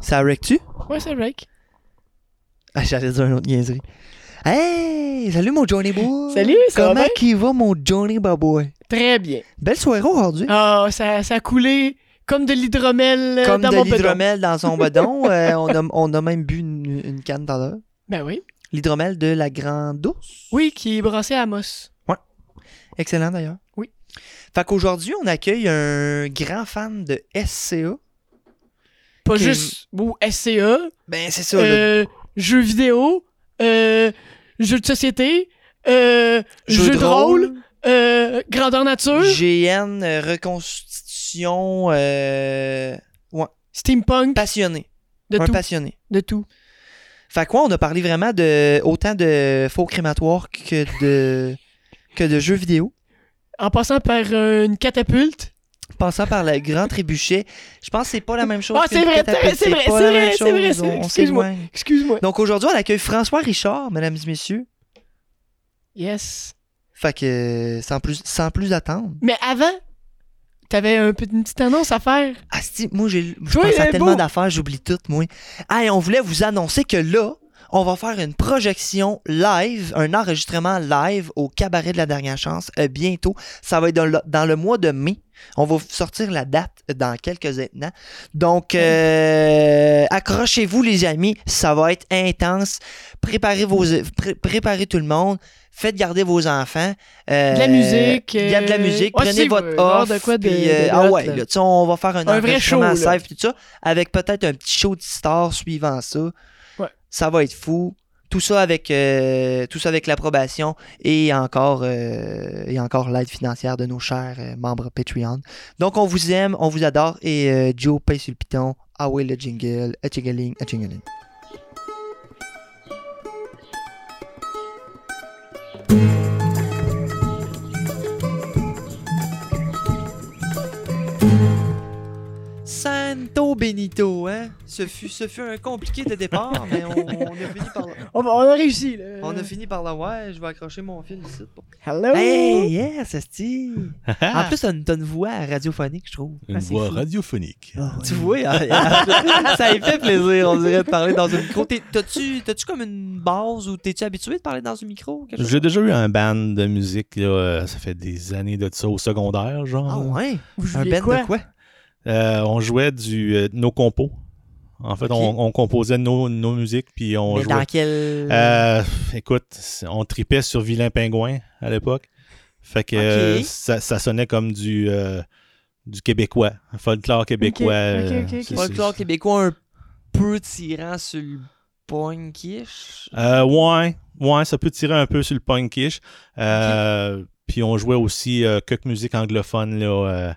Ça wreck-tu? Ouais, c'est break. Ah, j'allais dire une autre niaiserie. Hey! Salut mon Johnny Boy! Salut, ça va Comment bien? qu'il va mon Johnny Baboy? Très bien. Belle soirée aujourd'hui. Ah, ça, ça a coulé comme de l'hydromel euh, Comme dans de mon bedon. l'hydromel dans son bedon. Euh, on, a, on a même bu une, une canne tout à l'heure. Ben oui. L'hydromel de la Grande Ourse. Oui, qui est brassé à Amos. Excellent d'ailleurs. Oui. Fait qu'aujourd'hui, on accueille un grand fan de SCA. Pas Qui- juste ou SCA, Ben, c'est ça. le euh, jeux vidéo, euh, jeux de société, euh, jeux, de rôle, euh, grandeur nature, GN, euh, reconstitution, euh, steampunk, passionné. de un tout. passionné. De tout. Fait quoi, on a parlé vraiment de autant de faux crématoires que de que de jeux vidéo. En passant par euh, une catapulte. Passant par le grand trébuchet, je pense que c'est pas la même chose. Ah, c'est qu'une vrai, catapulte, c'est vrai, pas c'est la vrai, même c'est chose, vrai, c'est vrai, on- On excuse-moi. s'éloigne. Excuse-moi. Donc aujourd'hui, on accueille François Richard, mesdames et messieurs. Yes. Fait que euh, sans plus sans plus attendre. Mais avant, t'avais un petit- une petite annonce à faire. Asti, Ah, moi j'ai je Toi, pense à il est tellement beau. d'affaires, j'oublie tout, moi. Hey, on voulait vous annoncer que là, on va faire une projection live, un enregistrement live au cabaret de la dernière chance euh, bientôt. Ça va être dans le, dans le mois de mai. On va vous sortir la date euh, dans quelques instants. Donc, euh, accrochez-vous, les amis. Ça va être intense. Préparez, vos, pré- préparez tout le monde. Faites garder vos enfants. Euh, De la musique, Il y a de la euh, musique. ouais, Prenez c'est votre genre off. de quoi de- puis, de euh, ah date, ouais, là. là, tu sais, on va faire un, Un vrai enregistrement show, là. live, tout ça, avec peut-être un petit show de star suivant ça. Ouais. Ça va être fou. Tout ça avec euh, tout ça avec l'approbation et encore euh, et encore l'aide financière de nos chers euh, membres Patreon. Donc on vous aime, on vous adore et euh, Joe paye sur le piton. Ah ouais le jingle, a jingling, a jingling. Santo Benito, hein? Ce fut, ce fut un compliqué de départ, mais on, on a fini par On, va- on a réussi, là. on a fini par là. Ouais, je vais accrocher mon fil ici. Hello. Hey, yes, Esti! en plus, t'as une, t'as une voix radiophonique, je trouve. Une Ah, c'est voix fou. radiophonique. Tu vois, hein, ça lui fait plaisir, on dirait, de parler dans un micro. T'es- T'as-tu t'as-tu comme une base ou t'es-tu habitué de parler dans un micro? quelque chose? J'ai déjà eu un band de musique, là, euh, ça fait des années de ça, au secondaire, genre. Ah ouais? Vous Un jouiez band quoi? de quoi? Euh, on jouait du, euh, nos compos. En fait, Ok. on, on composait nos, nos musiques, puis on Mais jouait. dans quel... Euh, écoute, c'est- on tripait sur Vilain Pingouin à l'époque. Fait Ok. que euh, ça, ça sonnait comme du, euh, du québécois, un folklore québécois. ok, ok, euh, ok. c'est- Folklore c'est- québécois un peu tirant sur le punkish? Euh, ouais, ouais, ça peut tirer un peu sur le punkish. Euh, Puis on jouait aussi euh, quelques musiques anglophones, là, euh,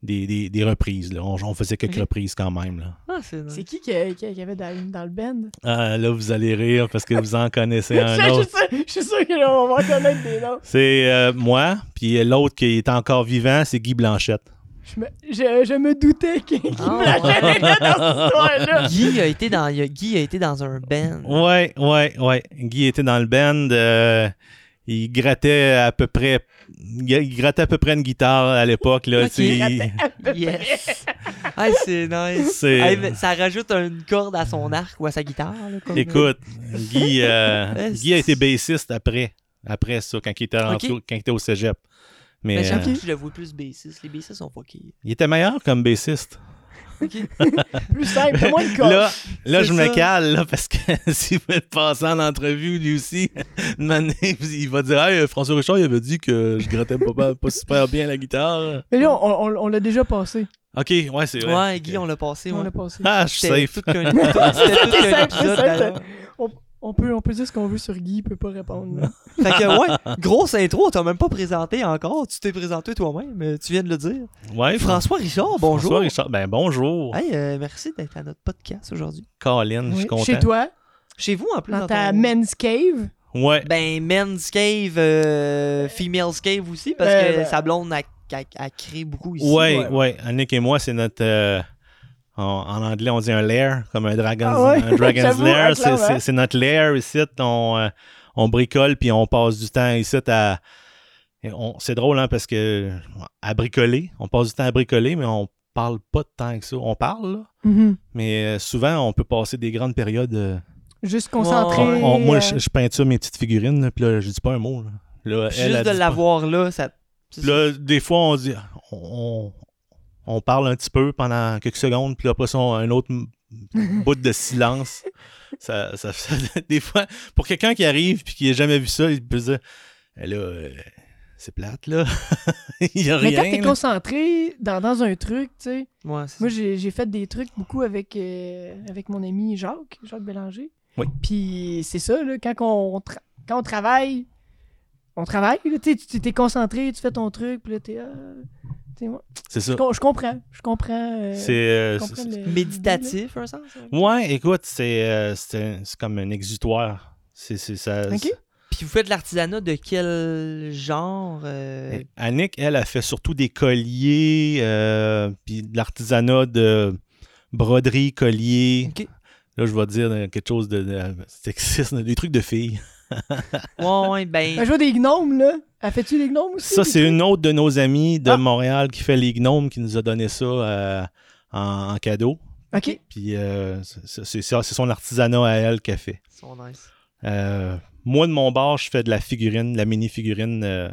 des, des, des reprises. là. On, on faisait quelques Ok. reprises quand même. Là. Ah, c'est nice. C'est qui qui, a- qui- qui avait dans, dans le band? Ah, là, vous allez rire parce que vous en connaissez un je, autre. suis sûr- je suis sûr que là, on va connaître des noms. C'est euh, moi, puis l'autre qui est encore vivant, c'est Guy Blanchette. Je me, je, je me doutais qu'il qu'il Ah, me la mettait dans cette histoire-là. Guy a été dans, il a- Guy a été dans un band. Ouais, ouais, ouais. Guy était dans le band. euh, il grattait à peu près. Il grattait à peu près une guitare à l'époque. là. Ok. tu sais, il- Yes. Ah, c'est nice. c'est- Hey, mais ça rajoute une corde à son arc ou à sa guitare. là, comme- Écoute, Guy, euh, Ouais, Guy a c'est- été bassiste après, après ça, quand il était, en- Ok. Ben, quand il était au cégep. Mais Mais euh, j'avoue que je le vois plus bassiste. Les bassistes sont fucky. il était meilleur comme bassiste. Plus simple, moins de corps. Là, là C'est je me ça. cale, là, parce que si vous le passez en entrevue, lui aussi, une année, il va dire Hey, François Richard, il avait dit que je grattais pas, pas- pas super bien la guitare. Mais là, on, on- on l'a déjà passé. Ok, ouais, c'est vrai. Ouais, Guy, on l'a passé. On ouais. l'a passé. Ah, je suis C'était safe. tout qu'un c'était tout C'était qu'un simple, épisode. c'était d'ailleurs. On peut, on peut dire ce qu'on veut sur Guy, il peut pas répondre. là. Fait que, ouais, grosse intro, t'as même pas présenté encore. Tu t'es présenté toi-même, euh, tu viens de le dire. Ouais, François, François Richard, bonjour. François Richard, ben bonjour. Hey, euh, merci d'être à notre podcast aujourd'hui. Colin, je Oui. suis content. Chez toi, Chez vous, en plus. dans dans ta ton- men's cave. Ouais. Ben, men's cave, euh, female's cave aussi, parce Euh, que ben- sa blonde a, a- a créé beaucoup ici. Ouais, ouais. ouais. Annick et moi, c'est notre. euh, en, en anglais, on dit un lair, comme un dragon's, Ah ouais, un dragon's j'avoue, ouais, lair. C'est- clairement. C'est c'est notre lair ici. On, euh, on bricole, puis on passe du temps ici à. et on- C'est drôle, hein, parce que. À bricoler. On passe du temps à bricoler, mais on parle pas tant que ça. On parle, là, Mm-hmm. Mhm. mais euh, souvent, on peut passer des grandes périodes. euh, Juste concentré. Ouais, on- Oh, moi, euh, je, je peinture mes petites figurines, là, puis là, je dis pas un mot. là. Là, elle, elle Juste de dit pas- l'avoir là, ça. c'est Puis là, des fois, on dit, on, on parle un petit peu pendant quelques secondes, puis là, après ça, on a un autre m- bout de silence. Ça, ça- ça- des fois, pour quelqu'un qui arrive puis qui n'a jamais vu ça, il peut se dire, Eh là, euh, c'est plate, là. il n'y a Mais rien. quand t'es là. concentré dans, dans un truc, tu sais. ça. Ouais, c'est Moi, j'ai j'ai fait des trucs beaucoup avec, euh, avec mon ami Jacques, Jacques Bélanger. Oui. Puis c'est ça, là, quand, on, tra- quand on travaille, on travaille, là, tu sais, tu t'es concentré, tu fais ton truc, puis là, t'es... euh, tu sais, moi, C'est ça. je, com- je comprends, je comprends. euh, C'est. je euh, comprends c'est- le- méditatif, un sens. ouais. ouais, écoute, c'est euh, c'est un- c'est comme un exutoire. C'est c'est ça. Ok. c'est- Puis vous faites de l'artisanat de quel genre euh, Annick, elle, a fait surtout des colliers, euh, puis de l'artisanat de broderie, collier. Ok. Là, je vais dire euh, quelque chose de, de sexiste, des trucs de filles. Ouais, ouais, Ben, ben. je vois des gnomes, là. Elle fait-tu des gnomes aussi? Ça, des c'est trucs? une autre de nos amies de Ah. Montréal qui fait les gnomes, qui nous a donné ça euh, en, en cadeau. OK. Puis euh, c'est- c'est c'est- c'est son artisanat à elle qu'elle fait. ils sont nice. Euh, moi, de mon bord, je fais de la figurine, de la mini-figurine euh,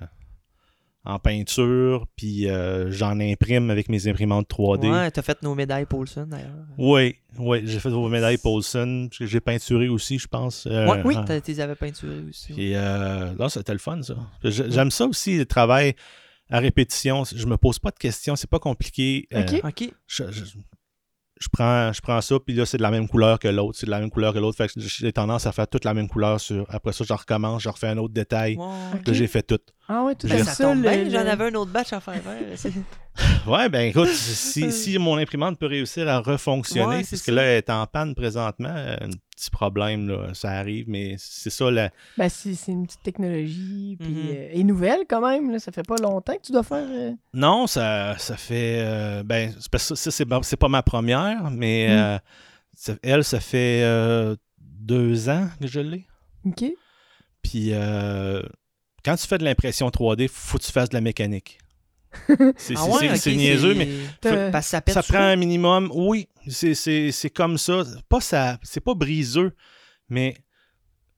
en peinture, puis euh, j'en imprime avec mes imprimantes 3D. Ouais, t'as fait nos médailles Paulson d'ailleurs. Oui, oui, j'ai fait vos médailles Paulson. parce que J'ai peinturé aussi, je pense. euh, Ouais, oui, en- t'as- t'es avais peinturé aussi. ouais. Puis euh, là, c'était le fun, ça. J- J'aime ça aussi, le travail à répétition. Je me pose pas de questions, c'est pas compliqué. Euh, Ok. Ok. je, je- je prends, je prends ça, puis là, c'est de la même couleur que l'autre. C'est de la même couleur que l'autre. Fait que j'ai tendance à faire toute la même couleur. Sur... Après ça, je recommence, je refais un autre détail. Ouais, ouais. que Ok. j'ai fait tout. Ah ouais, tout à Ben, fait. Ça tombe le- bien, le- j'en avais un autre batch à faire. ouais, c'est- Ouais, ben écoute, si, si mon imprimante peut réussir à refonctionner, Ouais, c'est parce ça. que là, elle est en panne présentement, euh, un petit problème, là, ça arrive, mais c'est ça la, Ben, c'est c'est une petite technologie, puis... Mhm. euh, et nouvelle, quand même, là. Ça fait pas longtemps que tu dois faire... euh, Non, ça, ça fait. euh, ben, c'est parce que ça, c'est ma- c'est pas ma première, mais Mm. euh, ça- elle, ça fait euh, deux ans que je l'ai. OK. Puis euh, quand tu fais de l'impression 3D, faut que tu fasses de la mécanique. C'est c'est- c'est- Ah ok, Ah c'est niaiseux, mais T'as- Parce que ça pète ça sous- prend un minimum. Oui, c'est- c'est c'est comme ça. Pas ça c'est pas briseux, mais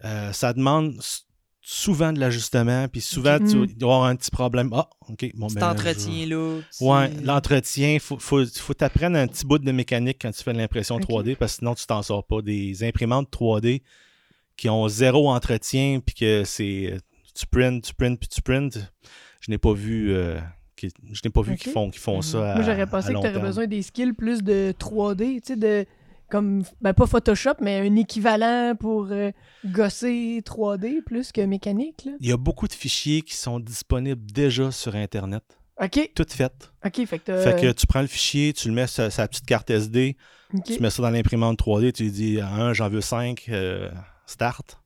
euh, ça demande s- souvent de l'ajustement, puis souvent, Ok. tu Mm. il doit y avoir un petit problème. Ah, OK, bon, Tu ben, je- t'entretiens là. tu- Ouais, l'entretien, il faut, faut, faut t'apprendre un petit bout de mécanique quand tu fais de l'impression Ok. 3D, parce que sinon tu t'en sors pas. Des imprimantes 3D qui ont zéro entretien, puis que c'est euh, tu printes, tu printes, puis tu printes, je n'ai pas vu, euh, qui- je n'ai pas vu Ok. Mm-hmm. qu'ils font, qu'ils font ça. À, Moi, j'aurais pensé à que long tu aurais terme. besoin des skills plus de 3D, tu sais, de. Comme, ben pas Photoshop, mais un équivalent pour euh, gosser 3D plus que mécanique. Là. Il y a beaucoup de fichiers qui sont disponibles déjà sur Internet, OK, toutes faites. OK, fait que t'as- Fait que tu prends le fichier, tu le mets sur sa petite carte SD, OK, tu mets ça dans l'imprimante 3D, tu lui dis 1, j'en veux 5, start.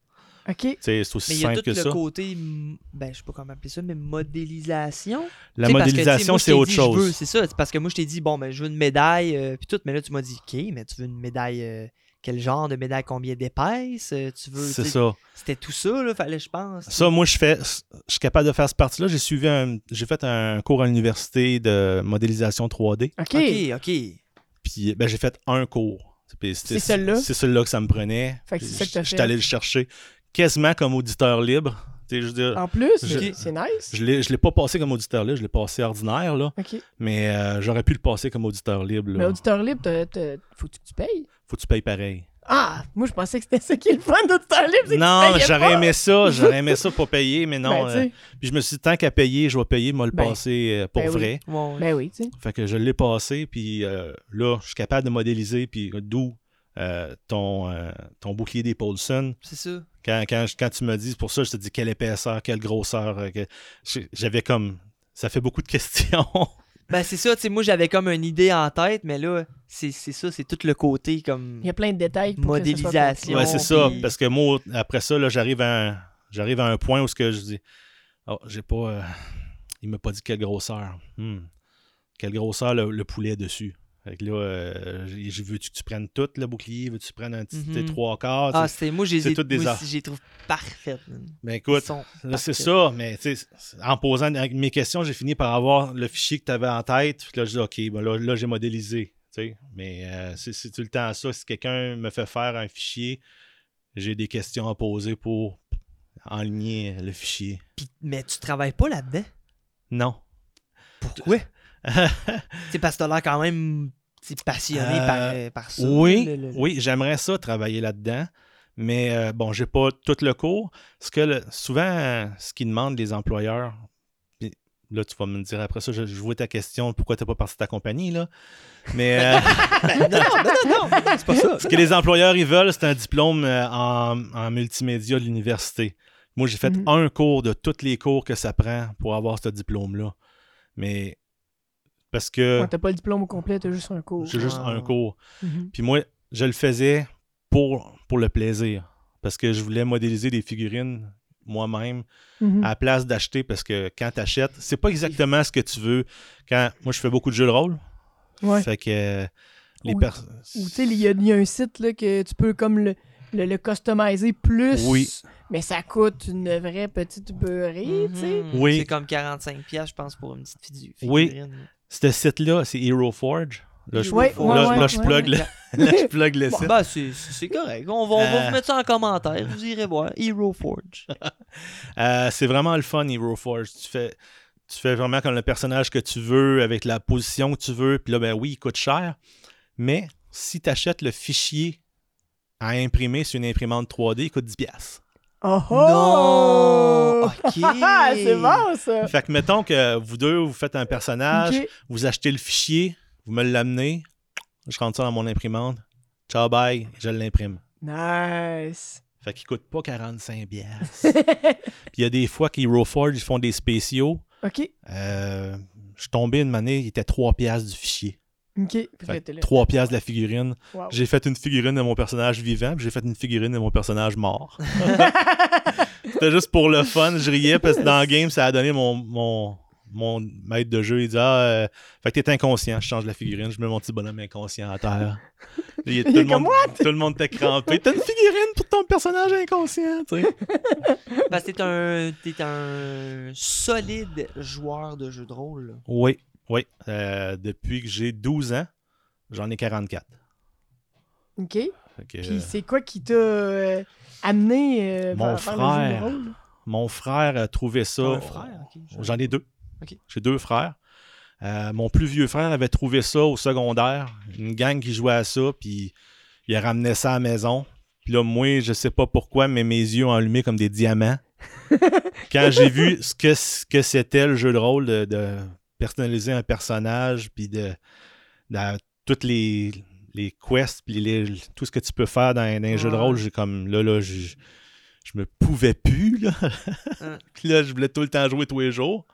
OK. Tu sais, C'est aussi Mais il y a simple tout que le ça. côté, mm, ben, je sais pas comment appeler ça, mais modélisation. La Tu sais, parce que, tu sais, modélisation, moi, je c'est t'ai autre dit, je veux, chose. C'est ça, c'est parce que moi, je t'ai dit, bon, ben, je veux une médaille, euh, puis tout, mais là, tu m'as dit, OK, mais tu veux une médaille, euh, quel genre de médaille, combien d'épaisse, euh, tu veux... C'est tu sais, ça. C'était tout ça, là, fallait, je pense. Ça, moi, je fais, je suis capable de faire cette partie-là. J'ai suivi un, j'ai fait un cours à l'université de modélisation 3D. OK. OK, OK. Puis, ben, j'ai fait un cours. Puis c'était- C'est celui-là? C'est celui-là que ça me prenait. Fait que c'est ça que t'as Je suis fait. allé le chercher quasiment comme auditeur libre. Tu sais, je veux dire, En plus, Je- mais c'est nice. je l'ai, je l'ai pas passé comme auditeur libre, je l'ai passé ordinaire, là. OK. Mais euh, j'aurais pu le passer comme auditeur libre, là. Mais auditeur libre, t'as- t'as- faut que tu payes. Faut que tu payes pareil. Ah, moi, je pensais que c'était ça qui est le fun d'auditeur libre. c'est que Non, tu payais j'aurais pas. aimé ça. J'aurais aimé ça pour payer, mais non. Ben, tu euh, sais, puis je me suis dit, tant qu'à payer, je vais payer, moi, le Ben, passer euh, pour ben oui. vrai. Ouais, ouais. ben oui, tu sais. Fait que je l'ai passé, puis euh, là, je suis capable de modéliser, puis d'où euh, ton, euh, ton bouclier des Paulson. c'est ça. Quand, quand, je- quand tu me dis, c'est pour ça, je te dis quelle épaisseur, quelle grosseur. euh, que- j'ai- J'avais comme. Ça fait beaucoup de questions. Ben, c'est ça, tu sais, moi, j'avais comme une idée en tête, mais là, c'est c'est ça, c'est tout le côté, comme... Il y a plein de détails. Pour que ce soit Modélisation. ouais, complet. c'est ça. puis- Parce que moi, après ça, là, j'arrive à, un- j'arrive à un point où ce que je dis, oh, j'ai pas. euh, il m'a pas dit quelle grosseur. Hmm. Quelle grosseur le, le poulet dessus. Fait que là, euh, j'ai- j'ai- veux-tu que tu prennes tout le bouclier? Veux-tu que tu prennes un petit Mhm. t'es trois quarts? Ah, tu sais? c'est moi, je les c'est ai- toutes des moi ar- aussi, je les trouve parfaites. man. Mais Ils écoute, sont là, c'est parfaites. ça, mais tu sais, c'est- en posant avec mes questions, j'ai fini par avoir le fichier que tu avais en tête. Puis là, je dis, OK, ben là, là, j'ai modélisé. tu sais. Mais euh, c'est c'est tout le temps ça. Si quelqu'un me fait faire un fichier, j'ai des questions à poser pour enligner le fichier. Puis- mais tu travailles pas là-dedans. Non. Pourquoi? C'est parce que t'as l'air quand même t'sais, passionné Euh, par, euh, par ça. Oui, Le- le- le- oui, j'aimerais ça travailler là-dedans. Mais euh, bon, j'ai pas tout le cours. Ce que le- souvent, euh, ce qu'ils demandent les employeurs, puis là, tu vas me dire après ça, je, je vois ta question, pourquoi t'es pas parti de ta compagnie, là. Mais euh, Ben, non, non, non, non, non, c'est pas ça. ce que les employeurs, ils veulent, c'est un diplôme euh, en, en multimédia de l'université. Moi, j'ai fait Mhm. un cours de tous les cours que ça prend pour avoir ce diplôme-là. Mais parce que Ouais, t'as pas le diplôme au complet, t'as juste un cours. j'ai juste un Ah. cours. Mhm. Puis moi, je le faisais pour, pour le plaisir. Parce que je voulais modéliser des figurines moi-même Mhm. à la place d'acheter. Parce que quand tu achètes, c'est pas exactement ce que tu veux. Quand Moi, je fais beaucoup de jeux de rôle. Ouais. Fait que euh, les Ou- pers- Ou tu sais, il y, a- il y a un site là, que tu peux comme le, le, le customiser plus. Oui. Mais ça coûte une vraie petite beurrée, tu sais. Mhm. Oui. C'est comme 45 pièces je pense, pour une petite fidu- Oui. figurine. Ce site-là, c'est Hero Forge. Là, je, Hero Ouais, Forge. ouais, là- ouais, là, je ouais. plug le, là, je plug le Bon, site. ben, c'est- c'est c'est correct. On va, on va Euh. vous mettre ça en commentaire. Vous irez voir. Hero Forge. Euh, c'est vraiment le fun, Hero Forge. Tu fais, tu fais vraiment comme le personnage que tu veux, avec la position que tu veux. Puis là, ben oui, il coûte cher. Mais si tu achètes le fichier à imprimer sur une imprimante 3D, il coûte 10$. piastres. Oh Non! OK! Ah, C'est bon, ça! Fait que mettons que vous deux, vous faites un personnage, Euh. Ok. vous achetez le fichier, vous me l'amenez, je rentre ça dans mon imprimante. Ciao, bye, je l'imprime. Nice! Fait qu'il coûte pas 45$. piastres. Puis il y a des fois qu'Hero Forge, ils font des spéciaux. OK. Euh, je suis tombé une année, il était 3 piastres du fichier. OK. Parce que Fait t'es là. 3 piastres de la figurine. Wow. J'ai fait une figurine de mon personnage vivant, puis j'ai fait une figurine de mon personnage mort. C'était juste pour le fun, je riais, parce que dans le game, ça a donné mon, mon, mon maître de jeu, il dit « Ah, euh, fait que t'es inconscient, je change la figurine, je mets mon petit bonhomme inconscient à terre. » Il y a- Tout, Il est le monde, comme, tout le monde t'a crampé. T'as une figurine pour ton personnage inconscient, tu sais. Parce que t'es Ben, un, t'es un solide joueur de jeux de rôle. là. Oui, oui. Euh, depuis que j'ai 12 ans, j'en ai 44. OK. Fait que- euh, Puis c'est quoi qui t'a euh, amené euh, Mon vers- vers le jeu de frère. rôle? Mon frère a trouvé ça. T'as un frère? ok. Je- J'en ai deux. Ok. J'ai deux frères. Euh, mon plus vieux frère avait trouvé ça au secondaire. Une gang qui jouait à ça, puis il a ramené ça à la maison. Puis là, moi, je sais pas pourquoi, mais mes yeux ont allumé comme des diamants. Quand j'ai vu ce que, ce que c'était le jeu de rôle, de, de personnaliser un personnage, puis de, de- toutes les, les quests, puis les- tout ce que tu peux faire dans, dans un jeu de Ouais. rôle, j'ai comme, là, là, je, je me pouvais plus, là. Hein. Puis là, je voulais tout le temps jouer tous les jours.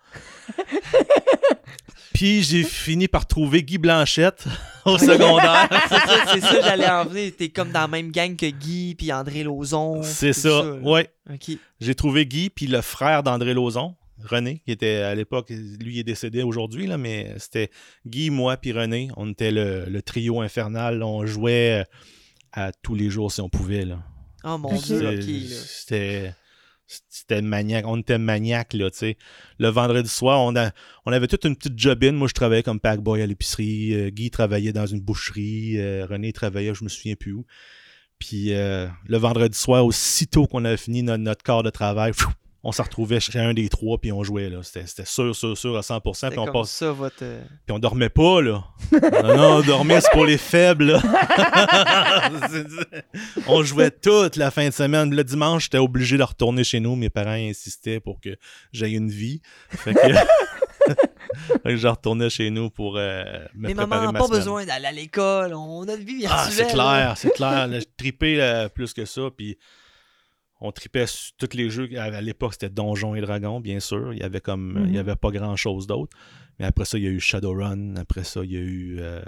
Puis j'ai fini par trouver Guy Blanchette au secondaire. C'est ça, Ah, c'est ça, j'allais en venir. T'es comme dans la même gang que Guy, puis André Lauzon. C'est tout ça, là. ouais. OK. J'ai trouvé Guy, puis le frère d'André Lauzon, René, qui était à l'époque, lui il est décédé aujourd'hui, là, mais c'était Guy, moi, puis René. On était le, le trio infernal. On jouait à tous les jours si on pouvait. Là. Oh mon Ok. dieu, C'est- OK. là. C'était. C'était maniaque. On était maniaque, là, tu sais. Le vendredi soir, on, a- on avait toute une petite jobine. Moi, je travaillais comme packboy à l'épicerie. Euh, Guy travaillait dans une boucherie. Euh, René travaillait, je me souviens plus où. Puis euh, le vendredi soir, aussitôt qu'on avait fini notre, notre corps de travail, pfiou, on se retrouvait chez un des trois, puis on jouait, là. C'était c'était sûr, sûr, sûr, à 100%. C'était Puis on, comme passe- ça, votre... euh, puis on dormait pas, là. Non, non, on dormait, c'est pour les faibles, là. on jouait toute la fin de semaine. Le dimanche, j'étais obligé de retourner chez nous. Mes parents insistaient pour que j'aie une vie. Fait que, Fait que je retournais chez nous pour euh, me Mais préparer maman, ma pas semaine. besoin d'aller à l'école. On a une vie virtuelle. Ah, c'est là. clair, c'est clair. Là, Je tripais euh, plus que ça, puis on tripait sur tous les jeux. À à l'époque, c'était Donjons et Dragons, bien sûr. Il y avait comme, euh, il y Mm-hmm. Mhm. avait pas grand-chose d'autre. Mais après ça, il y a eu Shadowrun. Après ça, il y a eu euh,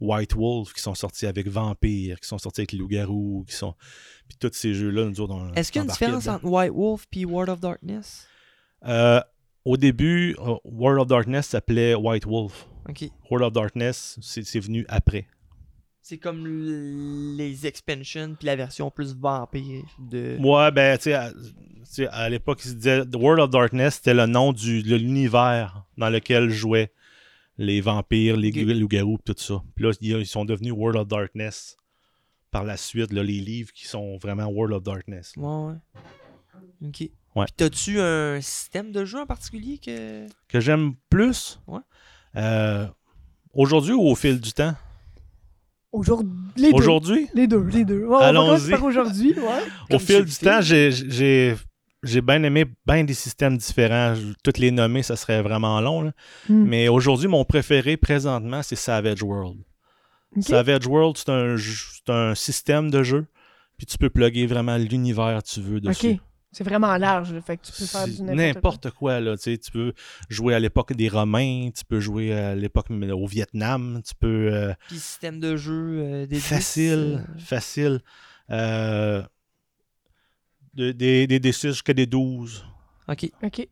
White Wolf qui sont sortis avec Vampire, qui sont sortis avec Loup-Garou, qui sont... Puis tous ces jeux-là, nous autres, on Est-ce qu'il y a une embarquait différence dedans. entre White Wolf et World of Darkness? Euh, au début, euh, World of Darkness s'appelait White Wolf. OK. World of Darkness, c'est c'est venu après. C'est comme l- les expansions puis la version plus vampire de. Moi, ben, tu sais, à, tu sais, à l'époque, ils se disaient The World of Darkness, c'était le nom du, de l'univers dans lequel jouaient les vampires, les Ok. loups-garous, pis tout ça. Puis là, ils ils sont devenus World of Darkness par la suite, là, les livres qui sont vraiment World of Darkness. là. Ouais, ouais. OK. Ouais. Puis T'as-tu un système de jeu en particulier que. Que j'aime plus, Ouais. euh, aujourd'hui ou au fil du temps Aujourd'hui, les deux. Aujourd'hui Les deux, les deux. Ouais, On va Allons-y. commencer par aujourd'hui, ouais. Au Comme fil chez du Steve. temps, j'ai j'ai- j'ai bien aimé bien des systèmes différents. Je- Toutes les nommer, ça serait vraiment long. là. Mm. Hmm. Mais aujourd'hui, mon préféré présentement, c'est Savage World. Ok. Savage World, c'est un, jeu- c'est un système de jeu. Puis tu peux plugger vraiment l'univers que tu veux dessus. Ok. C'est vraiment large, là, fait que tu peux faire C'est du N'importe quoi, là. Tu, sais, tu peux jouer à l'époque des Romains, tu peux jouer à l'époque au Vietnam, tu peux. euh, Puis système de jeu euh, des dix, facile, euh, facile. Euh, de- des, des, des 6 jusqu'à des 12. OK. quoi. Ok.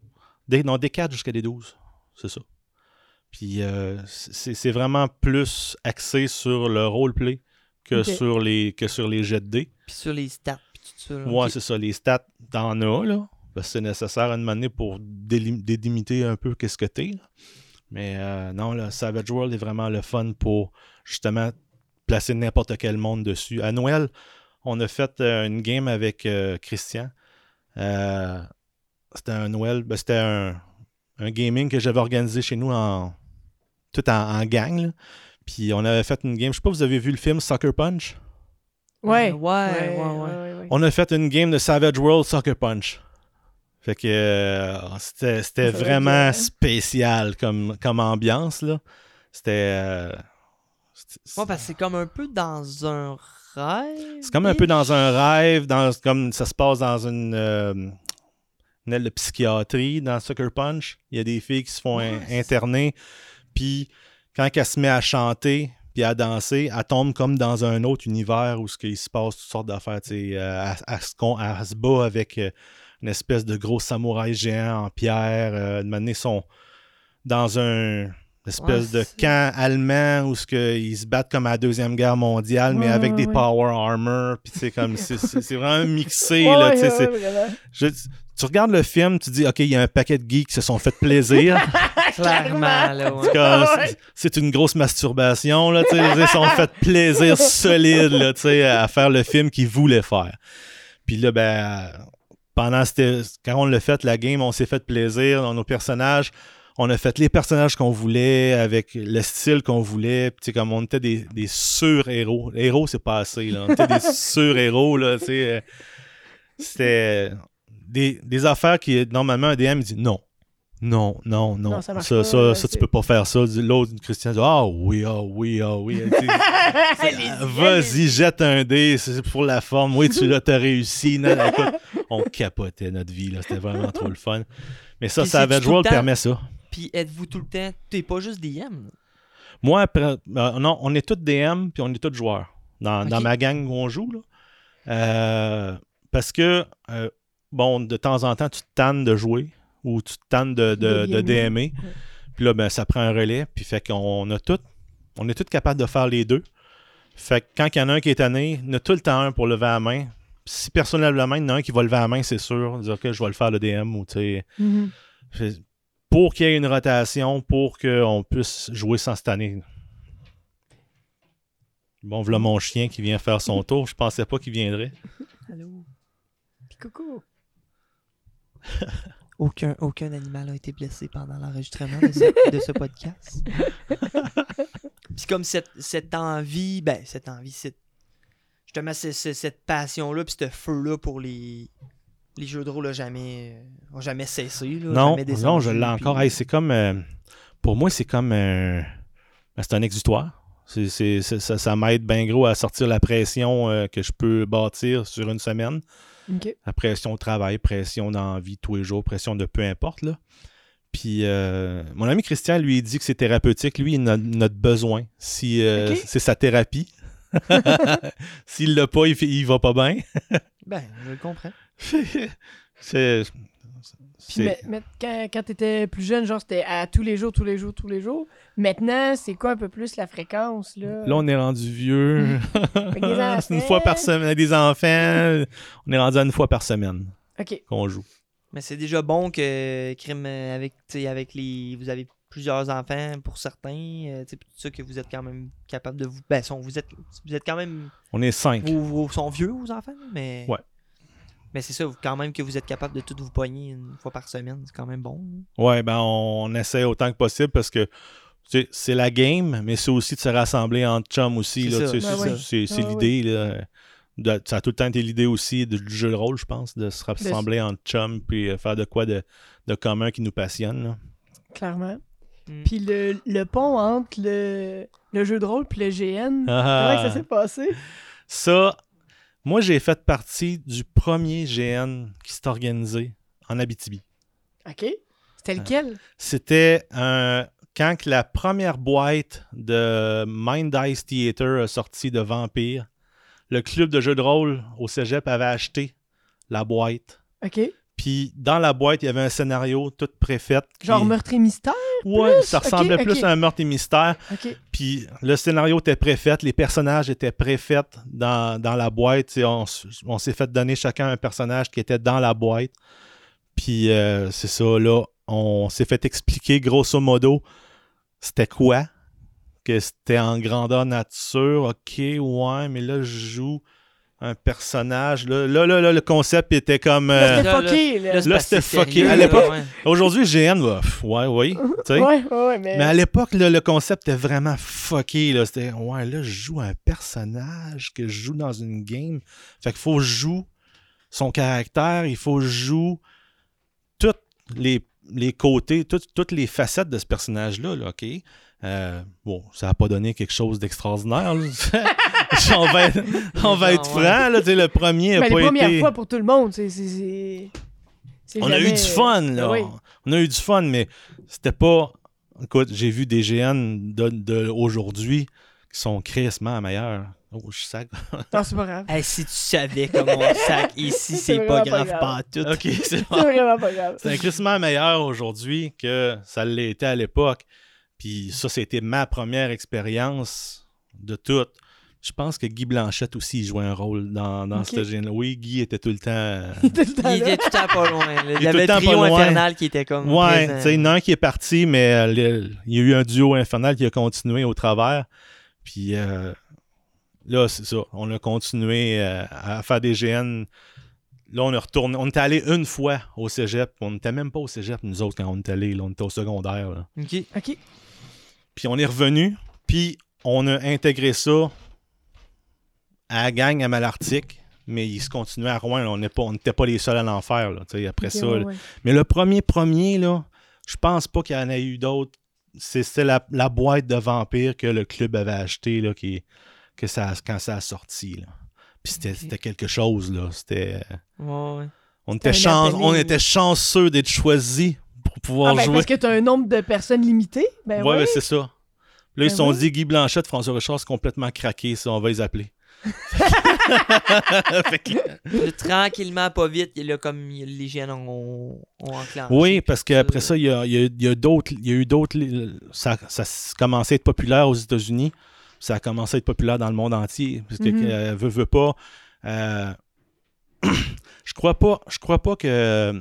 Des, non, des 4 jusqu'à des 12. C'est ça. Puis euh, c'est c'est vraiment plus axé sur le roleplay que, Ok. sur les, que sur les jets de dés. Puis sur les stats. Puis tout ça. là. Ouais, OK. c'est ça. Les stats, t'en as, là. Parce que c'est nécessaire à une manière pour délim- délimiter un peu qu'est-ce que t'es. là. Mais euh, non, là, Savage World est vraiment le fun pour justement placer n'importe quel monde dessus. À Noël, on a fait euh, une game avec euh, Christian. Euh, c'était un Noël, ben, c'était un, un gaming que j'avais organisé chez nous en tout en, en gang. là. Puis on avait fait une game. Je sais pas, vous avez vu le film Soccer Punch? Ouais. Ouais, ouais, ouais. ouais. On a fait une game de Savage World Soccer Punch. Fait que euh, c'était, c'était Ça doit être vraiment bien. spécial comme, comme ambiance. Là. C'était. euh, c'était- Ouais, parce que c'est comme un peu dans un rêve. c'est comme un peu dans un rêve, dans, comme ça se passe dans une, euh, une aile de psychiatrie, dans Sucker Punch. Il y a des filles qui se font Ouais, in- c'est ça. interner, puis quand elle se met à chanter puis à danser, elle tombe comme dans un autre univers où ce qu'il se passe toutes sortes d'affaires. tu sais, euh, elle, elle se con- elle se bat avec euh, une espèce de gros samouraï géant en pierre, euh, de mener son dans un espèce Ouais, de c'est- camp allemand où ce que ils se battent comme à la deuxième guerre mondiale mais Ouais, avec ouais, des ouais. power armor puis c'est comme c'est- c'est c'est vraiment mixé Ouais, là, ouais, tu sais, ouais, c'est- vraiment. je- tu regardes le film tu dis ok il y a un paquet de geeks qui se sont fait plaisir Clairement, là, ouais. Comme, c'est- c'est une grosse masturbation là tu sais, ils se sont fait plaisir solide là, tu sais, à faire le film qu'ils voulaient faire puis là ben pendant c'était quand on l'a fait la game on s'est fait plaisir dans nos personnages on a fait les personnages qu'on voulait avec le style qu'on voulait. Puis, tu sais, comme on était des, des sur-héros. Héros, c'est pas assez. Là. On était des sur-héros. là, tu sais, euh, C'était des, des affaires qui, normalement, un DM il dit non. Non, non, non. Non, ça ça, marche ça, pas, euh, ça, tu c'est- peux pas faire ça. L'autre, Christian, dit Ah oui, ah oui, ah oui. Tu sais, Allez-y, allez-y. Vas-y, jette un dé, c'est pour la forme. Oui, tu l'as, t'as réussi. Non, non, écoute, on capotait notre vie, là. C'était vraiment trop le fun. Mais ça, Puis Savage c'est-tu tout World le temps? permet ça. Puis êtes-vous tout le temps. T'es pas juste DM. là. Moi, après, euh, non, on est tous DM, puis on est tous joueurs. Dans, dans Ok. ma gang où on joue, là. Euh, parce que, euh, bon, de temps en temps, tu te tannes de jouer ou tu te tannes de, De de, de gamer. DMer. Puis là, ben, ça prend un relais. Puis fait qu'on a tout, on est tous capables de faire les deux. Fait que quand il y en a un qui est tanné, il y en a tout le temps un pour lever la main. Si personnellement, il y en a un qui va lever la main, c'est sûr. Dire que je vais le faire le DM ou tu sais. Mhm. C'est- Pour qu'il y ait une rotation, pour qu'on puisse jouer sans se tanner. Bon, voilà mon chien qui vient faire son tour. Je pensais pas qu'il viendrait. Allô. Puis coucou. Aucun, aucun animal a été blessé pendant l'enregistrement de, ce- de ce podcast. Puis comme cette, cette envie, ben, cette envie, cette, justement, c'est- c'est- cette passion-là, puis ce feu-là pour les, les jeux de rôle n'a jamais, euh, ont jamais cessé. là, Non, jamais non, descendu, je l'ai puis- encore. Hey, c'est comme. euh, pour moi, c'est comme. un- ben, c'est un exutoire. C'est- c'est- c'est- ça ça m'aide bien gros à sortir la pression euh, que je peux bâtir sur une semaine. Ok. La pression au travail, pression dans la vie tous les jours, pression de peu importe. Là. Puis euh, mon ami Christian, lui, il dit que c'est thérapeutique. Lui, il en a notre besoin. Si euh, Ok. c'est sa thérapie. S'il l'a pas, il, fait- il va pas bien. Ben, je le comprends. c'est Puis C'est- mais- mais quand, quand t'étais plus jeune, genre c'était à tous les jours, tous les jours, tous les jours. Maintenant, c'est quoi un peu plus la fréquence, là? Là, on est rendu vieux. euh, Avec des enfants. c'est une fois par semaine. avec Des enfants. On est rendu à une fois par semaine OK. qu'on joue. Mais c'est déjà bon que crime euh, avec tu sais, avec les vous avez plusieurs enfants pour certains, euh, tu sais, puis tout ça que vous êtes quand même capable de vous ben sont- vous êtes vous êtes quand même On est cinq. vos, vos- sont vieux vos enfants mais Ouais. Mais c'est ça vous- quand même que vous êtes capable de tout vous pogner une fois par semaine, c'est quand même bon. Ouais, ben on, on essaie autant que possible parce que tu sais, c'est la game, mais c'est aussi de se rassembler en chum aussi. C'est là, ça. tu sais, Ben C'est ouais. c'est- c'est Ah ouais. l'idée. là, de- Ça a tout le temps été l'idée aussi de- du jeu de rôle, je pense, de se rassembler en chum puis euh, faire de quoi de, de commun qui nous passionne. là. Clairement. Mm. Puis le, le pont entre le, le jeu de rôle puis le GN, Ah, comment que ça s'est passé? ça, moi, j'ai fait partie du premier GN qui s'est organisé en Abitibi. OK. Ah. C'était lequel? C'était un- quand que la première boîte de Mind Dice Theater a sorti de Vampire. Le club de jeux de rôle au cégep avait acheté la boîte. OK. Puis dans la boîte, il y avait un scénario tout préfait. qui- Genre meurtre et mystère? Ouais, plus? ça Ok, ressemblait ok. plus à un meurtre et mystère. OK. Puis le scénario était préfait, les personnages étaient préfaits dans, dans la boîte. et on s- on s'est fait donner chacun un personnage qui était dans la boîte. Puis euh, c'est ça, là, on s'est fait expliquer grosso modo c'était quoi. Que c'était en grandeur nature. Ok, ouais, mais là, je joue un personnage. Là, là, là, là, le concept était comme. Là, euh, c'était Là, fucké, là. Là, c'est là, parce que c'était c'est fucké. sérieux, À là, l'époque- ouais. Aujourd'hui, GN, va, pff, ouais, oui. tu sais. Ouais, ouais, ouais, mais... Mais à l'époque, là, le concept était vraiment fucké. Là. C'était, ouais, là, je joue un personnage que je joue dans une game. Fait qu'il faut que je joue son caractère, il faut que je joue tous les, les côtés, toutes- toutes les facettes de ce personnage-là. Là, OK? Euh, bon, ça n'a pas donné quelque chose d'extraordinaire. là. on va être, on va être Genre, ouais. franc. Là, tu sais, le premier n'a Mais pas les premières été. fois pour tout le monde, c'est... c'est- c'est- c'est On a jamais- Ah euh, eu du fun, là. Oui. On a eu du fun, mais c'était pas. Écoute, j'ai vu des GN de, de aujourd'hui qui sont crissement meilleurs. Oh, je sac. Non, c'est pas grave. Hey, si tu savais comment on sac ici, C'est c'est pas vraiment pas grave grave. pas tout. Ok, c'est C'est bon. vraiment pas grave. C'est un crissement meilleur aujourd'hui que ça l'était à l'époque. Puis ça, c'était ma première expérience de toute. Je pense que Guy Blanchette aussi il jouait un rôle dans, dans Ok. ce GN. Oui, Guy était tout le temps. euh, Tout le temps Il là. était tout le temps pas loin. là. Il Il y est tout avait le le temps pas trio loin. infernal qui était comme Ouais, présent. tu euh, sais, il y en a un qui est parti, mais euh, le- il y a eu un duo infernal qui a continué au travers. Puis euh, là, c'est ça. On a continué euh, à faire des GN. Là, on a retourné. On est allé une fois au cégep. On n'était même pas au cégep, nous autres, quand on est allé. là. on était au secondaire. là. Ok. OK. Puis on est revenu. Puis on a intégré ça à la gang à Malartic. Mais il se continuait à Rouen. là. On n'est pas- on n'était pas, les seuls à l'enfer. là, tu sais, Après Ok, ça, ouais, là. ouais. Mais le premier premier, là, je pense pas qu'il y en ait eu d'autres. C'est c'est la, la boîte de vampires que le club avait acheté là, qui, que ça, quand ça a sorti. là. Puis c'était Ok. c'était quelque chose, là. C'était. euh, Ouais, ouais. On était, un chan- happening. on était chanceux d'être choisis pour pouvoir Ah, ben, jouer. parce que t'as un nombre de personnes limité. Ben ouais, ouais. ben, c'est ça. Là, ils se Ben sont oui. dit Guy Blanchette, François Richard, c'est complètement craqué, ça, on va les appeler. Fait que- Là, tranquillement, pas vite, il a comme il- les gènes ont, ont enclenché. Ah, Oui, parce ça. qu'après ça, il y a, il y a- il y a d'autres. Il y a eu d'autres. Ça, ça s- commençait à être populaire aux États-Unis. Ça a commencé à être populaire dans le monde entier. Parce que, Mhm. Mm-hmm. euh, veut, veut pas. euh, je crois pas. Je crois pas que euh,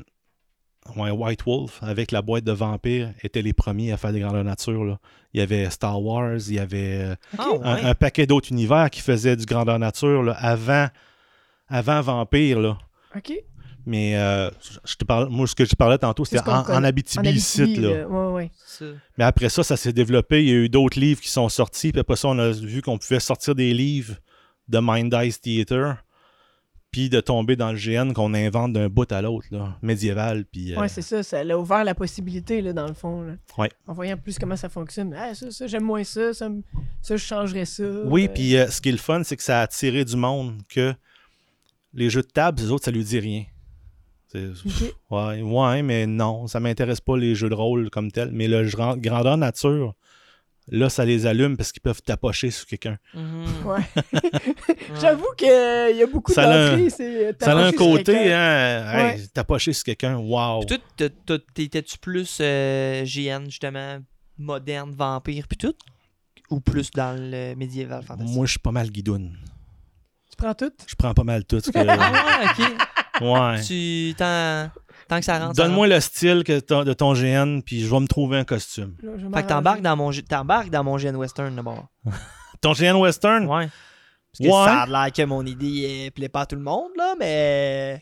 ouais, White Wolf, avec la boîte de vampires, étaient les premiers à faire des grandeurs nature. là. Il y avait Star Wars, il y avait. euh, Ah, un, ouais. un paquet d'autres univers qui faisaient du grandeur nature là, avant, avant Vampire. Là. OK. Mais euh, je te parle, moi, ce que je parlais tantôt, C'est ce c'était qu'on en, connaît. en Abitibi, En Abitibi, ici, là. là. Ouais, ah. ouais. Ça. Mais après ça, ça s'est développé. Il y a eu d'autres livres qui sont sortis. Puis après ça, on a vu qu'on pouvait sortir des livres de Mind Dice Theater. Puis de tomber dans le GN qu'on invente d'un bout à l'autre, là, médiéval. Puis, euh, Ouais, c'est ça. Ça l'a ouvert la possibilité, là, dans le fond. Là. Ouais. En voyant plus comment ça fonctionne. Ah, ça, ça j'aime moins ça. Ça, me- ça, je changerais ça. Oui, Euh, puis euh, ce qui est le fun, c'est que ça a attiré du monde que les jeux de table, les autres, ça lui dit rien. C'est- Ok. Ouais, ouais, mais non, ça m'intéresse pas les jeux de rôle comme tel. Mais le genre- grandeur nature, Là, ça les allume parce qu'ils peuvent tapocher sur quelqu'un. Mhm. J'avoue qu'il y a beaucoup Ça l'a- d'entrées. c'est- euh, t'as Ça a un marché sur côté, quelqu'un. hein. Ouais. hey, tapocher sur quelqu'un, wow. Puis toi, t'as- t'as- t'étais-tu plus euh, GN, justement, moderne, vampire, puis tout? Ou plus dans le médiéval Ah, ben, fantastique? Moi, je suis pas mal guidoune. hein. Tu prends tout? Je prends pas mal tout ce que. Ah, ok. Ouais. Tu, tant, tant que ça rentre. ça rentre. Donne-moi le style que ton- de ton GN, puis je vais me trouver un costume. Là, je vais Fait que m'arranger. t'embarques dans mon, t'embarques dans mon GN Western, d'abord. Ton GN Western? Ouais. Parce que Ouais. ça a l'air que mon idée euh, plaît pas à tout le monde, là, mais.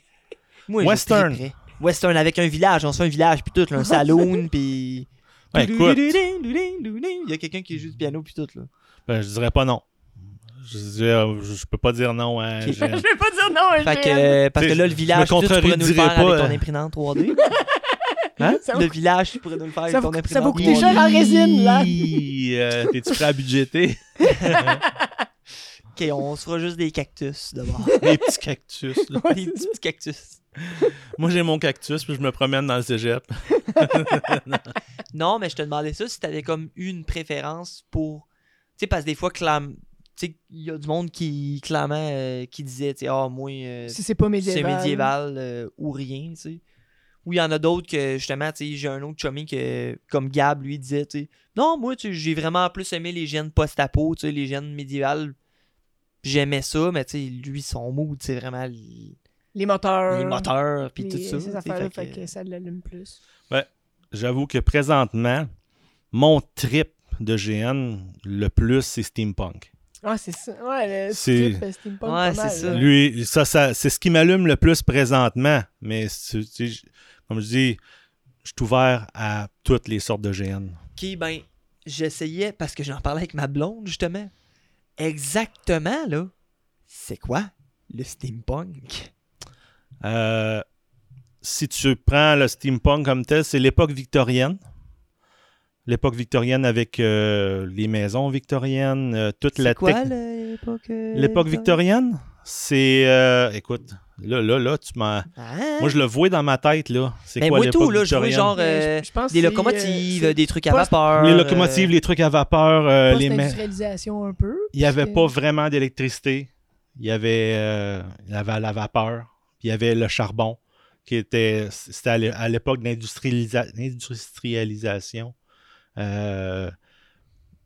Moi, je Western. triperais. Western avec un village, on se fait un village, puis tout, là, un saloon, puis. Ben, écoute. Il y a quelqu'un qui joue du piano, puis tout, là. Ben, je dirais pas non. Je, dirais- euh, je- je peux pas dire non à Ok. GN. Je vais pas dire non, Fait que, GN. euh, parce que là, le Je me village, puis tout, tu pourrais nous le faire contredirais pas, avec ton hein. imprimante 3D. Hein? Ça le vous- village, tu pourrais nous le faire avec ça ton vous- ça imprimante vous coûtait 3D. cher. en résine, là. Euh, T'es-tu prêt à budgéter? Ok, on se fera juste des cactus, d'abord. Des petits cactus. là. des petits cactus. Moi, j'ai mon cactus, puis je me promène dans le cégep. Non, mais je te demandais ça si t'avais comme eu une préférence pour. Tu sais, parce que des fois, clam... tu sais, il y a du monde qui clament, euh, qui disait, tu sais, ah, moi, euh, Si c'est pas c'est médiéval. médiéval euh, ou rien, tu sais. Ou il y en a d'autres que, justement, tu sais, j'ai un autre chummy que, comme Gab, lui, disait, tu sais, non, moi, tu sais, j'ai vraiment plus aimé les gènes post-apo, tu sais, les gènes médiévales. J'aimais ça, mais tu sais, lui, son mood, c'est vraiment les, Les moteurs. les moteurs, puis les- tout ça. tu Ces sais, affaires-là, fait fait que ça l'allume plus. J'avoue que présentement, mon trip de GN, le plus, c'est steampunk. Ah, c'est ça. Ouais, le C'est- strip, euh, steampunk, Ouais, pas mal, c'est ça. là. Lui, ça, ça- c'est ce qui m'allume le plus présentement. Mais c'est- tu sais, je- comme je dis, je suis ouvert à toutes les sortes de GN. qui, ben, j'essayais, parce que j'en parlais avec ma blonde, justement. Exactement, là, c'est quoi le steampunk? Euh, si tu prends le steampunk comme tel, c'est l'époque victorienne. L'époque victorienne avec euh, les maisons victoriennes, euh, toute la C'est quoi tech- l'époque... euh, L'époque victorienne, c'est. euh, écoute, là, là, là, tu m'as. Hein? Moi, je le vois dans ma tête, là. C'est Ben, quoi moi, tout, l'époque là, je vois victorienne? genre Mais euh, je- je pense des que c'est, locomotives, euh, c'est des trucs à post- vapeur. Les locomotives, les trucs à vapeur, euh, les ma- Post-industrialisation un peu. Il n'y avait que- pas vraiment d'électricité. Il y avait, euh, il y avait la vapeur. Il y avait le charbon, qui était. C'était à l'é- à l'époque de l'industrialisa- l'industrialisation. Euh,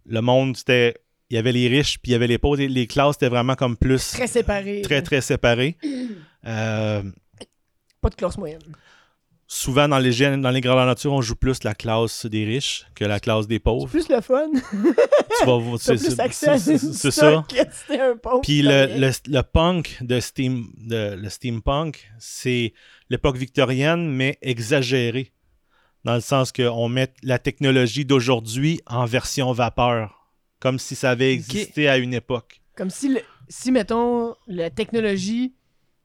le monde, c'était. Il y avait les riches, puis il y avait les pauvres. Les- Les classes étaient vraiment comme plus. Très séparés. Très, là. très séparées. Euh, Pas de classe moyenne. souvent, dans les, gènes- dans les grandes natures, on joue plus la classe des riches que la classe des C'est pauvres. plus le fun. Tu vas- C'est c'est- plus c'est- accès à c'est- du C'est stock ça. que c'était un pauvre. Puis le, Correct. le, le punk de steam, de, le steampunk, c'est l'époque victorienne, mais exagérée. Dans le sens qu'on met la technologie d'aujourd'hui en version vapeur, comme si ça avait Ok. existé à une époque. Comme si, le- si, mettons, la technologie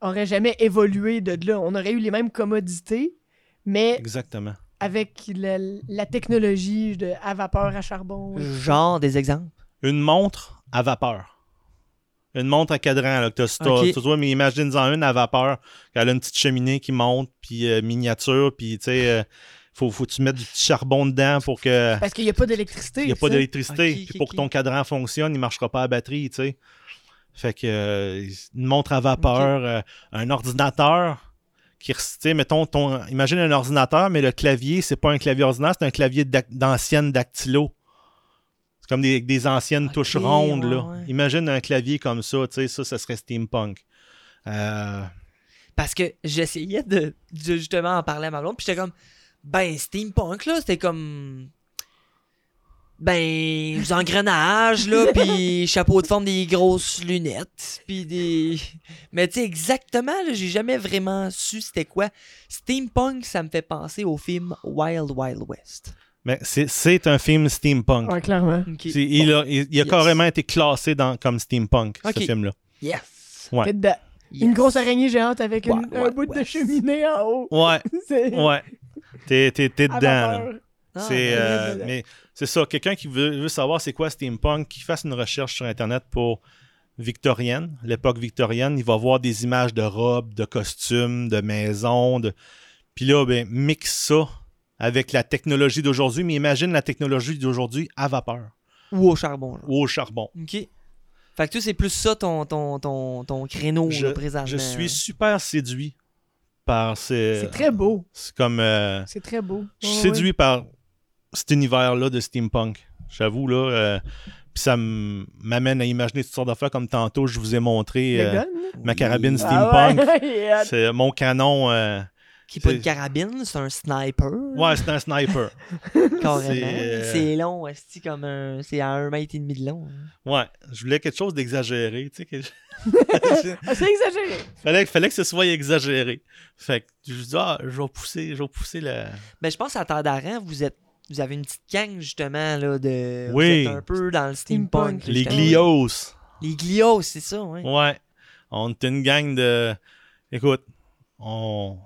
aurait jamais évolué de là. On aurait eu les mêmes commodités, mais Exactement. avec la, la technologie de, à vapeur, à charbon. euh, Euh, Genre des exemples. Une montre à vapeur. Une montre à cadran, là, que t'as- t'as- Ok. tu vois, mais imagine-en une à vapeur, qu'elle a une petite cheminée qui monte, puis euh, miniature, puis tu sais, euh, faut, faut que tu mettes du petit charbon dedans pour que... Parce qu'il n'y a pas d'électricité. Il n'y a pas ça. d'électricité. Ok, Puis ok, pour ok. que ton cadran fonctionne, il ne marchera pas à batterie, tu sais. Fait que euh, une montre à vapeur, euh, un ordinateur qui re- tu sais, mettons, ton, imagine un ordinateur, mais le clavier, c'est pas un clavier ordinaire, c'est un clavier d'ac- d'ancienne dactylo. C'est comme des, des anciennes Ok, touches rondes, ouais, là. ouais. Imagine un clavier comme ça, tu sais, ça, ça serait steampunk. Euh, Parce que j'essayais de, de justement en parler à ma blonde, puis j'étais comme, ben, steampunk, là, c'était comme. Ben, des engrenages, là, puis chapeau de forme, des grosses lunettes, puis des. Mais tu sais, exactement, là, j'ai jamais vraiment su c'était quoi. Steampunk, ça me fait penser au film Wild Wild West. mais c'est- c'est un film steampunk. Ouais, clairement. Ok. C'est- Il a, il- il a Yes. carrément été classé dans, comme steampunk, Ok. ce film-là. Yes. Ouais. Fait de- Une Yes. grosse araignée géante avec une- Ouais, un ouais, bout de ouais. cheminée en haut. Ouais. C'est Ouais. T'es, t'es- t'es à dedans. là. vapeur. Ah, c'est, ben, euh, dedans. mais c'est ça. Quelqu'un qui veut, veut savoir c'est quoi steampunk, qui fasse une recherche sur Internet pour victorienne, l'époque victorienne, il va voir des images de robes, de costumes, de maisons. De... Puis là, ben, mixe ça avec la technologie d'aujourd'hui. Mais imagine la technologie d'aujourd'hui à vapeur. ben. ou au charbon. genre. ou au charbon. OK. Fait que toi, c'est plus ça ton, ton, ton, ton créneau Je, là, présentement. je suis super séduit par ces. C'est très beau. C'est comme. euh, C'est très beau. je Ouais, suis ouais. séduit par cet univers-là de steampunk. J'avoue, là. euh, puis ça m- m'amène à imaginer toutes sortes d'affaires comme tantôt, je vous ai montré Le euh, gun, là. ma carabine Ah steampunk. ouais, il est hot. C'est mon canon. euh, Qui est pas c'est- une carabine, c'est un sniper. hein, Ouais, c'est un sniper. carrément. c'est- euh, C'est long, esti, comme un. C'est à un mètre et demi de long. hein. Ouais, je voulais quelque chose d'exagéré. Tu sais, que- Ah, c'est exagéré. fallait, fallait que ce soit exagéré. Fait que je dis, ah, je vais pousser, je vais pousser la. Mais Ben, je pense à Tandaran, vous êtes. Vous avez une petite gang, justement, là, de. vous Oui. êtes un peu dans le steampunk. Steampunk. là, Les justement. glios. Les glios, c'est ça, ouais. Ouais. On est une gang de. Écoute, on,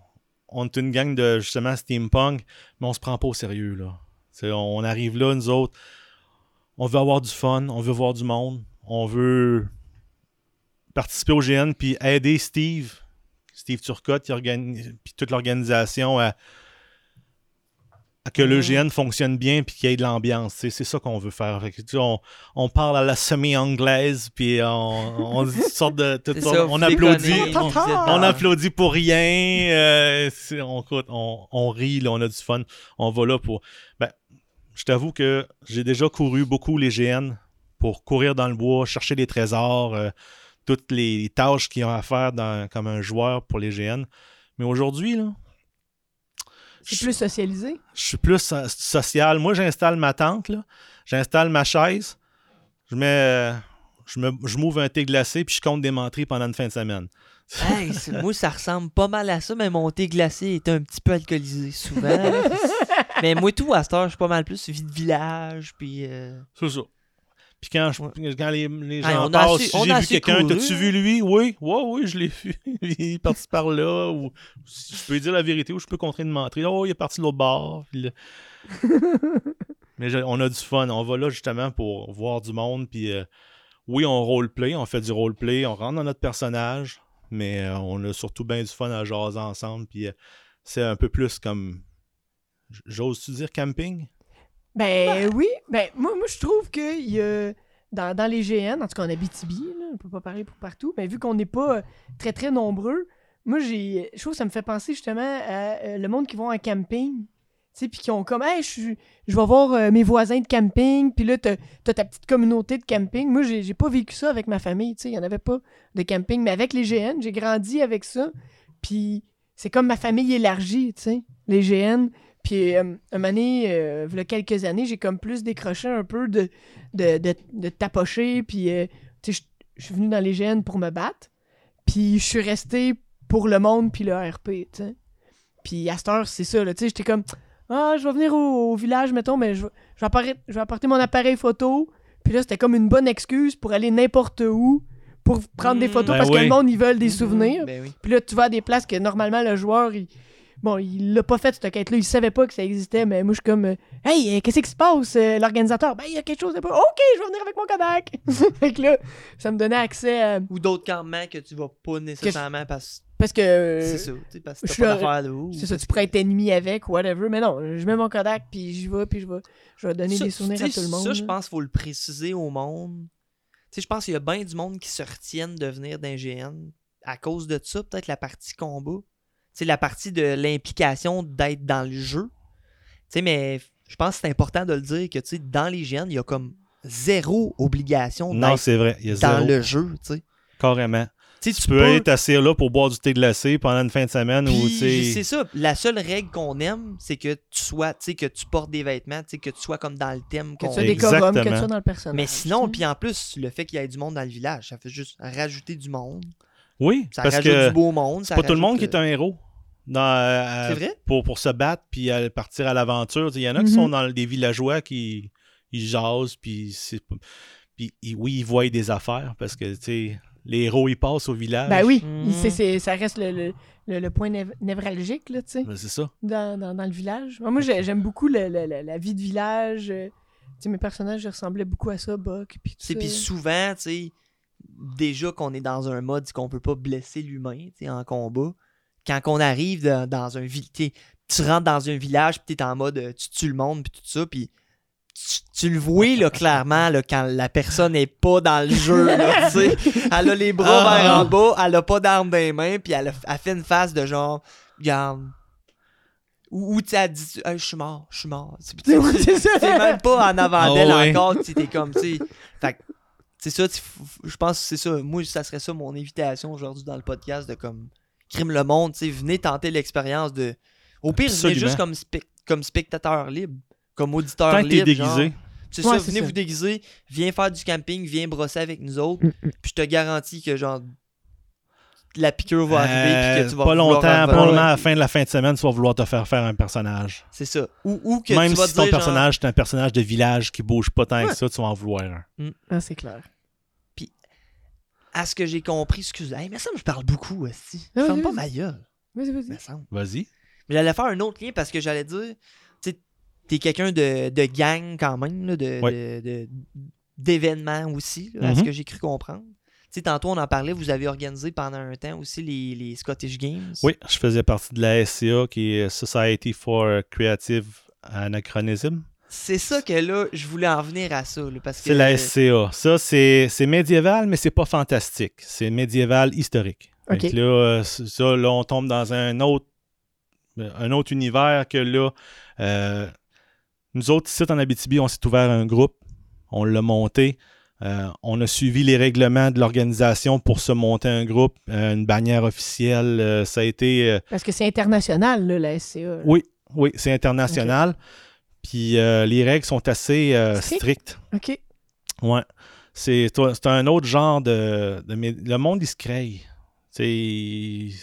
on est une gang de justement steampunk, mais on se prend pas au sérieux, là. Tu sais, on arrive là, nous autres. On veut avoir du fun, on veut voir du monde, on veut participer au GN puis aider Steve, Steve Turcotte, qui organi- puis toute l'organisation à, à que le Mhm. GN fonctionne bien puis qu'il y ait de l'ambiance. tu sais, C'est ça qu'on veut faire. Fait que, tu sais, on, on parle à la semi-anglaise, puis on, on dit toutes sortes de. toutes C'est sortes- ça, on vous applaudit. déconnez, On, vous êtes dans- on applaudit pour rien. euh, c'est- on, écoute, on, on rit, là, on a du fun. On va là pour. Ben, je t'avoue que j'ai déjà couru beaucoup les GN pour courir dans le bois, chercher des trésors, euh, toutes les tâches qu'ils ont à faire dans- comme un joueur pour les GN. Mais aujourd'hui, là. C'est je- plus socialisé. je suis plus so- social. Moi, j'installe ma tente, là. j'installe ma chaise, je mets, euh, je me, je m'ouvre un thé glacé puis je compte des menteries pendant une fin de semaine. Hey, c'est- moi, ça ressemble pas mal à ça, mais mon thé glacé est un petit peu alcoolisé souvent. mais moi, tout à cette heure, je suis pas mal plus vie de village, puis. euh, C'est ça. Puis quand, je- quand les, les gens on a passent, assez- si on j'ai a vu assez quelqu'un, couru, t'as-tu hein. vu lui? Oui, oui, oui, je l'ai vu. il est parti par là. Ou si je peux lui dire la vérité ou je peux contrer une menterie. Oh, il est parti de l'autre bord. Puis le- Mais je- on a du fun. On va là justement pour voir du monde. Puis euh, oui, on roleplay, on fait du roleplay, on rentre dans notre personnage. Mais euh, on a surtout bien du fun à jaser ensemble. Puis euh, c'est un peu plus comme. j- J'ose-tu dire camping? Ben oui, ben moi, moi je trouve que il y a- dans, dans les GN, en tout cas en Abitibi, là, on peut pas parler pour partout, mais vu qu'on n'est pas euh, très très nombreux, moi j'ai je trouve que ça me fait penser justement à euh, le monde qui vont en camping. Tu sais, puis qui ont comme, hey, je suis- je vais voir euh, mes voisins de camping, puis là, t'as t'as ta petite communauté de camping. Moi, j'ai j'ai pas vécu ça avec ma famille, tu sais, il y en avait pas de camping, mais avec les GN, j'ai grandi avec ça, puis c'est comme ma famille élargie, tu sais, les GN. Puis, euh, un moment donné, euh, v'là quelques années, j'ai comme plus décroché un peu de, de, de, de tapocher. Puis, euh, tu sais, je- je suis venu dans les GN pour me battre. Puis, je suis resté pour le monde puis le RP, tu sais. Puis, à cette heure, c'est ça, là, tu sais, j'étais comme... Ah, je vais venir au, au village, mettons, mais je, vais- je, vais apparaître- je vais apporter mon appareil photo. Puis là, c'était comme une bonne excuse pour aller n'importe où pour prendre des Mm. photos Ben parce que oui. le monde, ils veulent des souvenirs. Ben oui. Puis là, tu vas à des places que normalement le joueur, il. Bon, il l'a pas fait cette quête-là, il savait pas que ça existait, mais moi je suis comme euh, Hey, euh, qu'est-ce qui se passe? euh, L'organisateur, ben il y a quelque chose de pas. Ok, je vais venir avec mon Kodak! fait que là, ça me donnait accès à. Ou d'autres campements que tu vas pas nécessairement parce Parce que. euh, c'est ça, tu sais, parce que je t'as suis pas un- d'affaires de ouf. C'est ça, tu pourrais être ennemi avec, whatever, mais non, je mets mon Kodak, puis j'y vais, puis je vais, je vais donner Ça, des souvenirs tu à sais, tout le monde. Ça, je là. pense qu'il faut le préciser au monde. Tu sais, je pense qu'il y a bien du monde qui se retiennent de venir d'un GN à cause de ça, peut-être la partie combat. Tu sais, la partie de l'implication d'être dans le jeu. Tu sais, mais je pense que c'est important de le dire que, tu sais, dans les GN, il y a comme zéro obligation Non, d'être c'est vrai. Il y a dans zéro. le jeu, tu sais. Carrément. Tu sais, tu peux aller t'asseoir là pour boire du thé glacé pendant une fin de semaine ou Puis, c'est tu sais. ça. La seule règle qu'on aime, c'est que tu sois, tu sais, que tu portes des vêtements, tu sais, que tu sois comme dans le thème Que qu'on tu sois des Exactement. corums, que tu sois dans le personnage. Mais sinon, tu sais. puis en plus, le fait qu'il y ait du monde dans le village, ça fait juste rajouter du monde. Oui, Ça parce rajoute que du beau monde. euh, c'est pas tout le monde qui est un héros. Dans, euh, C'est vrai? Mm-hmm. Pour, pour se battre puis aller partir à l'aventure. Tu sais, Il y en a qui Mhm. sont dans des villageois qui ils jasent puis c'est pas- puis ils- oui, ils voient des affaires parce que tu sais, les héros ils passent au village. Ben oui, Mm. il- c'est- c'est- ça reste le, le, le- le point név- névralgique, là, tu sais. Ben, c'est ça. dans, dans- dans le village. Moi, moi, j'ai- j'aime beaucoup le- le- le- la vie de village. euh, Tu sais, mes personnages ils ressemblaient beaucoup à ça, Buck. Puis tout C'est ça. puis souvent, tu sais, déjà qu'on est dans un mode qu'on peut pas blesser l'humain, tu sais, en combat. Quand on arrive dans, dans un village, tu rentres dans un village, puis t'es en mode, euh, tu tues le monde, puis tout ça, puis tu, tu le vois là, clairement là, quand la personne n'est pas dans le jeu. Là, tu sais. elle a les bras Ah. vers en bas, elle a pas d'armes dans les mains, puis elle, a- elle fait une face de genre, regarde. Ou ou tu sais, elle dit, Hey, je suis mort, je suis mort. Tu sais, Ouais, c'est ça. t'es même pas en avant Ah d'elle ouais. encore, tu sais, t'es comme, tu sais. Fait que, c'est ça, tu- f- f- je pense que c'est ça. Moi, ça serait ça mon invitation aujourd'hui dans le podcast de comme crime le monde, tu sais, venez tenter l'expérience de. Au pire, venez Absolument. juste comme, spec- comme spectateur libre, comme auditeur Tant que t'es libre. genre. déguisé. C'est ça, Ouais, c'est venez ça. vous déguiser, viens faire du camping, viens brosser avec nous autres, Mm, puis je te garantis que genre la piqûre va arriver Euh, puis que tu vas pas vouloir en longtemps, revenir. probablement à la fin de la fin de semaine, tu vas vouloir te faire faire un personnage. C'est ça. Ou, ou que Même tu vas si dire, genre, ton personnage est un personnage de village qui bouge pas tant que Ouais. ça, tu vas en vouloir un. Ah, c'est clair. à ce que j'ai compris, excusez, hey, mais ça me je parle beaucoup aussi. Ah, Je ferme oui, pas oui. ma gueule, Vas-y, vas-y. me semble. Vas-y. Mais j'allais faire un autre lien parce que j'allais dire, tu sais, t'es quelqu'un de, de gang quand même, là, de, de- de- d'événements aussi, là, à ce Mhm. que j'ai cru comprendre. Tu sais, tantôt on en parlait, vous avez organisé pendant un temps aussi les, les Scottish Games. Oui, je faisais partie de la SCA qui est Society for Creative Anachronism. C'est ça que là, je voulais en venir à ça. là, parce que C'est la SCA. Ça, c'est c'est médiéval, mais c'est pas fantastique. C'est médiéval historique. Fait Ok. que là, euh, c- ça, là, on tombe dans un autre, un autre univers que là. euh, nous autres, ici, en Abitibi, on s'est ouvert un groupe. On l'a monté. Euh, on a suivi les règlements de l'organisation pour se monter un groupe, euh, une bannière officielle. euh, ça a été. euh, Parce que c'est international, là, la SCA. là. oui, oui, c'est international. Puis euh, les règles sont assez euh, Strict. strictes. OK. Ouais. C'est toi- c'est un autre genre de. de mé- le monde, il se crée. C'est. il-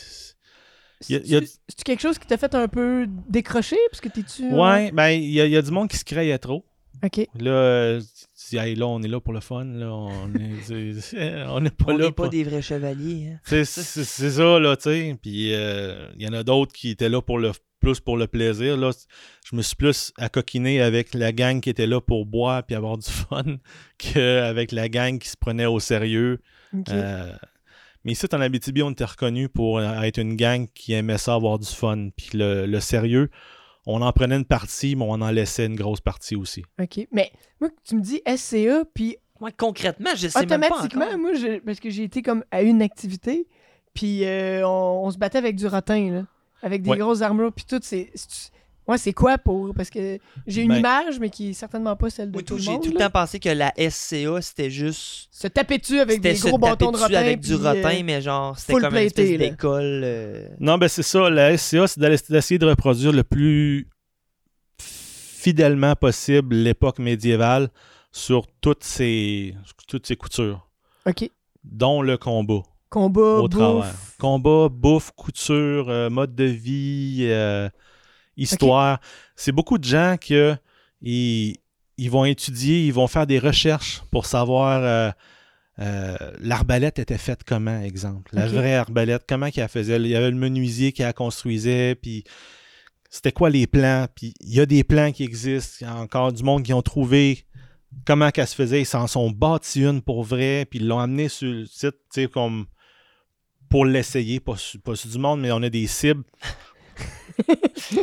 Il y a- il y a- C'est-tu c'est-tu quelque chose qui t'a fait un peu décrocher? Parce que t'es-tu. euh, Ouais, ben, il y, a- il y a du monde qui se crée trop. OK. Là, euh, tu dis, Hey, là, on est là pour le fun. Là, on est- c'est- on n'est pas on n'est là. pas pour- des vrais chevaliers. hein. C'est c'est- c'est ça, là, tu sais. Puis euh, il y en a d'autres qui étaient là pour le plus pour le plaisir. Là, je me suis plus accoquiné avec la gang qui était là pour boire puis avoir du fun qu'avec la gang qui se prenait au sérieux. OK. Euh, mais ici, en Abitibi, on était reconnu pour euh, être une gang qui aimait ça avoir du fun. Puis le, le sérieux, on en prenait une partie, mais on en laissait une grosse partie aussi. OK. Mais moi, tu me dis SCA, puis Moi, concrètement, je sais même pas automatiquement, encore. moi, je- parce que j'ai été comme à une activité, puis euh, on, on se battait avec du rotin, là, avec des Ouais. grosses armures, puis tout. C'est, c'est- ouais, c'est quoi pour. Parce que j'ai une Ben- image, mais qui est certainement pas celle de Moi, tout tout, le j'ai monde. tout le là. temps pensé que la SCA, c'était juste. Se taper dessus avec C'était des se gros bâtons taper de dessus rotin. avec du puis, rotin, euh, mais genre, c'était full comme une platé, espèce là. d'école. euh, Non, ben c'est ça. La SCA, c'est d'aller- d'essayer de reproduire le plus fidèlement possible l'époque médiévale sur toutes ses, toutes ses coutures, euh, OK. dont le combat. Combat, au bouffe. travers. Combat, bouffe, couture, euh, mode de vie, euh, histoire. C'est beaucoup de gens que ils, ils vont étudier, ils vont faire des recherches pour savoir euh, euh, l'arbalète était faite comment, exemple. La Ok. vraie arbalète, comment qu'elle faisait. Il y avait le menuisier qui la construisait, puis c'était quoi les plans. Puis il y a des plans qui existent. Il y a encore du monde qui ont trouvé comment qu'elle se faisait. Ils s'en sont bâtis une pour vrai, puis ils l'ont amené sur le site, tu sais, comme pour l'essayer, pas, su- pas sur du monde, mais on a des cibles.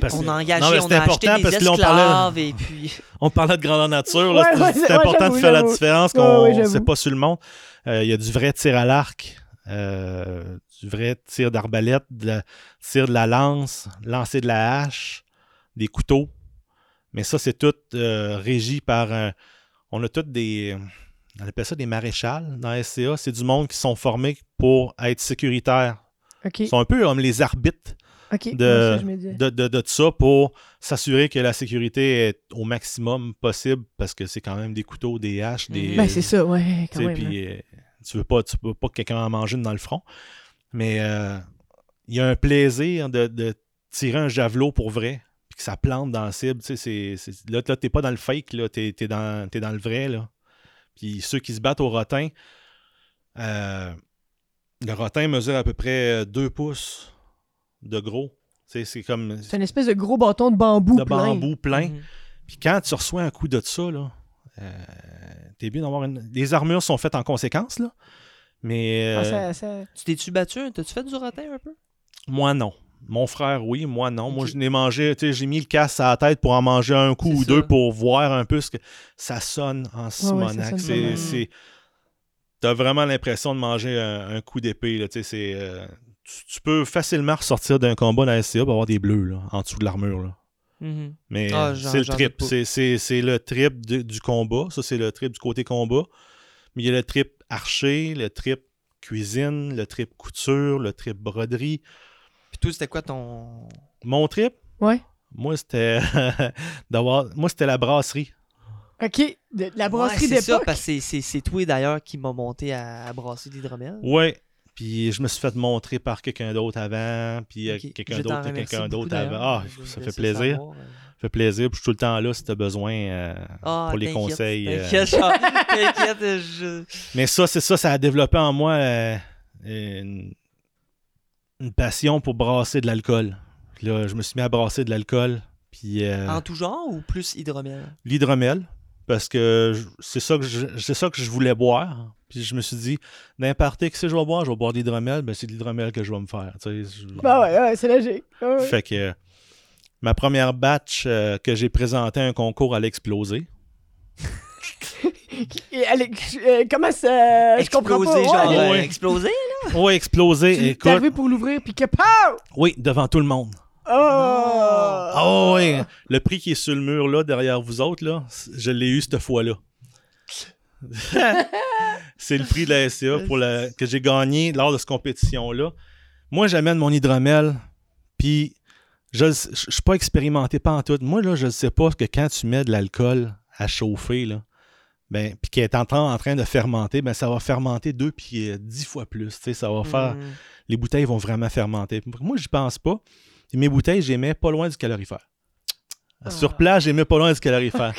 Parce que- on a engagé, Non, mais on c'était a acheté important des parce que là, on esclaves parlait- et puis... on parlait de grandeur nature. là, Ouais, c'est- ouais, c'est ouais, important j'avoue, de faire la j'avoue. différence Ouais, qu'on ouais, ne sait j'avoue. pas sur le monde. Euh, Il y a du vrai tir à l'arc, euh, du vrai tir d'arbalète, de la- tir de la lance, lancer de la hache, des couteaux. Mais ça, c'est tout euh, régi par un- On a tous des. On appelle ça des maréchals dans la SCA. C'est du monde qui sont formés pour être sécuritaires. OK. Ils sont un peu comme les arbitres OK. de- Ouais, ça, je me disais. de, de, de ça pour s'assurer que la sécurité est au maximum possible parce que c'est quand même des couteaux, des haches, des. Ben, c'est ça, ouais, tu quand sais, même. hein. puis, euh, tu veux pas, tu veux pas que quelqu'un en mange une dans le front. Mais euh, il y a un plaisir de, de tirer un javelot pour vrai, puis que ça plante dans la cible. Tu sais, c'est- c'est- là, là, t'es pas dans le fake, là, t'es, t'es dans, t'es dans le vrai, là. Puis ceux qui se battent au rotin, euh, le rotin mesure à peu près 2 pouces de gros. Tu sais, c'est comme C'est une espèce de gros bâton de bambou. de plein. Mm. bambou plein. Mhm. Puis quand tu reçois un coup de ça, là, euh, t'es bien d'avoir une. Les armures sont faites en conséquence, là. Mais Ah, euh, ça- ça- Tu t'es-tu battu? T'as-tu fait du rotin un peu? moi, non. Mon frère, oui, moi, non. Moi, Ok. je n'ai mangé, tu sais, j'ai mis le casse à la tête pour en manger un coup C'est ou ça. deux pour voir un peu ce que. Ça sonne en Simonac. sonne C'est- vraiment. c'est- T'as vraiment l'impression de manger un, un coup d'épée, là, tu sais, c'est, euh, tu, tu peux facilement ressortir d'un combat dans la SCA pour avoir des bleus, là, en dessous de l'armure, là. Mhm. Mais Ah, euh, j'en- c'est le j'en doute trip. pas. C'est- C'est c'est le trip de- du combat. Ça, c'est le trip du côté combat. Mais il y a le trip archer, le trip cuisine, le trip couture, le trip broderie. Puis toi, c'était quoi ton. Mon trip, Ouais. moi, c'était d'avoir. Moi, c'était la brasserie. Ok, de- la brasserie Ouais, C'est ça, d'époque. parce que c'est- c'est c'est toi d'ailleurs qui m'a monté à, à brasser de l'hydromel. Ouais. Puis je me suis fait montrer par quelqu'un d'autre avant, puis euh, Ok. quelqu'un Je t'en d'autre, remercie quelqu'un beaucoup, d'autre avant. d'ailleurs, Ah, de me ça fait laisser plaisir. savoir, euh. Ça fait plaisir. Puis je suis tout le temps là si t'as besoin euh, Ah, pour les t'inquiète, conseils. euh, T'inquiète, genre, t'inquiète, je. Mais ça, c'est ça, ça a développé en moi euh, une, une passion pour brasser de l'alcool. Puis Là, je me suis mis à brasser de l'alcool, puis euh, En tout genre ou plus hydromel? l'hydromel, parce que je- c'est ça que je, c'est ça que je voulais boire. Puis je me suis dit, n'importe que si je vais boire, je vais boire de l'hydromel, ben c'est de l'hydromel que je vais me faire. tu sais. Je- Bah ouais, ouais, c'est logique. Ouais, ouais. Fait que euh, ma première batch euh, que j'ai présentée à un concours, elle a explosé. Et allez, euh, comment ça. Je comprends pas. Explosé, genre. ouais. euh, Ah, Ouais. Explosé? Oui, explosé, Ah! Tu- T'es écoute. arrivé pour l'ouvrir, puis que pow! Oui, devant tout le monde. Oh! Ah oui! Le prix qui est sur le mur là, derrière vous autres, là, c- je l'ai eu cette fois-là. c'est le prix de la SCA pour la- que j'ai gagné lors de cette compétition-là. Moi, j'amène mon hydromel, puis je ne suis pas expérimenté pas en tout. Moi, là, je ne sais pas que quand tu mets de l'alcool à chauffer, là, ben, puis qu'elle est en train, en train de fermenter, ben, ça va fermenter deux puis euh, dix fois plus. tu sais, Ça va faire Mhm. les bouteilles vont vraiment fermenter. Moi, j'y pense pas. Et mes bouteilles, je les mets pas loin du calorifère. Sur place, je les mets pas loin du calorifère.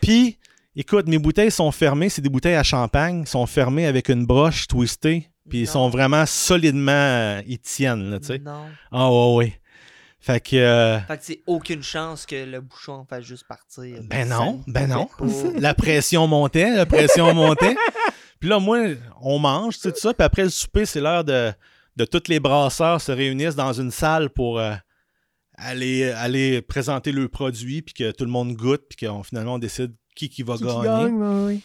Puis, écoute, mes bouteilles sont fermées. C'est des bouteilles à champagne. sont fermées avec une broche twistée. Puis, ils Non. Mm. sont vraiment solidement... euh, Ils tiennent, là, tu sais. Non. Ah, ouais, ouais. Fait que... euh, Fait que c'est aucune chance que le bouchon fasse juste partir. ben Ça non, me ben non. plaît pas. La pression montait, la pression montait. Puis là, moi, on mange, tu sais, tout ça. Puis après le souper, c'est l'heure de, de tous les brasseurs se réunissent dans une salle pour euh, aller, aller présenter leurs produits, puis que tout le monde goûte, puis qu'on finalement on décide qui, qui va Qui- qui gagner. gagne, ouais, ouais.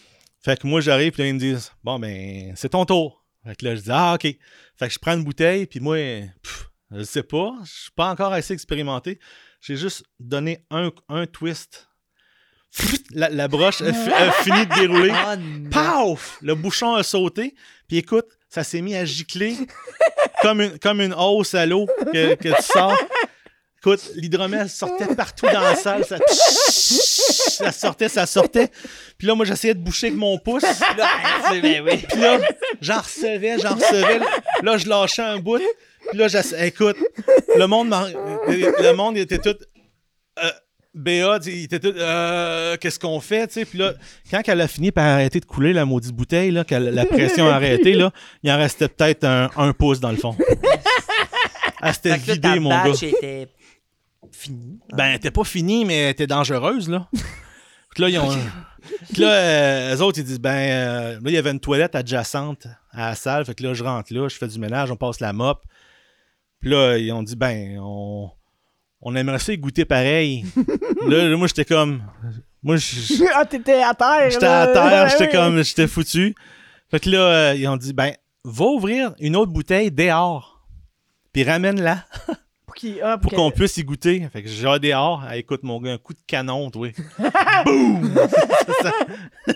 Fait que moi, j'arrive, puis là, ils me disent Bon, ben, c'est ton tour. Fait que là, je dis Ah, OK. Fait que je prends une bouteille, puis moi, pff, je sais pas, je suis pas encore assez expérimenté. J'ai juste donné un, un twist. Pfft, La, la broche a, fi- a fini de dérouler. Ah, non. Paf Le bouchon a sauté, puis écoute, ça s'est mis à gicler comme une, comme une hausse à l'eau que, que tu sors. Écoute, l'hydromel sortait partout dans la salle. Ça, ça sortait, ça sortait. Puis là, moi, j'essayais de boucher avec mon pouce. Là, tu sais, ben oui. Puis là, j'en recevais, j'en recevais. Là, je lâchais un bout. Puis là, j'essa- écoute, le monde, m'en- le monde il était tout. euh, BA, tu sais, il était tout. euh, Qu'est-ce qu'on fait, tu sais? Puis là, quand elle a fini par arrêter de couler la maudite bouteille, là, qu'elle- la pression a arrêté, là, il en restait peut-être un, un pouce dans le fond. Elle s'était Fait que là, ta vidée, mon gars. batch était finie. Ben, elle était pas finie, mais elle était dangereuse, là. Puis là, ils ont... Puis là, euh, eux autres, ils disent, ben, euh, là, il y avait une toilette adjacente à la salle. Fait que là, je rentre là, je fais du ménage, on passe la mop. Puis là, ils ont dit, ben, on, on aimerait ça y goûter pareil. là, là, moi, j'étais comme... Moi, je- Ah, t'étais à terre. j'étais là. ben à terre, Ouais, j'étais ouais. comme... J'étais foutu. Fait que là, euh, ils ont dit, ben, va ouvrir une autre bouteille dehors. Puis ramène-la Pour qu'il- ah, pour pour qu'on que- puisse y goûter. Fait que j'ai dehors. Ah, écoute, mon gars, un coup de canon, toi. Boum! Ça- puis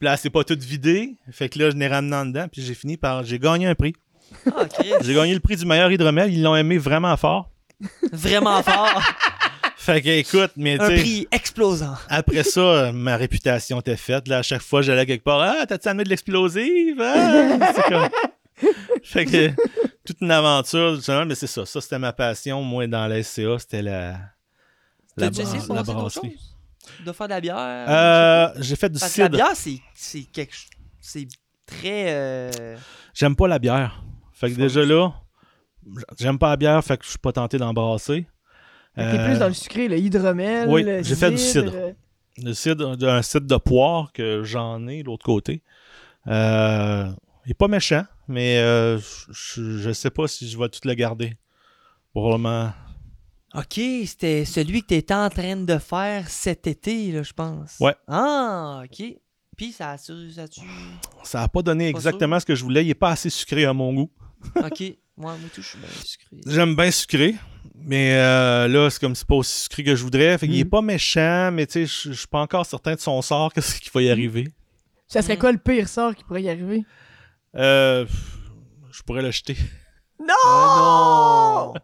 là, c'est pas tout vidé. Fait que là, je l'ai ramené en dedans. Puis j'ai fini par. J'ai gagné un prix. Ah, ok. J'ai gagné le prix du meilleur hydromel. Ils l'ont aimé vraiment fort. Vraiment fort. Fait que écoute, mais tu Un sais, prix explosant. après ça, euh, ma réputation était faite. Là, à chaque fois, j'allais quelque part. Ah, t'as-tu amené de l'explosive? Ah! C'est comme- Fait que toute une aventure, justement, mais c'est ça. Ça, c'était ma passion. Moi, dans la SCA, c'était la. La, T'as-tu bra- essayé de la brasser d'autres brasserie. choses? De faire de la bière? Euh, j'ai fait du Parce que la cidre. bière, c'est- c'est quelque ch- C'est très. euh, J'aime pas la bière. Fait que Faut- déjà là, j'aime pas la bière, fait que je suis pas tenté d'embrasser. Euh, Fait que T'es plus dans le sucré, le hydromel. oui, le euh, j'ai fait du le- le cidre, un cidre de poire que j'en ai de l'autre côté. Euh, il est pas méchant, mais euh, je, je- je sais pas si je vais tout le garder. Probablement. OK, c'était celui que tu étais en train de faire cet été, là, je pense. Ouais. Ah, OK. Puis ça a su- ça tue. Ça n'a pas donné Pas exactement ce que je voulais. Il n'est pas assez sucré à mon goût. OK. Moi, moi tout, je suis bien sucré. J'aime bien sucré, mais euh, là, c'est comme c'est pas aussi sucré que je voudrais. Fait qu'il Mm. est pas méchant, mais tu sais, je- je suis pas encore certain de son sort, qu'est-ce qui va Mm. y arriver. Ça Mm. serait quoi le pire sort qui pourrait y arriver? Euh, pff, je pourrais l'acheter. Euh, Ah non!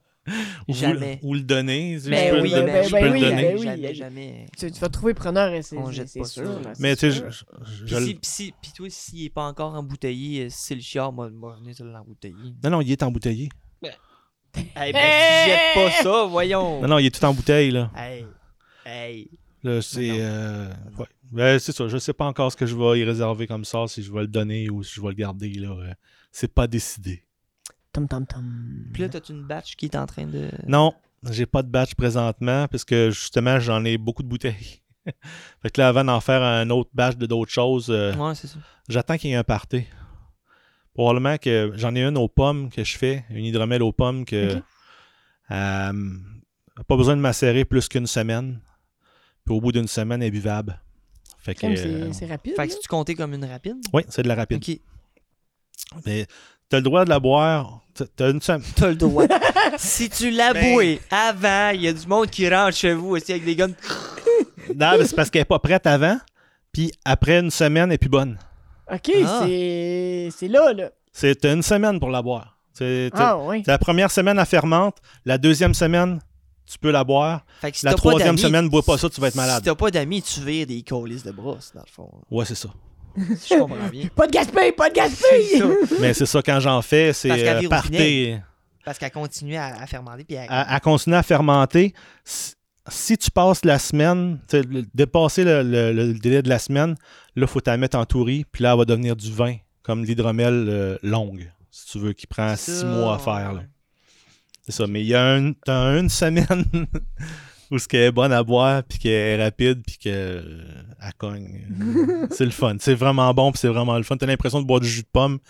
Ou, vous- Jamais. ou le donner. si Ben je peux oui, le donner. ben je ben peux oui, le donner. ben oui. Jamais, jamais. Tu, tu vas trouver preneur, et c'est On c'est- jette c'est pas sûr. ça. là, mais c'est tu sais, sûr. je- je- Puis je si- le- puis si- puis toi, s'il n'est pas encore embouteillé, euh, si c'est le chiard, moi, moi venez te l'embouteiller. Non, non, il est embouteillé. Eh ben, jette pas ça, Oh. voyons! Non, non, il est tout en bouteille, là. Hey! Hey! Ah Là, c'est. non. euh, ouais. Ben, c'est ça. Je sais pas encore ce que je vais y réserver comme ça, si je vais le donner ou si je vais le garder, là. euh, C'est pas décidé. Tom, tom, tom. Puis là, t'as une batch qui est en train de. Non, j'ai pas de batch présentement parce que justement, j'en ai beaucoup de bouteilles. fait que là, avant d'en faire un autre batch de d'autres choses, euh, Ouais, c'est ça. j'attends qu'il y ait un party. Probablement que j'en ai une aux pommes que je fais, une hydromel aux pommes que. Ok. euh, pas besoin de macérer plus qu'une semaine. Puis au bout d'une semaine, elle est buvable. Fait que. Crème, euh, c'est- c'est rapide. Fait que là. si tu comptais comme une rapide. oui, c'est de la rapide. Ok. Mais t'as le droit de la boire. t'as- T'as une semaine. T'as le droit. si tu l'as Ben- boué avant, il y a du monde qui rentre chez vous aussi avec des guns. Non, mais c'est parce qu'elle n'est pas prête avant. Puis après une semaine, elle est plus bonne. Ok, Ah. c'est c'est là, là. C'est t'as une semaine pour la boire. C'est t'as- Ah, ouais. t'as la première semaine, elle fermente. La deuxième semaine, tu peux la boire. Fait que si la t'as pas troisième d'amis- semaine, bois pas ça, tu vas être malade. Si t'as pas d'amis, tu vires des colis de brosse, dans le fond. Ouais, c'est ça. Si je comprends bien. Pas de gaspille, pas de C'est gaspille! ça. Mais c'est ça, quand j'en fais, c'est Parce qu'elle euh, vire au partez. Parce qu'elle continue à, à fermenter. Puis elle- Elle, elle continue à fermenter. Si, si tu passes la semaine, tu sais, le- dépasser le, le- le délai de la semaine, là, faut la mettre en tourie. Puis là, elle va devenir du vin, comme l'hydromel euh, longue, si tu veux, qui prend six Ça, mois à faire. là. ouais. C'est ça, mais il y a un, t'as une semaine où ce qu'elle est bonne à boire, puis qu'elle est rapide, puis qu'elle cogne. c'est le fun. C'est vraiment bon, puis c'est vraiment le fun. T'as l'impression de boire du jus de pomme,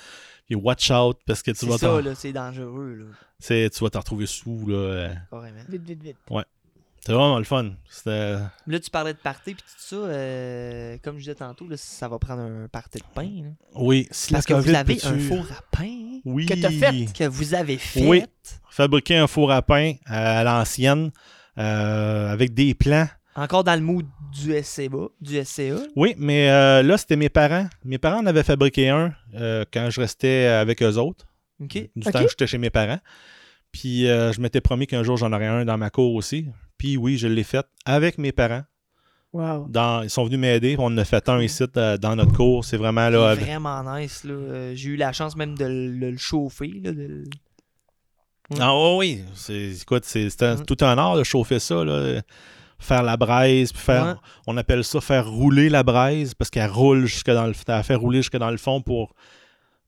puis watch out, parce que tu C'est vas ça, t'en, là. C'est dangereux, là. c'est- tu vas t'en retrouver sous. Là. euh. Carrément. Vite, vite, vite. C'est vraiment le fun. C'était- euh, Là, tu parlais de party, puis tout ça. euh, comme je disais tantôt, là, ça va prendre un party de pain. là. Oui, si Parce que la COVID vous avez peut-tu- un four à pain Oui. que t'as fait. que vous avez fait. Oui. Fabriquer un four à pain à l'ancienne, euh, avec des plans. Encore dans le mood du SCA. Du SCA. Oui, mais euh, là, c'était mes parents. Mes parents en avaient fabriqué un euh, quand je restais avec eux autres. OK. du Ok. temps que j'étais chez mes parents. Puis euh, je m'étais promis qu'un jour j'en aurais un dans ma cour aussi. Puis oui, je l'ai fait avec mes parents. Wow. Dans, ils sont venus m'aider. On en a fait un ici euh, dans notre cour. C'est vraiment là. Mm. C'est avec- vraiment nice. Là. Euh, J'ai eu la chance même de le, le chauffer. Là, de... Ah ouais, oui, c'est écoute, c'est c'est un- Mm. tout un art de chauffer ça là. Faire la braise, puis faire, Ouais. on appelle ça faire rouler la braise parce qu'elle roule jusque dans le, t'as fait rouler jusque dans le fond pour,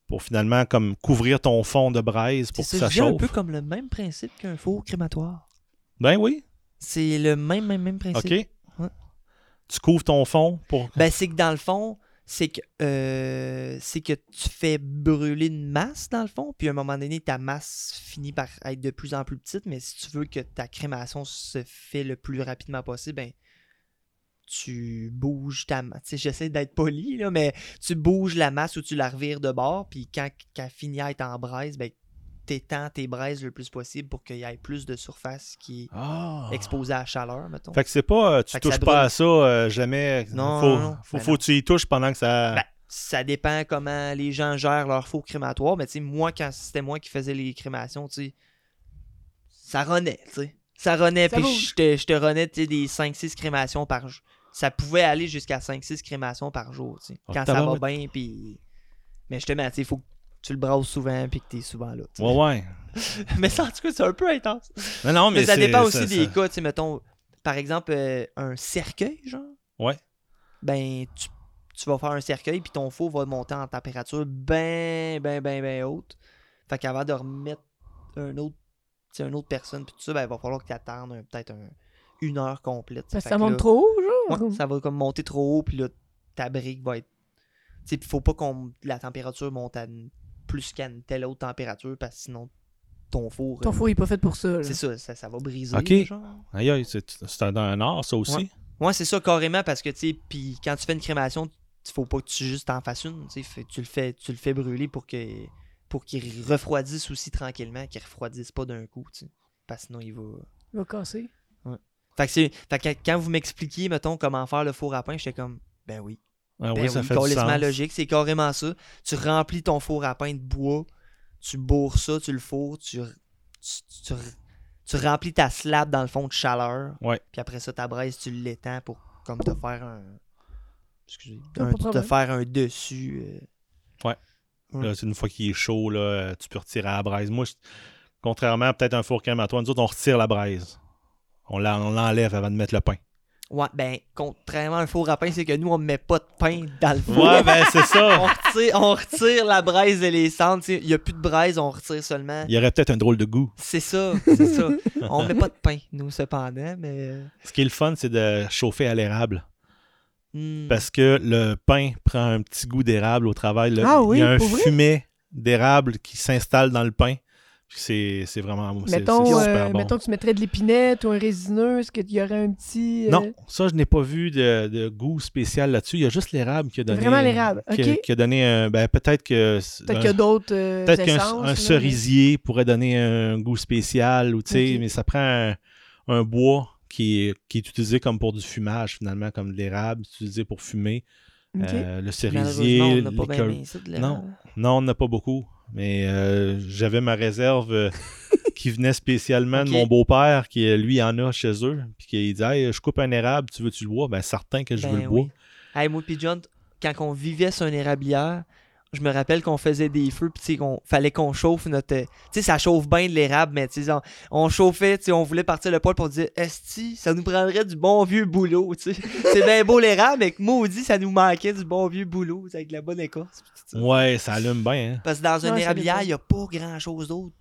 pour finalement comme couvrir ton fond de braise C'est pour que ça, ça je dirais un chauffe. peu comme le même principe qu'un four crématoire. Ben oui, C'est le même, même, même principe. ok. Tu couvres ton fond pour. Ben, c'est que dans le fond, c'est que, euh, c'est que tu fais brûler une masse, dans le fond, puis à un moment donné, ta masse finit par être de plus en plus petite, mais si tu veux que ta crémation se fait le plus rapidement possible, ben, tu bouges ta masse. Tu sais, j'essaie d'être poli, là, mais tu bouges la masse ou tu la revires de bord, puis quand, quand elle finit à être en braise, ben, t'étends tes braises le plus possible pour qu'il y ait plus de surface qui Ah. est exposée à la chaleur, mettons. Fait que c'est pas, euh, tu Fait que touches ça pas brûle. à ça euh, jamais. Non, faut, non, non. faut, Ben faut non. que tu y touches pendant que ça. Ben, ça dépend comment les gens gèrent leur faux crématoire, mais tu sais, moi, quand c'était moi qui faisais les crémations, tu sais, ça renait, tu sais. Ça renait, Ça puis bouge. je te, je te renais, tu sais, des 5-6 crémations par jour. Ça pouvait aller jusqu'à 5-6 crémations par jour, tu sais. Ah, Quand ça va tabarouette. bien, puis... Mais justement, tu sais, il faut que tu le brasses souvent, puis que t'es souvent là, tu sais. ouais, ouais. Mais ça, en tout cas, c'est un peu intense. Mais non, mais, Mais, ça c'est- dépend aussi ça- des ça- cas, tu sais, mettons, par exemple, euh, un cercueil, genre. Ouais. Ben, tu, tu vas faire un cercueil, puis ton four va monter en température ben, ben, ben, ben haute. Fait qu'avant de remettre un autre, tu sais, une autre personne, puis tout ça, ben, il va falloir que tu attendes un- peut-être un- une heure complète. Parce Fait que Ben, ça que monte là, trop hein. haut, genre? ouais, ça va comme monter trop haut, puis là, ta brique va être. Tu sais, puis faut pas qu'on la température monte à une- plus qu'à une telle haute température, parce que sinon, ton four. Ton euh, four il est pas fait pour ça. là. C'est ça, ça, ça va briser. Ok. genre. Aïe, aïe, c'est c'est un- dans un art, ça aussi. Ouais, c'est ça, carrément, parce que, tu sais, puis quand tu fais une crémation, il faut pas que tu juste t'en fasses une. tu sais, fait- Tu le fais, tu le fais brûler pour que pour qu'il refroidisse aussi tranquillement, qu'il refroidisse pas d'un coup, tu sais. Parce que sinon, il va. Il va casser. Fait que, c'est- fait que quand vous m'expliquiez, mettons, comment faire le four à pain, j'étais comme, ben oui. Ah Ben oui, ça oui, fait du carrément sens. logique, c'est carrément ça. Tu remplis ton four à pain de bois, tu bourres ça, tu le fourres, tu, tu, tu- tu remplis ta slab dans le fond de chaleur. Ouais. Puis après ça, ta braise, tu l'étends pour comme te faire un. Excusez. T'as un- pas de te problème. faire un dessus. euh, Là, c'est une fois qu'il est chaud, là, euh, tu peux retirer à la braise. Moi, je- contrairement à peut-être un four crématoire, nous autres, on retire la braise. On l'en- on l'enlève avant de mettre le pain. Ouais, ben, contrairement à un four à pain, c'est que nous, on met pas de pain dans le four. Ouais, ben c'est on, ça. retire, on retire la braise et les cendres. Il n'y a plus de braise, on retire seulement. Il y aurait peut-être un drôle de goût. C'est ça, c'est ça. on met pas de pain, nous, cependant, mais. euh, Ce qui est le fun, c'est de chauffer à l'érable. Mm. hmm. Parce que le pain prend un petit goût d'érable au travail. là. Ah oui, Il y a un pour vrai? fumet d'érable qui s'installe dans le pain. Puis C'est c'est vraiment c'est- Mettons, c'est euh, super bon. mettons que tu mettrais de l'épinette ou un résineux, est-ce qu'il y aurait un petit. euh, Non, ça, je n'ai pas vu de, de goût spécial là-dessus. Il y a juste l'érable qui a donné. Vraiment l'érable, Qui, ok. qui a donné un. Ben, peut-être que. Peut-être qu'il y a d'autres. euh, Peut-être qu'un essences, un là, mais- cerisier pourrait donner un goût spécial, ou tu sais, Ok. mais ça prend un, un bois qui est, qui est utilisé comme pour du fumage, finalement, comme de l'érable, c'est utilisé pour fumer. Ok. Euh, le cerisier, Malheureusement, on n'a l'école- pas bien mis ça de l'érable. Non. Non, on n'a pas beaucoup, mais euh, j'avais ma réserve euh, qui venait spécialement de Ok. mon beau-père, qui euh, lui en a chez eux, puis qui dit Hey, je coupe un érable, tu veux-tu le bois Ben, certain que je Ben veux le bois. oui. Hey, moi pis John, quand on vivait sur une érablière, je me rappelle qu'on faisait des feux, puis tu sais, qu'on fallait qu'on chauffe notre. Tu sais, ça chauffe bien de l'érable, mais tu sais, on, on chauffait, tu sais, on voulait partir le poêle pour dire, Esti, ça nous prendrait du bon vieux boulot, tu sais. C'est bien beau l'érable, mais que maudit, ça nous manquait du bon vieux boulot, tu sais, avec de la bonne écorce. pis tout ça. Ouais, ça allume bien. hein. Parce que dans une Ouais, ça érablière, dépend. il n'y a pas grand chose d'autre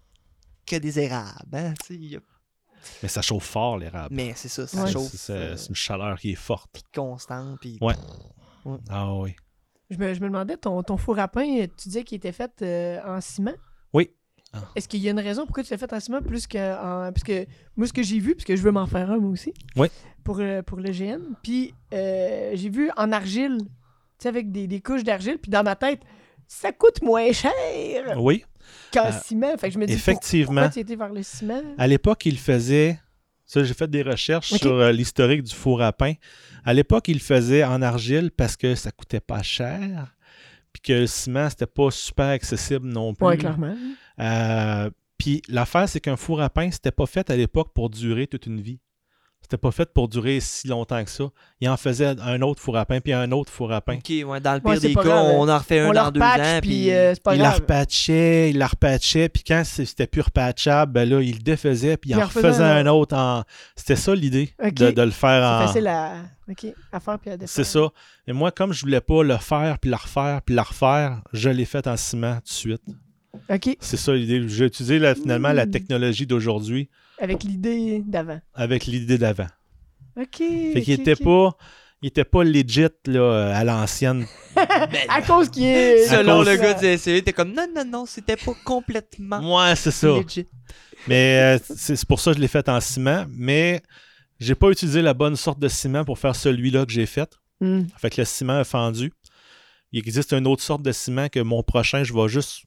que des érables, hein, tu sais. il y a- Mais ça chauffe fort, l'érable. Mais c'est ça, ça Ouais. chauffe. Ah, C'est- euh, C'est c'est une chaleur qui est forte. constant, puis Ouais. Ah oui. Je me, je me demandais, ton, ton four à pain, tu disais qu'il était fait euh, en ciment? Oui. Ah. Est-ce qu'il y a une raison pourquoi tu l'as fait en ciment plus qu'en. Parce que moi, ce que j'ai vu, parce que je veux m'en faire un, moi aussi. Oui. Pour, euh, pour le GN. Puis euh, j'ai vu en argile, tu sais, avec des, des couches d'argile. Puis dans ma tête, ça coûte moins cher Oui, qu'en Euh, ciment. Fait que je me dis, pour- effectivement. pourquoi tu étais vers le ciment? À l'époque, il faisait. Ça, j'ai fait des recherches Ok. sur euh, l'historique du four à pain. À l'époque, il faisait en argile parce que ça coûtait pas cher. Puis que le ciment, c'était pas super accessible non plus. Ouais, clairement. Euh, puis l'affaire, c'est qu'un four à pain, c'était pas fait à l'époque pour durer toute une vie. C'était pas fait pour durer si longtemps que ça. Il en faisait un autre four à pain, puis un autre four à pain. Ok, ouais, dans le pire Ouais, c'est des cas, pas grave. on en refait un On dans leur deux patch, ans, puis puis euh, c'est pas il la grave. repatchait, il la repatchait, puis quand c- c'était plus repatchable, ben là, il le défaisait, puis il en refaisait un autre. en- C'était ça l'idée Ok. de, de le faire en. C'est facile à, ok, à faire puis à défaire. Ah. C'est ça. Mais moi, comme je voulais pas le faire, puis le refaire, puis le refaire, je l'ai fait en ciment tout de suite. OK. C'est ça l'idée. J'ai utilisé la- finalement la Mm. technologie d'aujourd'hui Avec l'idée d'avant. avec l'idée d'avant. OK. Fait qu'il ok, était ok. pas. Il était pas legit là, à l'ancienne. À cause qu'il est. Selon cause- le gars du SCE, t'es comme non, non, non, c'était pas complètement Moi, c'est ça. legit. Mais euh, c'est c'est pour ça que je l'ai fait en ciment. Mais j'ai pas utilisé la bonne sorte de ciment pour faire celui-là que j'ai fait. Hmm. Fait que le ciment a fendu. Il existe une autre sorte de ciment que mon prochain, je vais juste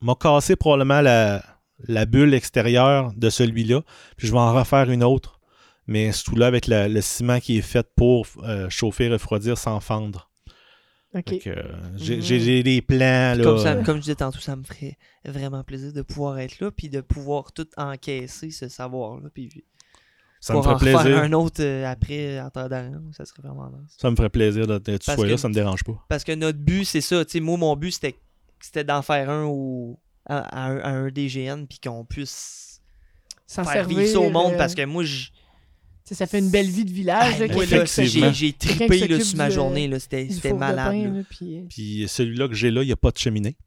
m'a cassé probablement la, la bulle extérieure de celui-là. Puis je vais en refaire une autre. Mais surtout là avec la- le ciment qui est fait pour euh, chauffer, refroidir sans fendre. OK. Fait que, euh, j'ai- Mhm. j'ai j'ai des plans. Là. euh, Comme, ça, comme je disais tantôt, ça me ferait vraiment plaisir de pouvoir être là, puis de pouvoir tout encaisser ce savoir-là, puis Ça me pouvoir ferait en refaire plaisir. un autre euh, après en temps d'arrêt, ça serait vraiment nice. Ça me ferait plaisir de, de- que tu Parce sois là, que- ça me dérange pas. Parce que notre but, c'est ça. Tu sais, moi, mon but, c'était, c'était d'en faire un au, à, à un, à un DGN, puis qu'on puisse S'en faire vivre ça au euh, monde, parce que moi, je. que. Ça fait une belle vie de village. Ah, là, moi, qui- là, Effectivement. j'ai- J'ai trippé s'occupe là, sur ma du- journée. là. C'était du c'était four de malade. pain, là. là, puis- euh, Puis celui-là que j'ai là, il n'y a pas de cheminée.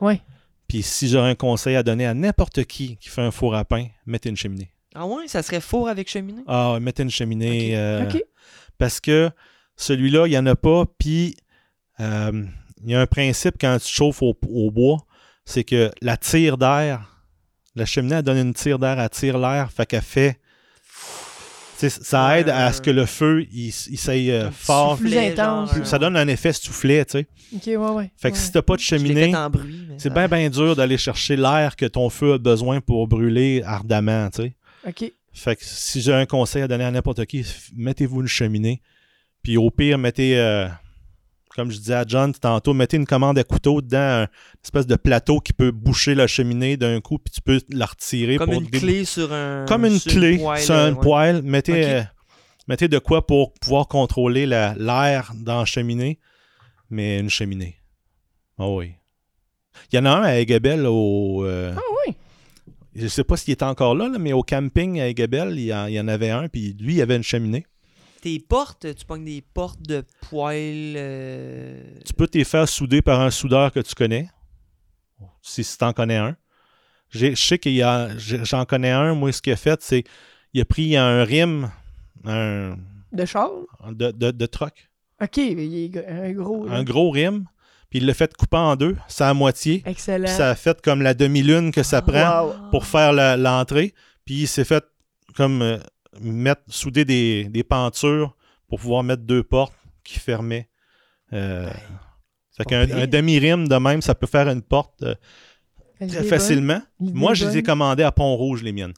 Ouais. Puis si j'aurais un conseil à donner à n'importe qui qui fait un four à pain, mettez une cheminée. Ah ouais, ça serait four avec cheminée? Ah, mettez une cheminée. euh, OK. Parce que celui-là, il n'y en a pas. Puis euh, il y a un principe quand tu chauffes au, au bois, c'est que la tire d'air La cheminée, elle donne une tire d'air, elle tire l'air, fait qu'elle fait. Tu sais, ça aide à ce que le feu, il, s- il s'aille euh, fort. Plus Soufflet, intense. genre, Ça donne un effet soufflet, tu sais. Ok, ouais, ouais. Fait que si t'as pas de Je l'ai cheminée, fait en bruit. mais c'est ça- bien, bien dur d'aller chercher l'air que ton feu a besoin pour brûler ardemment, tu sais. Ok. Fait que si j'ai un conseil à donner à n'importe qui, f- mettez-vous une cheminée. Puis au pire, mettez, euh, comme je disais à John tantôt, mettez une commande à couteau dedans, un- une espèce de plateau qui peut boucher la cheminée d'un coup, puis tu peux la retirer Comme pour une dé- clé sur un. Comme une sur clé poêle, sur un ouais. poêle. Mettez, Ok. euh, mettez de quoi pour pouvoir contrôler la- l'air dans la cheminée, mais une cheminée. Ah oui. Il y en a un à Egabel au. euh, Ah oui. je sais pas s'il est encore là, là, mais au camping à Egabel, il y, en, il y en avait un, puis lui, il avait une cheminée. Tes portes, tu pognes des portes de poêle. euh, Tu peux t'y faire souder par un soudeur que tu connais, si, si t'en connais un. J'ai- Je sais qu'il y a, j'ai- j'en connais un, moi, ce qu'il a fait, c'est il a pris un rime un, De char. de, de, de troc, Ok, mais il est g- un gros. là. un gros rime, puis il l'a fait couper en deux, ça à moitié, Excellent. Ah, puis ça a fait comme la demi-lune que ça prend. Wow. pour faire la- l'entrée. Puis il s'est fait comme euh, mettre, souder des, des pentures pour pouvoir mettre deux portes qui fermaient. Euh, Ben, pas fait qu'un pire. un demi-rime de même, ça peut faire une porte euh, Elle très est facilement. bonne. L'idée Moi, est je les bonne. ai commandées à Pont-Rouge, les miennes.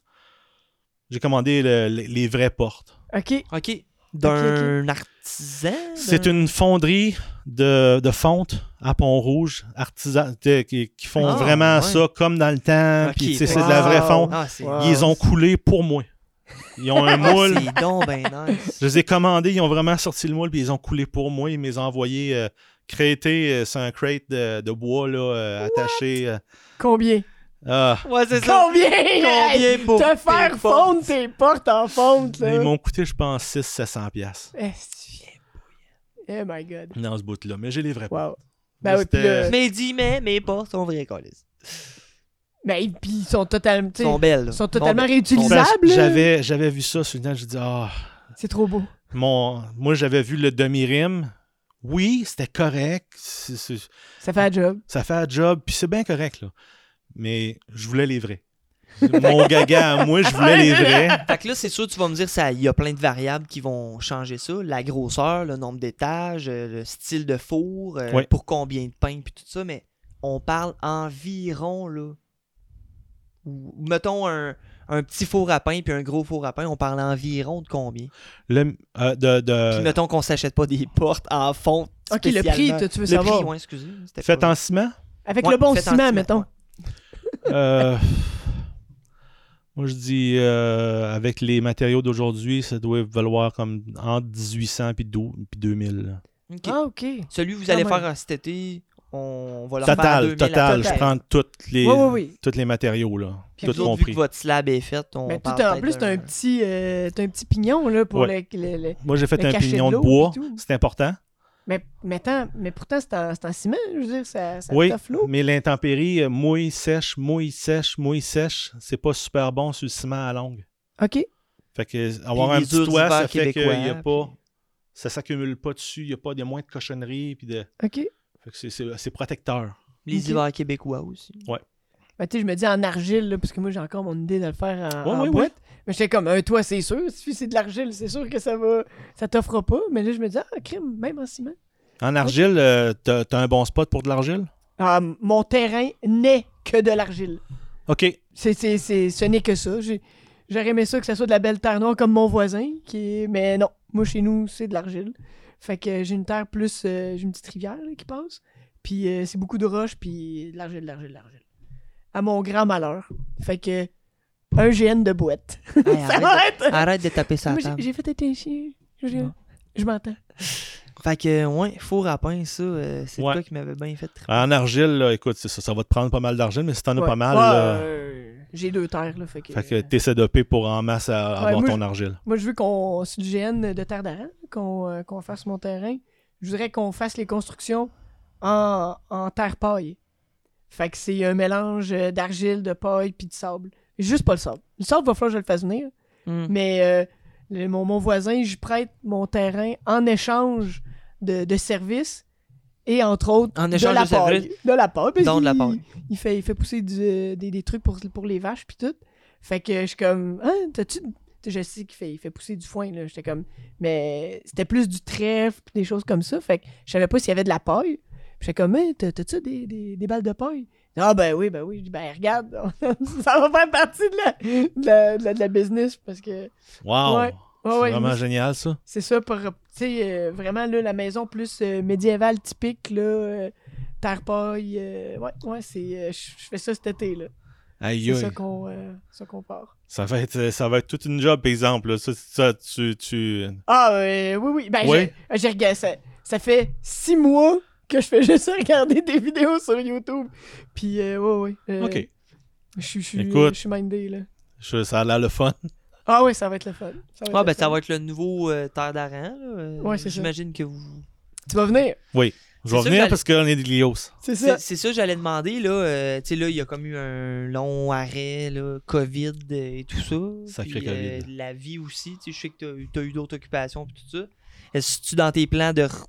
J'ai commandé le- les, les vraies portes. Ok. Ok. D'un artisan. C'est d'un- une fonderie de, de fonte à Pont-Rouge, artisans qui, qui font Ah, vraiment ouais. ça comme dans le temps. Ok. Puis, tu sais, c'est de la vraie Wow. fonte. Ah, c'est. Wow. Ils ont coulé pour moi. Ils ont un Ah, moule. C'est donc ben nice. Je les ai commandés, ils ont vraiment sorti le moule, puis ils ont coulé pour moi. Ils m'ont envoyé euh, crater, euh, sur un crate de, de bois là, euh, attaché. euh. Combien? Ah, Ouais, c'est ça. Combien? Combien pour Te tes faire portes? fondre tes portes en fonte, ils là. m'ont coûté, je pense, 600-700$ piastres Est-ce que- Oh my god. dans ce bout-là, mais j'ai les vrais. Wow. Ben oui, C'était- puis là- Mais dis, mais mes portes sont vraies, Colis. Ben, puis ils sont totalement. Ils sont belles. là. Ils sont totalement belles. réutilisables. Parce que là. J'avais, j'avais vu ça sur le net, j'ai dit, ah, C'est trop beau. mon, moi j'avais vu le demi-rime. Oui, c'était correct, c'est- c'est- Ça fait un job. ça fait un job, puis c'est bien correct, là. mais je voulais les vrais. Mon gaga à moi, je voulais les vrais. Fait que là, c'est sûr, tu vas me dire ça. Il y a plein de variables qui vont changer ça. La grosseur, le nombre d'étages, euh, le style de four, euh, Ouais. pour combien de pain, puis tout ça. Mais on parle environ, là. Ou, mettons un, un petit four à pain puis un gros four à pain, on parle environ de combien. Le- euh, de, de- Puis mettons qu'on s'achète pas des portes en fonte. Ok, le prix, spécialement. toi, tu veux Le savoir. prix, ouais, excusez. c'était Faites pas- en ciment? Avec Ouais, le bon faites en ciment, ciment, mettons. ouais. Euh, moi, je dis, euh, avec les matériaux d'aujourd'hui, ça doit valoir comme entre 1800 puis 12 puis 2000. là. Ok. Ah, ok. Celui que vous Quand allez même. faire euh, cet été, on va le faire à Total, 2000 à total. peu Je près. prends toutes les, Oui, oui, oui. tous les matériaux, là. Puis tout vous autres, vu compris. que votre slab est faite, on Mais tout parle en peut-être plus, t'as un d'un- petit, euh, t'as un petit pignon là, pour le, le- le- Moi, j'ai fait le un cachet pignon de de l'eau bois. puis tout. C'est important. Mais, mais, attends, mais pourtant, c'est en, c'est en ciment, je veux dire, ça, ça oui, toffe l'eau. mais l'intempérie, euh, mouille, sèche, mouille, sèche, mouille, sèche, c'est pas super bon sur le ciment à longue. OK. Fait que euh, avoir les un urs petit toit, d'hiver ça fait qu'il québécois, y a puis- pas... Ça s'accumule pas dessus, il n'y a pas des moins de cochonneries, puis de... OK. Fait que c'est- c'est c'est protecteur. Les Ok. hivers québécois aussi. Ben, tu sais, je me dis en argile, là, parce que moi, j'ai encore mon idée de le faire en, Ouais, en ouais, boîte. Mais j'étais comme, un toit, c'est sûr. Si c'est de l'argile, c'est sûr que ça va. Ça t'offre pas. Mais là, je me dis, ah, crime, même en ciment. En argile, euh, t'as t'as un bon spot pour de l'argile? Ah, mon terrain n'est que de l'argile. OK. C'est, c'est, c'est, ce n'est que ça. J'ai, j'aurais aimé ça que ça soit de la belle terre noire comme mon voisin. Qui est- Mais non, moi, chez nous, c'est de l'argile. Fait que euh, j'ai une terre plus. euh, j'ai une petite rivière là, qui passe. Puis euh, c'est beaucoup de roches, puis de l'argile, de l'argile, de l'argile. À mon grand malheur. Fait que. Un GN de boîte. Hey, Ça arrête, va être arrête de Ah, taper ça Moi, j'ai- J'ai fait un chien. Je, Non. je m'entends. Fait que, ouais, four à pain, ça, euh, c'est Ouais. toi qui m'avais bien fait triper. En argile, là, écoute, c'est ça, ça va te prendre pas mal d'argile, mais si t'en as Ouais. pas mal, Ouais, là, euh, J'ai deux terres, là. Fait que, fait que t'essaies d'opter pour en masse à Ouais, avoir moi, ton argile. Moi, je veux qu'on. C'est du GN de terre d'Aran, qu'on euh, qu'on fasse mon terrain. Je voudrais qu'on fasse les constructions en, en terre paille. Fait que c'est un mélange euh, d'argile, de paille, puis de sable. Juste pas le sable. Le sable, va falloir que je le fasse venir. Ah. Mm. Mais euh, le- mon, mon voisin, je prête mon terrain en échange de, de services. et entre autres En de échange la de sa paille. De la paille. parce Donc de la qu'il- paille. Il fait, il fait pousser du- des, des trucs pour, pour les vaches puis tout. Fait que je suis comme Hein, t'as-tu. Tu sais, Je sais qu'il fait, il fait pousser du foin, là. J'étais comme. Mais c'était plus du trèfle puis des choses comme ça. Fait que je savais pas s'il y avait de la paille. Puis J'étais comme, Hein, t'as- t'as-tu des, des, des balles de paille? Ah, ben oui, ben oui. Je dis, ben regarde, ça va faire partie de la, de la, de la- de la business parce que. Wow! Ouais. C'est Ouais, ouais, vraiment moi, génial, ça. c'est ça pour tu sais euh, vraiment là la maison plus euh, médiévale typique là euh, terre paille euh, ouais ouais c'est euh, je je fais ça cet été là. Aïe, C'est ça aïe. qu'on euh, ça qu'on part. Ça va être, euh, ça va être toute une job, par exemple. là. Ça, ça, tu, tu... Ah euh, oui oui ben Ouais. j'ai- j'ai regardé ça ça fait six mois que je fais juste regarder des vidéos sur YouTube puis euh, ouais ouais. euh, OK. Je suis- je suis Écoute. je suis mindé là. Je- ça a l'air le fun. Ah ouais ça va être le fun. Ouais, ben le ça fun. va être le nouveau euh, Terre d'Aran. là. Euh, Ouais, c'est ça. J'imagine que vous. Tu vas venir Je C'est vais sûr venir que- Euh, parce qu'on est des Lios. c'est ça. C'est c'est ça que j'allais demander, là. euh, tu sais, là, il y a comme eu un long arrêt, là, COVID euh, et tout ça. Sacré Puis, euh, COVID. la vie aussi, tu sais, je sais que tu as, eu d'autres occupations et tout ça. Est-ce que tu dans tes plans de re-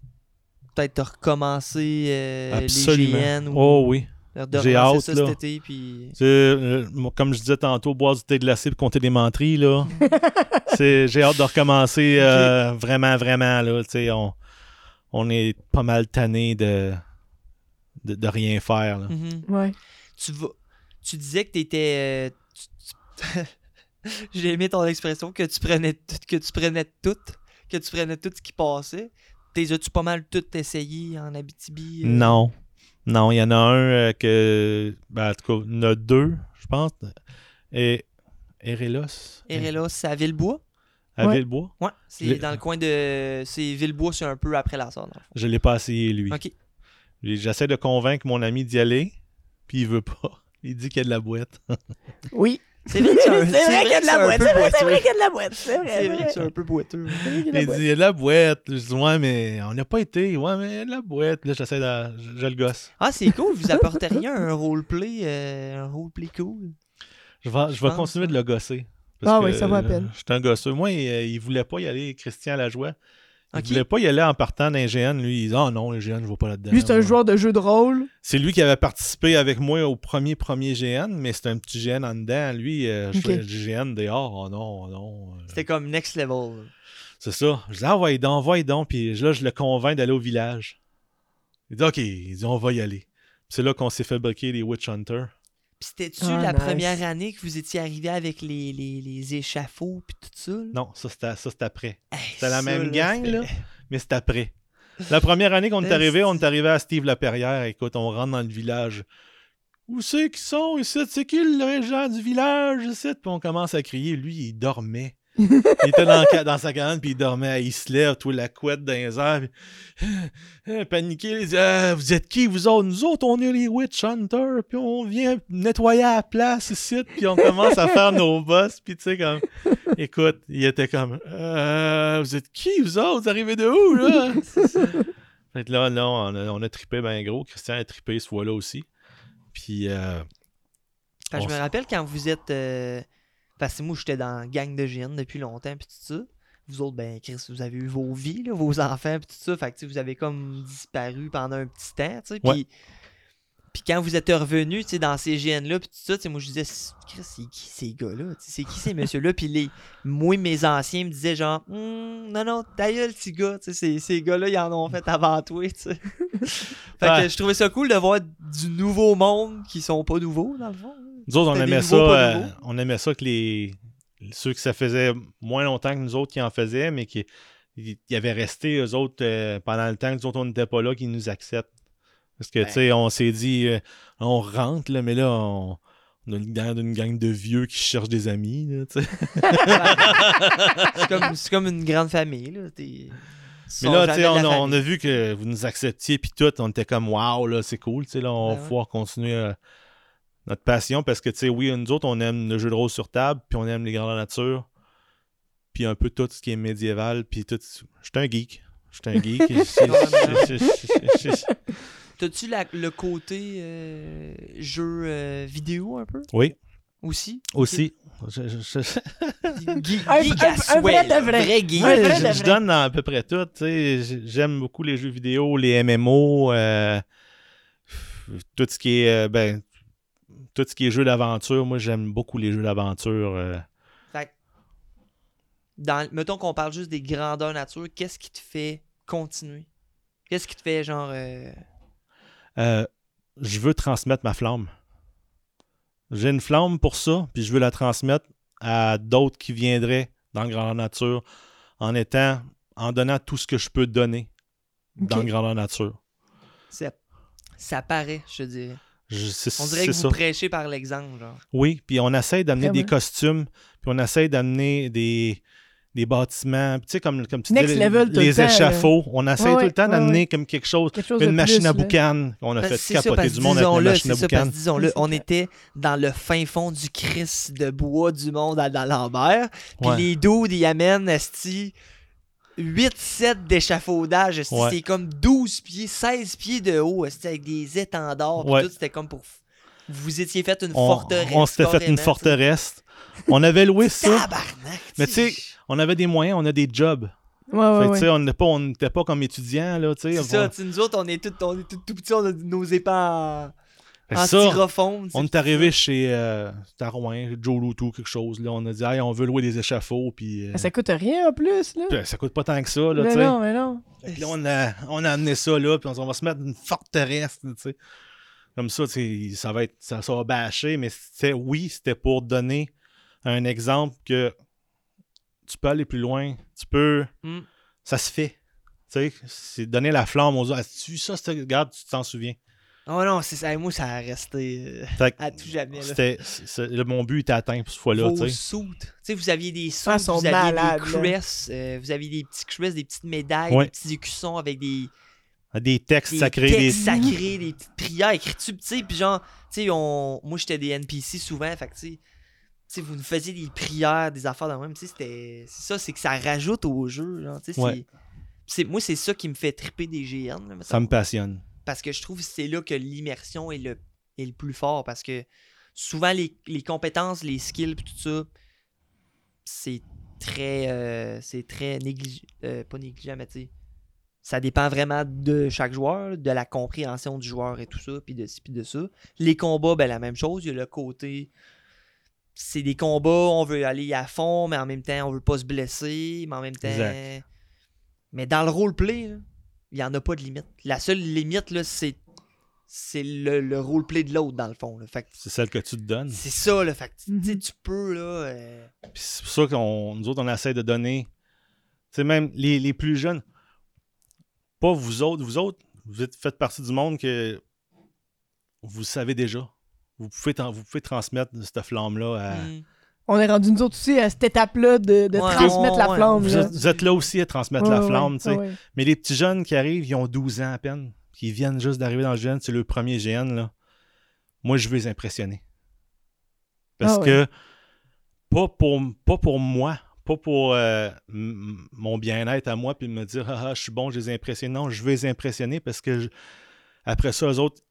peut-être de recommencer euh, les Absolument. GN ou Oh oui. de de j'ai relancer hâte, ça là. cet été, puis... Tu sais, euh, moi, comme je disais tantôt, boire du thé glacé et compter des menteries, là. C'est- J'ai hâte de recommencer euh, vraiment, vraiment, là. Tu sais, on, on est pas mal tanné de, de, de rien faire, là. Mhm. Ouais. tu vas- tu disais que t'étais, euh, tu étais j'ai aimé ton expression que tu prenais tout que tu prenais tout que tu prenais tout ce qui passait t'es as-tu pas mal tout essayé en Abitibi euh? Non. Non, il y en a un euh, que. ben, en tout cas, il y en a deux, je pense. Et. Erelos. Erelos c'est à Villebois À Ouais. Villebois. ouais c'est Le- dans le coin de c'est Villebois c'est un peu après la sorte dans le fond. Je l'ai pas essayé, lui. ok Puis J'essaie de convaincre mon ami d'y aller, puis il veut pas. Il dit qu'il y a de la boîte. Oui. c'est vrai que c'est un- C'est vrai qu'il y a de la boîte. C'est vrai, c'est un c'est vrai peu boiteux. qu'il y a de la boîte. C'est vrai. c'est vrai que c'est un peu boiteux C'est vrai qu'il y a de la Il dit boîte. il y a de la boîte. Je dis ouais, mais on n'a pas été. Ouais, mais il y a de la boîte. Là, j'essaie de. Je, je le gosse. ah c'est cool vous apporteriez un roleplay euh, un roleplay cool Je vais, je Je vais pense, continuer de le gosser. Ah oui, ça vaut la peine. Je suis un gosseux. Moi, il, euh, il voulait pas y aller, Christian Lajoie. Il Ok. voulait pas y aller en partant d'un GN. Lui, il dit Ah non, le GN, je ne vais pas là-dedans. Lui, c'est un Moi. joueur de jeu de rôle. C'est lui qui avait participé avec moi au premier premier GN, mais c'est un petit GN en dedans. Lui, euh, je Ok. fais GN dehors. Oh non, oh non. euh, c'était comme next level C'est ça. Je dis, ah, ouais, donc, va donc. Puis là, je le convainc d'aller au village. Il dit, OK, il dit, on va y aller. Puis c'est là qu'on s'est fait bloquer les Witch Hunters. Puis c'était-tu Ah, la nice. première année que vous étiez arrivé avec les, les, les échafauds puis tout ça? là? Non, ça, c'était ça, c'était après. Hey, C'était ça, la même gang, c'était- là, mais c'était après. La première année qu'on est arrivé, on est arrivé à Steve Laperrière. Écoute, on rentre dans le village. Où c'est qu'ils sont ici? C'est qui le gens du village ici? Puis on commence à crier. Lui, il dormait. il était dans, ca- dans sa cabane, puis il dormait. Il se lève, tout la couette dans les airs. puis- paniqué, il dit Ah, Vous êtes qui, vous autres? Nous autres, on est les Witch Hunters, puis on vient nettoyer la place ici, puis on commence à faire nos boss. Puis tu sais, comme, écoute, il était comme Euh, Vous êtes qui, vous autres? Vous arrivez de où, là? Fait que là, là, on a, on a trippé ben gros. Christian a trippé ce fois-là aussi. Puis, euh, Parce que je On me s- rappelle quand vous êtes. euh, Parce que moi, j'étais dans la gang de GN depuis longtemps puis tout ça. Vous autres, ben, Chris, vous avez eu vos vies, là, vos enfants puis tout ça. Fait que tu sais, vous avez comme disparu pendant un petit temps, tu sais. Ouais. Puis. Puis quand vous êtes revenu, tu sais, dans ces GN-là, puis tout ça, tu sais, moi, je disais, C'est- Chris, c'est qui ces gars-là? Tu sais, C'est qui ces messieurs-là? Puis les, moi, mes anciens me disaient genre, Hum, non, non, ta gueule, petit gars, tu sais, ces, ces gars-là, ils en ont fait avant toi, tu sais. fait que Ouais. je trouvais ça cool de voir du nouveau monde qui sont pas nouveaux, dans le fond. nous autres, on T'as des aimait ça. nouveaux, pas euh, nouveaux? on aimait ça que les. Ceux que ça faisait moins longtemps que nous autres qui en faisaient, mais qui, y- y avaient resté eux autres euh, pendant le temps que nous autres, on n'était pas là, qui nous acceptent. Parce que, Ouais. tu sais, on s'est dit, euh, on rentre, là, mais là, on. on est dans une gang de vieux qui cherchent des amis. là, tu sais. c'est comme, c'est comme une grande famille. Là. T'es- Mais sont là, jamais tu de sais, on, la a- on famille. a vu que vous nous acceptiez puis tout. On était comme Wow, là, c'est cool, tu sais, là, on Ben va ouais. pouvoir continuer euh, notre passion parce que tu sais, oui, nous autres, on aime le jeu de rôle sur table, puis on aime les grandes nature, puis un peu tout ce qui est médiéval, puis tout. J'étais un geek. J'étais un geek. Je- je- je- je- je- T'as-tu la- le côté euh, jeu euh, vidéo un peu? oui. aussi. Aussi. Je, je- je- je- Guy, Un- Guy un- un Gaswell, vrai de vrai. Guy. Un vrai je- de je vrai. donne dans à peu près tout. tu sais. J- J'aime beaucoup les jeux vidéo, les MMO, euh, tout ce qui est euh, ben, tout ce qui est jeux d'aventure. Moi, j'aime beaucoup les jeux d'aventure. euh. Fait que, dans- mettons qu'on parle juste des grandeurs nature, qu'est-ce qui te fait continuer? Qu'est-ce qui te fait genre euh, Euh, je veux transmettre ma flamme. J'ai une flamme pour ça, puis je veux la transmettre à d'autres qui viendraient dans le Grand Nature en étant, en donnant tout ce que je peux donner dans Ok. le Grand Nature. ça, ça paraît, je te dirais. Je- c'est- On dirait c'est que ça. vous prêchez par l'exemple, genre. Oui, puis on essaye d'amener des Vraiment. costumes, puis on essaye d'amener des, des bâtiments, puis tu sais, comme, comme tu Next dis, level tout les le temps, là. échafauds. On essaye Ouais, tout ouais, le temps ouais, d'amener ouais. comme quelque chose, Quelque chose une de machine plus, à là. boucan. On a Parce que fait Ben, c'est ça, capoter parce du que monde avec une disons-le, machine à c'est ça, boucan. parce que disons-le, Oui, c'est on clair. était dans le fin fond du Christ de bois du monde à- dans Lambert, puis Ouais. les dudes, ils amènent, esti, 8-7 d'échafaudage, esti, Ouais. c'est comme 12 pieds, 16 pieds de haut, esti, avec des étendards, puis Ouais. tout, c'était comme pour... f- Vous étiez fait une on, forteresse. on s'était fait une carrément, forteresse. On avait loué t'sais. ça. Tabarnak! Mais tu sais, on avait des moyens, on a des jobs. Ouais, ouais, Fait que, ouais. tu sais, on n'était pas, on n'était pas comme étudiants, là, tu sais. c'est On- ça, tu sais, nous autres, on est tout, on est tout, tout petits, on a nos épaules fait en, en que Ben, ça, styrofoam. on est arrivé chez euh, Tarouin, Joe Loutou, quelque chose. Là, on a dit, Hey, on veut louer des échafauds, puis euh, Ça coûte rien en plus, là. puis, euh, ça coûte pas tant que ça, là, tu Mais sais. non, mais non. Fait que là, on a, on a amené ça, là, puis on, dit, on va se mettre une forteresse, tu sais. Comme ça, tu sais, ça va être, ça, ça va bâcher, mais c'était, oui, c'était pour donner un exemple que tu peux aller plus loin, tu peux, Mm. ça se fait. Tu sais, c'est donner la flamme aux autres. As-tu vu ça, cette- regarde, tu t'en souviens. Oh non, c'est ça, moi, ça a resté euh, Fait que à tout jamais, là. c'était, c'est- c'est- le- mon but était atteint pour cette fois-là, vos tu sais. suits. Tu sais, vous aviez des suits, Ah, sont vous aviez malades, des là. cresses, euh, vous aviez des petits cresses, des petites médailles, Ouais. des petits écussons avec des, Des textes des sacrés, des- textes sacrés, des petites prières écrites, tu sais, puis genre, tu sais, on... moi j'étais des NPC souvent, fait que tu sais, tu sais, vous nous faisiez des prières, des affaires dans le même, tu sais, c'était... C'est ça, c'est que ça rajoute au jeu, genre, tu sais, Ouais. c'est- c'est... Moi, c'est ça qui me fait triper des GN, là, mettons ça me passionne. parce que je trouve que c'est là que l'immersion est le, est le plus fort parce que souvent les, les compétences, les skills pis tout ça, c'est très euh, c'est très négligé euh, pas négligent mais tu sais, ça dépend vraiment de chaque joueur, de la compréhension du joueur et tout ça puis de ci puis de ça. Les combats ben la même chose, il y a le côté c'est des combats, on veut aller à fond mais en même temps on veut pas se blesser, mais en même temps Exact. mais dans le roleplay là, il n'y en a pas de limite. La seule limite, là, c'est, c'est le, le roleplay de l'autre, dans le fond. là. Fait que C'est celle que tu te donnes. c'est ça, là. Fait que, tu Mhm. sais, tu peux, là. euh, Puis c'est pour ça qu'on nous autres, on essaie de donner. Tu sais, même les, les plus jeunes, pas vous autres, vous autres, vous êtes, faites partie du monde que vous savez déjà. Vous pouvez, tran- vous pouvez transmettre cette flamme-là. à- mm. On est rendu nous autres aussi à cette étape-là de, de Ouais, transmettre on- la ouais, flamme. on- Vous, là. êtes, vous êtes là aussi à transmettre la Mm. Ouais, ouais, flamme. tu sais. ouais. Mais les petits jeunes qui arrivent, ils ont 12 ans à peine, qui viennent juste d'arriver dans le GN, c'est le premier GN. Là. Moi, je veux les impressionner. Parce Ah ouais. que, pas pour, pas pour moi, pas pour euh, m- m- mon bien-être à moi, puis de me dire, ah, ah, je suis bon, je les ai impressionnés. Non, je veux les impressionner parce que, je- après ça, eux autres,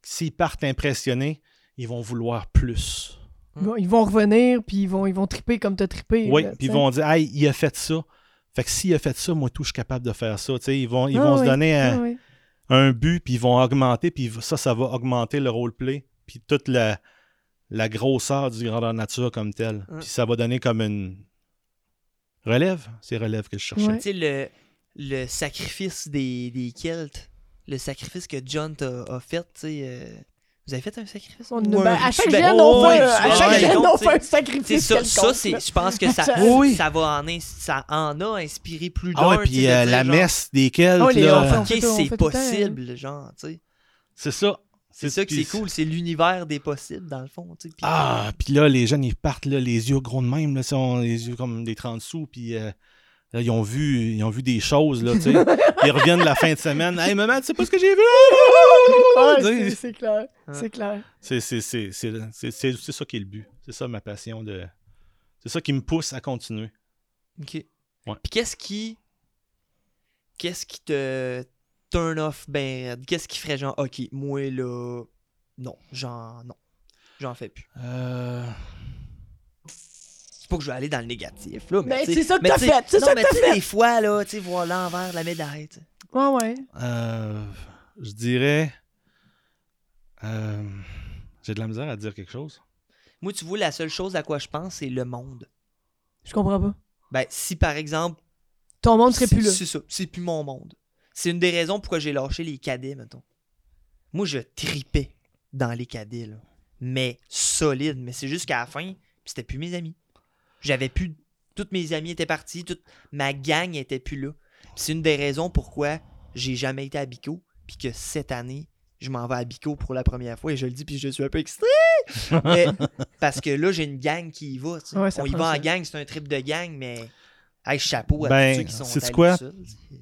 s'ils partent impressionnés, ils vont vouloir plus. Mm. Bon, ils vont revenir, puis ils vont, ils vont triper comme t'as trippé. Oui, là, tu puis ils sais. vont dire, hey, il a fait ça. Fait que s'il a fait ça, moi, tout, je suis capable de faire ça. Tu sais, ils vont, ils Ah vont se ouais. donner un Ah ouais. un but, puis ils vont augmenter, puis ça, ça va augmenter le roleplay, puis toute la, la grosseur du grandeur nature comme telle. Ouais. Puis ça va donner comme une relève. C'est relève que je cherchais. Ouais. Tu sais, le, le sacrifice des, des Celtes, le sacrifice que John t'a a fait, tu sais. euh, vous avez fait un sacrifice? On- Ou ben, un- à chaque ben, gène, oh, on ouais, fait, tu euh, à vois, chaque ben, gène, donc, on tu sais, fait un C'est sacrifice. ça, ça quelconque, c'est, là. je pense que ça, Ça- Oui. ça va en ins- ça en a inspiré plus d'un. Ah ouais, tu sais, puis de euh, dire, la genre, messe des Celtes, Oh, les là, enfants. On Ok, fait tout- on c'est fait tout le temps, hein. possible, genre, tu sais. c'est ça. C'est ça qui puis- c'est cool, c'est l'univers des possibles, dans le fond, tu sais. puis- Ah, puis là, les jeunes, ils partent, là, les yeux gros de même, là, ils ont les yeux comme des 30 sous, puis euh, là, ils ont vu, ils ont vu des choses, là, tu sais. ils reviennent la fin de semaine. Hey, maman, tu sais pas ce que j'ai vu? Ouais, Tu sais, c'est- c'est clair. Hein. C'est clair. C'est c'est- c'est- c'est- c'est- c'est- c'est ça qui est le but. C'est ça ma passion. de C'est ça qui me pousse à continuer. OK. Ouais. Puis qu'est-ce qui. Qu'est-ce qui te turn off ben raide? Qu'est-ce qui ferait genre, OK, moi là. Non, genre, non. J'en fais plus. Euh, c'est pas que je vais aller dans le négatif, là, mais, tu sais- Mais Ben, c'est ça que mais t'as tu sais- fait, c'est non, ça que mais t'as tu sais, fait. des fois, là, tu sais, voir l'envers de la médaille, tu sais. Ouais, ouais. Euh, je dirais. euh, J'ai de la misère à dire quelque chose. Moi, tu vois, la seule chose à quoi je pense, c'est le monde. Je comprends pas. Ben, si, par exemple... Ton monde serait c'est- plus là. C'est ça, c'est plus mon monde. C'est une des raisons pourquoi j'ai lâché les cadets, mettons. Moi, je tripais dans les cadets, là. Mais solide, mais c'est juste qu'à la fin, c'était plus mes amis. J'avais plus... Toutes mes amis étaient partis, toute ma gang était plus là. Puis C'est une des raisons pourquoi j'ai jamais été à Bico, puis que cette année, je m'en vais à Bico pour la première fois, et je le dis, puis je suis un peu excité. Mais- parce que là, j'ai une gang qui y va. tu sais. Ouais, ça On y prend va ça. en gang, c'est un trip de gang, mais hey, chapeau à Ben, tous ceux qui sont sais-tu allés quoi? tout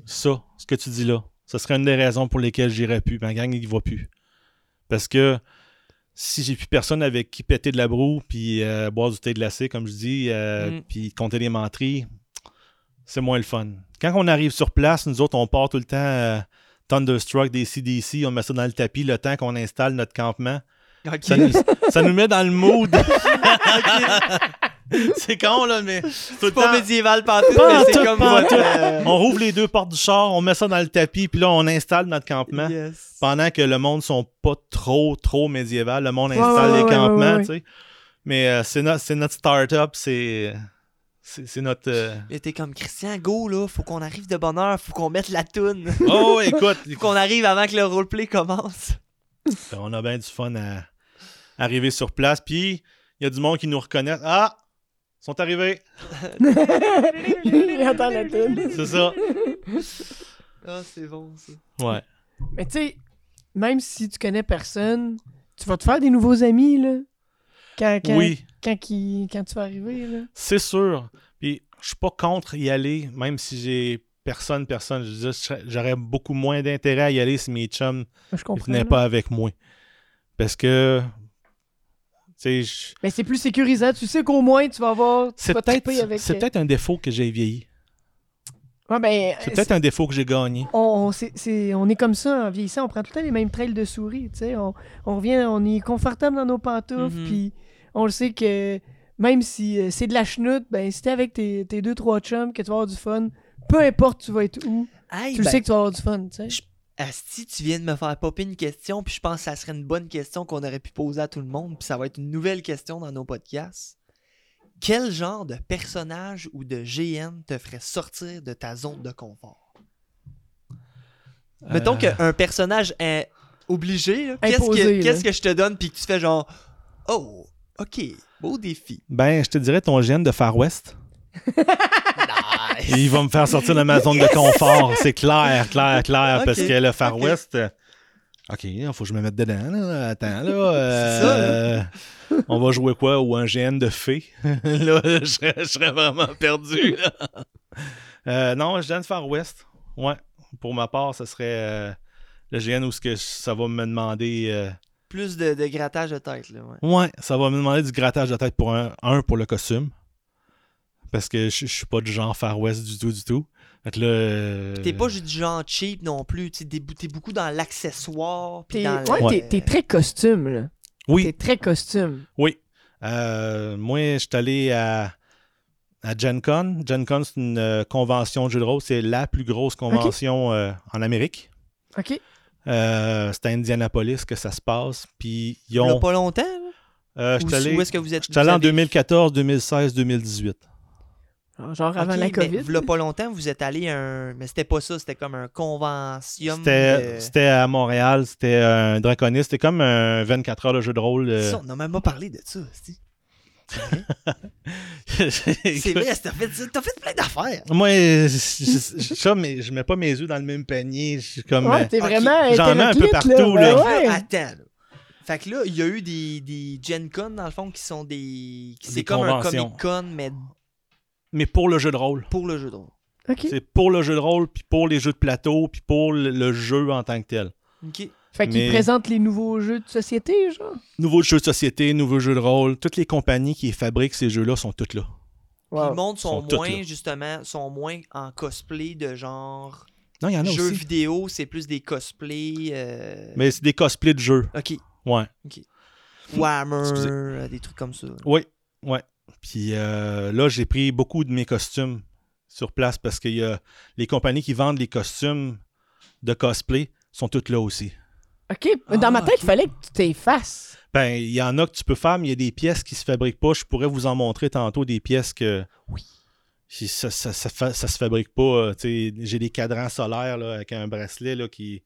seuls. Ça, ce que tu dis là, ce serait une des raisons pour lesquelles j'irais plus. Ma gang, il va plus. Parce que si j'ai plus personne avec qui péter de la broue, puis euh, boire du thé glacé, comme je dis, euh, Mm. puis compter des menteries, c'est moins le fun. Quand on arrive sur place, nous autres, on part tout le temps euh, Thunderstruck des CDC, on met ça dans le tapis le temps qu'on installe notre campement. Ok. Ça nous, ça nous met dans le mood. c'est con, là, mais c'est tout le C'est pas temps- médiéval pantoute, Pas mais en c'est tout, comme pas en votre, tout. euh, on rouvre les deux portes du char, on met ça dans le tapis, puis là, on installe notre campement. yes. Pendant que le monde sont pas trop, trop médiéval. Le monde Ouais, installe ouais, les ouais, ouais, campements, ouais, tu sais. Mais euh, c'est notre, c'est notre start-up, c'est... C'est c'est notre... euh, Mais t'es comme Christian, go là, faut qu'on arrive de bonne heure, faut qu'on mette la toune, Oh, écoute, faut qu'on arrive avant que le roleplay commence. Ben, on a bien du fun à arriver sur place. Puis, il y a du monde qui nous reconnaît. Ah! Ils sont arrivés! Attends la toune. C'est ça. Ah, c'est bon ça. Ouais. Mais tu sais, même si tu connais personne, tu vas te faire des nouveaux amis, là. Quand, quand, Oui. quand, qui- quand tu vas arriver, là. C'est sûr. Puis je suis pas contre y aller, même si j'ai personne, personne. Je veux dire, je serais- j'aurais beaucoup moins d'intérêt à y aller si mes chums Je ne comprends. venaient là. pas avec moi. Parce que, tu sais, je- Mais c'est plus sécurisant. Tu sais qu'au moins, tu vas avoir. tu c'est vas peut-être triper avec. euh, c'est peut-être un défaut que j'ai vieilli. Ouais, ben, C'est euh, peut-être un défaut que j'ai gagné. on, on- c'est- c'est- on est comme ça en vieillissant, on prend tout le temps les mêmes trails de souris, tu sais, on, on revient, on est confortable dans nos pantoufles, Mm-hmm. Mhm. puis on le sait que même si euh, c'est de la chenoute, ben si t'es avec tes, tes deux trois chums que tu vas avoir du fun, peu importe tu vas être où, Hey, tu ben, sais que tu vas avoir du fun, tu sais. je- Asti, tu viens de me faire popper une question, puis je pense que ça serait une bonne question qu'on aurait pu poser à tout le monde, puis ça va être une nouvelle question dans nos podcasts. Quel genre de personnage ou de GN te ferait sortir de ta zone de confort? Mettons Euh, qu'un personnage est obligé, là, qu'est-ce Imposé, que, là. qu'est-ce que je te donne, puis que tu fais genre, oh, ok, beau défi. Ben, je te dirais ton gène de Far West. Nice. Et il va me faire sortir de ma zone de confort. C'est clair, clair, clair. Ok, Parce que le Far ok. West. euh, OK, il faut que je me mette dedans. Là. Attends, là. euh, C'est ça, hein. euh, on va jouer quoi Ou un GN de fée Là, je serais, je serais vraiment perdu. là. Euh, non, GN de Far West. Ouais. Pour ma part, ce serait euh, le GN où ce que ça va me demander. euh, Plus de, de grattage de tête, là, ouais. Ouais, ça va me demander du grattage de tête pour un, un pour le costume. Parce que je, je suis pas du genre Far West du tout, du tout. Fait que là, euh, T'es pas juste du genre cheap non plus, tu sais, t'es t'es beaucoup dans l'accessoire, puis T'es dans la- ouais, t'es- t'es très costume, là. Oui, T'es très costume. oui. Euh, moi, je suis allé à, à Gen Con. Gen Con, c'est une euh, convention de jeux de rôle. C'est la plus grosse convention euh, en Amérique. OK? Euh, c'est à Indianapolis que ça se passe. Puis, ils Il y a ont. pas longtemps, là? euh, je Ou suis allé, Où est-ce que vous êtes? je suis allé vous en avez- 2014, 2016, 2018. Genre avant Ok, la mais COVID. v'là pas longtemps, vous êtes allé à un. Mais c'était pas ça, c'était comme un convention. euh, C'était de- c'était à Montréal, c'était un draconiste, c'était comme un 24 heures de jeu de rôle. euh. Ça, on n'a même pas parlé de ça, c'est- C'est vrai, t'as fait, ça- t'as fait plein d'affaires. Moi, je- je- je- ça, mais je mets pas mes œufs dans le même panier. Je suis comme. Ouais, euh, t'es ok, vraiment j'en mets un peu hétéroclite, partout, là. là. Ben Fait que là, ouais. attends, là. Fait que là, il y a eu des, des Gen Con, dans le fond, qui sont des. qui- Des C'est comme un conventions. Comic Con, mais euh, Mais pour le jeu de rôle. pour le jeu de rôle. OK. C'est pour le jeu de rôle, puis pour les jeux de plateau, puis pour le, le jeu en tant que tel. Ok. Fait qu'ils Mais- présentent les nouveaux jeux de société, genre. Nouveaux jeux de société, nouveaux jeux de rôle, toutes les compagnies qui fabriquent ces jeux-là sont toutes là. Puis le monde sont, Sont toutes moins, là. justement, sont moins en cosplay de genre. Non, Ah il y en a Jeux aussi. vidéo, c'est plus des cosplays. euh, Mais c'est des cosplays de jeux. Ok. Ouais. Whammer, Excusez. euh, des trucs comme ça. Oui, ouais. Puis euh, là, j'ai pris beaucoup de mes costumes sur place parce que y a- les compagnies qui vendent les costumes de cosplay sont toutes là aussi. OK. Dans ma Ah, tête, ok. il fallait que tu t'effaces. Ben, il y en a que tu peux faire, mais il y a des pièces qui se fabriquent pas. Je pourrais vous en montrer tantôt des pièces que. Oui. qui- Ça, ça, ça, fa- ça se fabrique pas. euh, tu sais, J'ai des cadrans solaires là, avec un bracelet là, qui.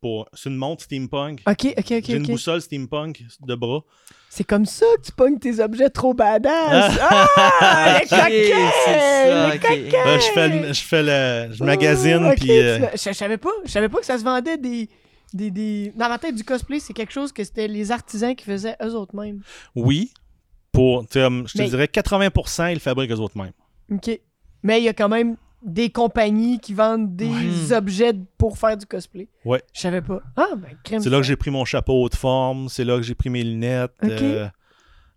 Pour... C'est une montre steampunk. OK, OK, OK. J'ai une ok. boussole steampunk de bras. C'est comme ça que tu pognes tes objets trop badass. Ah, les Ok, c'est ça, coquets! Les ok. coquets! Ben, je fais, le- je fais le. Je magazine, Oh, ok, puis. tu euh, l'as- Je, je savais pas. Je savais pas que ça se vendait des. des, des... Dans ma tête, du cosplay, c'est quelque chose que c'était les artisans qui faisaient eux autres mêmes. Oui. Pour, tu sais, comme, je te Mais- dirais 80%, ils le fabriquent eux autres mêmes. OK. Mais il y a quand même des compagnies qui vendent des Ouais. objets pour faire du cosplay. Ouais. Je savais pas. Ah, ben, crème. C'est là que j'ai pris mon chapeau haute forme, c'est là que j'ai pris mes lunettes, Ok. euh,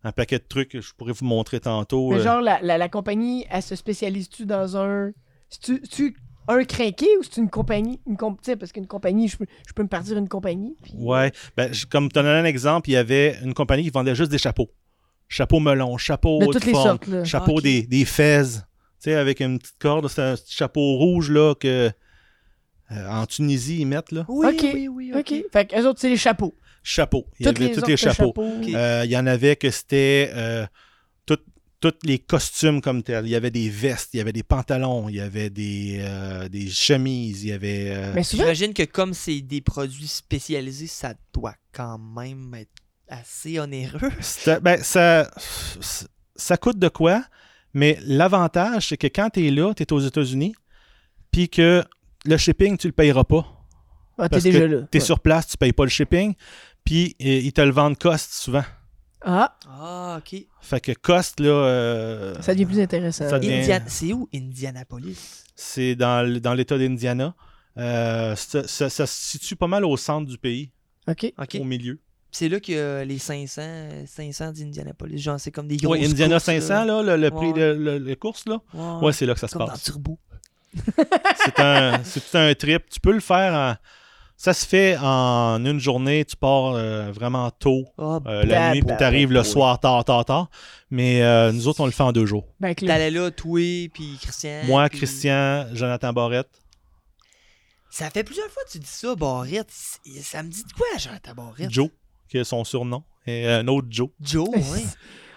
un paquet de trucs que je pourrais vous montrer tantôt. Mais euh. genre, la, la, la compagnie, elle se spécialise-tu dans un. C'est-tu c'est-tu un crinqué ou c'est une compagnie une comp... tu sais, Parce qu'une compagnie, je peux, je peux me partir une compagnie. puis- Ouais. Ben, je- comme tu un exemple, il y avait une compagnie qui vendait juste des chapeaux. Chapeau melon, chapeau De haute toutes les forme, sortes, euh. là. chapeau Ok. des, des fez, tu sais, avec une petite corde, c'est un petit chapeau rouge, là, que euh, en Tunisie, ils mettent, là. Oui, Ok, oui, oui. OK. Fait qu'eux autres, c'est les chapeaux. Chapeau. Il y Toutes avait les tous autres les chapeaux. Ok. Euh, Il y en avait que c'était euh, tout- tous les costumes comme tels. Il y avait des vestes, il y avait des pantalons, il y avait des, euh, des chemises, il y avait. euh, Mais souvent, J'imagine que comme c'est des produits spécialisés, ça doit quand même être assez onéreux. c'était- ben, ça, ça coûte de quoi, mais l'avantage, c'est que quand tu es là, tu es aux États-Unis, puis que le shipping, tu le payeras pas. ah, t'es parce que déjà là. Tu es Ouais. sur place, tu payes pas le shipping, puis euh, ils te le vendent cost souvent. Ah, Ah, ok. Fait que cost, là. euh, ça devient plus intéressant. Ça devient- Indian- C'est où Indianapolis? C'est dans, l- dans l'État d'Indiana. Euh, ça, ça- ça se situe pas mal au centre du pays, OK. Ok. au milieu. C'est là que euh, les 500, euh, 500 d'Indianapolis, genre c'est comme des grosses Ouais, Indiana courses, 500, là. là, le, le prix Ouais. de le- le course, là. Ouais, Ouais, c'est là que ça se comme dans passe. Turbo. C'est un, c'est tout un trip. Tu peux le faire en- Ça se fait en une journée. Tu pars euh, vraiment tôt Ah, euh, la Bah, nuit, bah, puis tu arrives bah, le bah, soir tard, tard, tard. Mais euh, nous autres, on le fait en deux jours. Ben, avec le- T'allais là, toi, puis Christian. Moi, puis- Christian, Jonathan Barrette. Ça fait plusieurs fois que tu dis ça, Barrette. C- Ça me dit de quoi, genre, ta Barrette? Joe, qui est son surnom, et un autre Joe. Joe, ouais.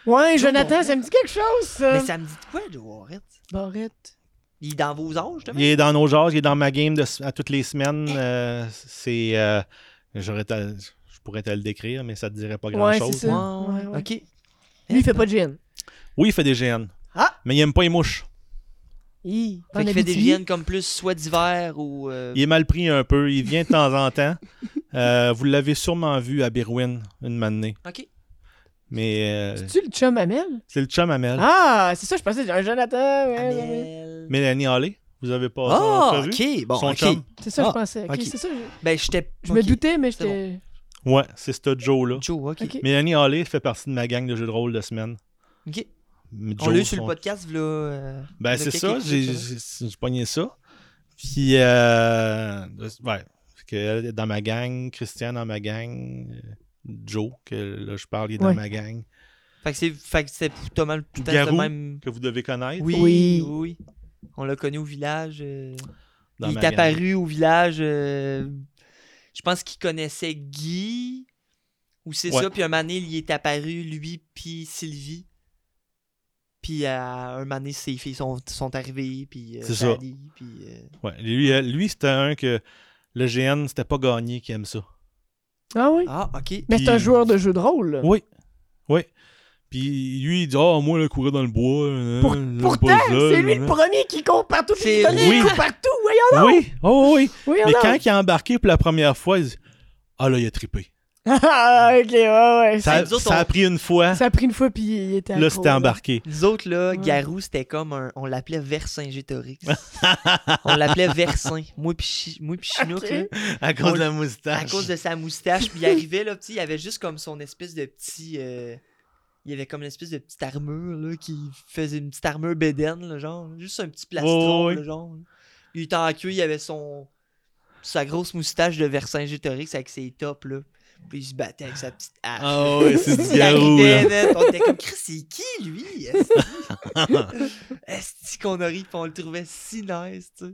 Ouais, Jonathan, ça me dit quelque chose, ça. Mais ça me dit de quoi, Joe Barrette? Barrette. Il est dans vos âges, Il justement? est dans nos genres, il est dans ma game de, à toutes les semaines. euh, c'est. euh, j'aurais ta- je pourrais te le décrire, mais ça te dirait pas grand Ouais, chose. c'est ça. Ouais, ouais. Ok. Lui, il fait pas de gin. Oui, il fait des GN. Ah! Mais il aime pas les mouches. Hi, Fait en qu'il fait des Abitibi. viennes comme plus soit d'hiver ou. euh, Il est mal pris un peu. Il vient de temps en temps. Euh, vous l'avez sûrement vu à Birwin une matinée. Ok. Mais euh, C'est-tu le chum Amel? c'est le chum à Mel. Ah, c'est ça, je pensais, un Jonathan. ouais, ouais, ouais. Amel. Mélanie Hallé, vous avez pas Ah, entendu? ok. Bon, Son ok. chum. C'est ça, Ah, je pensais. Ok, ok. c'est ça. Je, Ben, j'étais. je me ok. doutais, mais C'est bon. j'étais. Ouais, c'est ce Joe-là. Joe, ok. Ok. Mélanie Hallé fait partie de ma gang de jeux de rôle de semaine. Ok. Mais On Joe, l'a eu sur le son- podcast, là. euh, Ben, le c'est quelques ça, j'ai épisodes. j'ai- j'ai pogné ça. Puis, euh, ouais, Fait que elle est dans ma gang, Christian dans ma gang, euh, Joe, que là je parle, il est dans Ouais. ma gang, Fait que c'est- fait que c'était tout à mal- tout à fait Garou. le même. que vous devez connaître. Oui, oui. Oui. oui. On l'a connu au village. euh, dans il ma est gang. apparu au village. euh, Je pense qu'il connaissait Guy. Ou c'est Ouais. ça. Puis un mané, il est apparu, lui, puis Sylvie. Puis à un mané, ses filles sont, sont arrivées. Puis euh, C'est ça. Sally, Puis. euh, Ouais, lui, euh, lui c'était un que le GN, c'était pas gagné qui aime ça. Ah oui. Ah, ok. mais c'est un puis- joueur de jeu de rôle. là. Oui, oui. Puis lui, il dit Ah, moi, le courir dans le bois. euh, Pour- j'aime Pourtant, pas ça, c'est lui euh. le premier qui court partout. puis C'est- qui connaît, Oui. Il court partout. Voyons donc. Oui, oh oui. Voyons Mais donc. quand il a embarqué pour la première fois, il dit Ah, là, il a trippé. Ah, ok, ouais, ouais. Ça, Ça, nous autres, ça a on- pris une fois. ça a pris une fois, puis il était. Là, accro, c'était embarqué. Nous autres, là, Ouais. Garou, c'était comme un. On l'appelait Versingétorix. on l'appelait Versin. Moi, puis Chi- moi puis Chinook, Ok. là, À cause de la à moustache. cause de sa moustache. Puis il arrivait, là, petit, il avait juste comme son espèce de petit. euh, Il avait comme une espèce de petite armure, là, qui faisait une petite armure bédaine, là, genre. Juste un petit plastron, Ouais, ouais, là, genre. Il était en queue, il avait son. Sa grosse moustache de Versingétorix avec ses tops, là. Puis il se battait avec sa petite hache. Ah ouais, c'est du Il garou, arrivait, là. net, on était comme, Chris, c'est qui lui? Esti? Esti qu'on a ri, puis on le trouvait si nice, tu sais.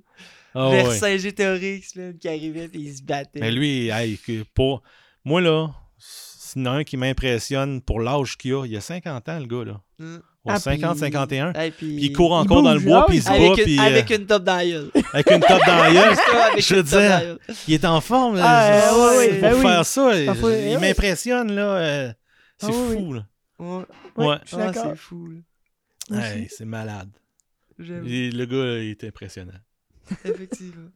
Ah ouais. Versailles Théorix, là, qui arrivait, puis il se battait. Mais lui, hey, que pour... moi, là, s'il y en a un qui m'impressionne pour l'âge qu'il a, il a 50 ans, le gars, là. Hum. Ou Ah, 50, puis- 51. Hey, puis- euh, Puis il court encore bouge, dans le bois, là, puis il se bat, avec, puis une, euh, avec une top dans la gueule. avec une top dans la gueule. Avec je une veux top dans la dire, gueule. il est en forme, là. Ah, ouais, ouais, pour ben oui. faire ça, Ah, faut- il oui. m'impressionne, là. euh, c'est Ah, oui, fou, là. Ouais. Ouais, Ouais. je suis Ah, d'accord. c'est fou, là. Moi aussi. Hey, c'est malade. J'avoue. Et le gars, il est impressionnant. Effectivement.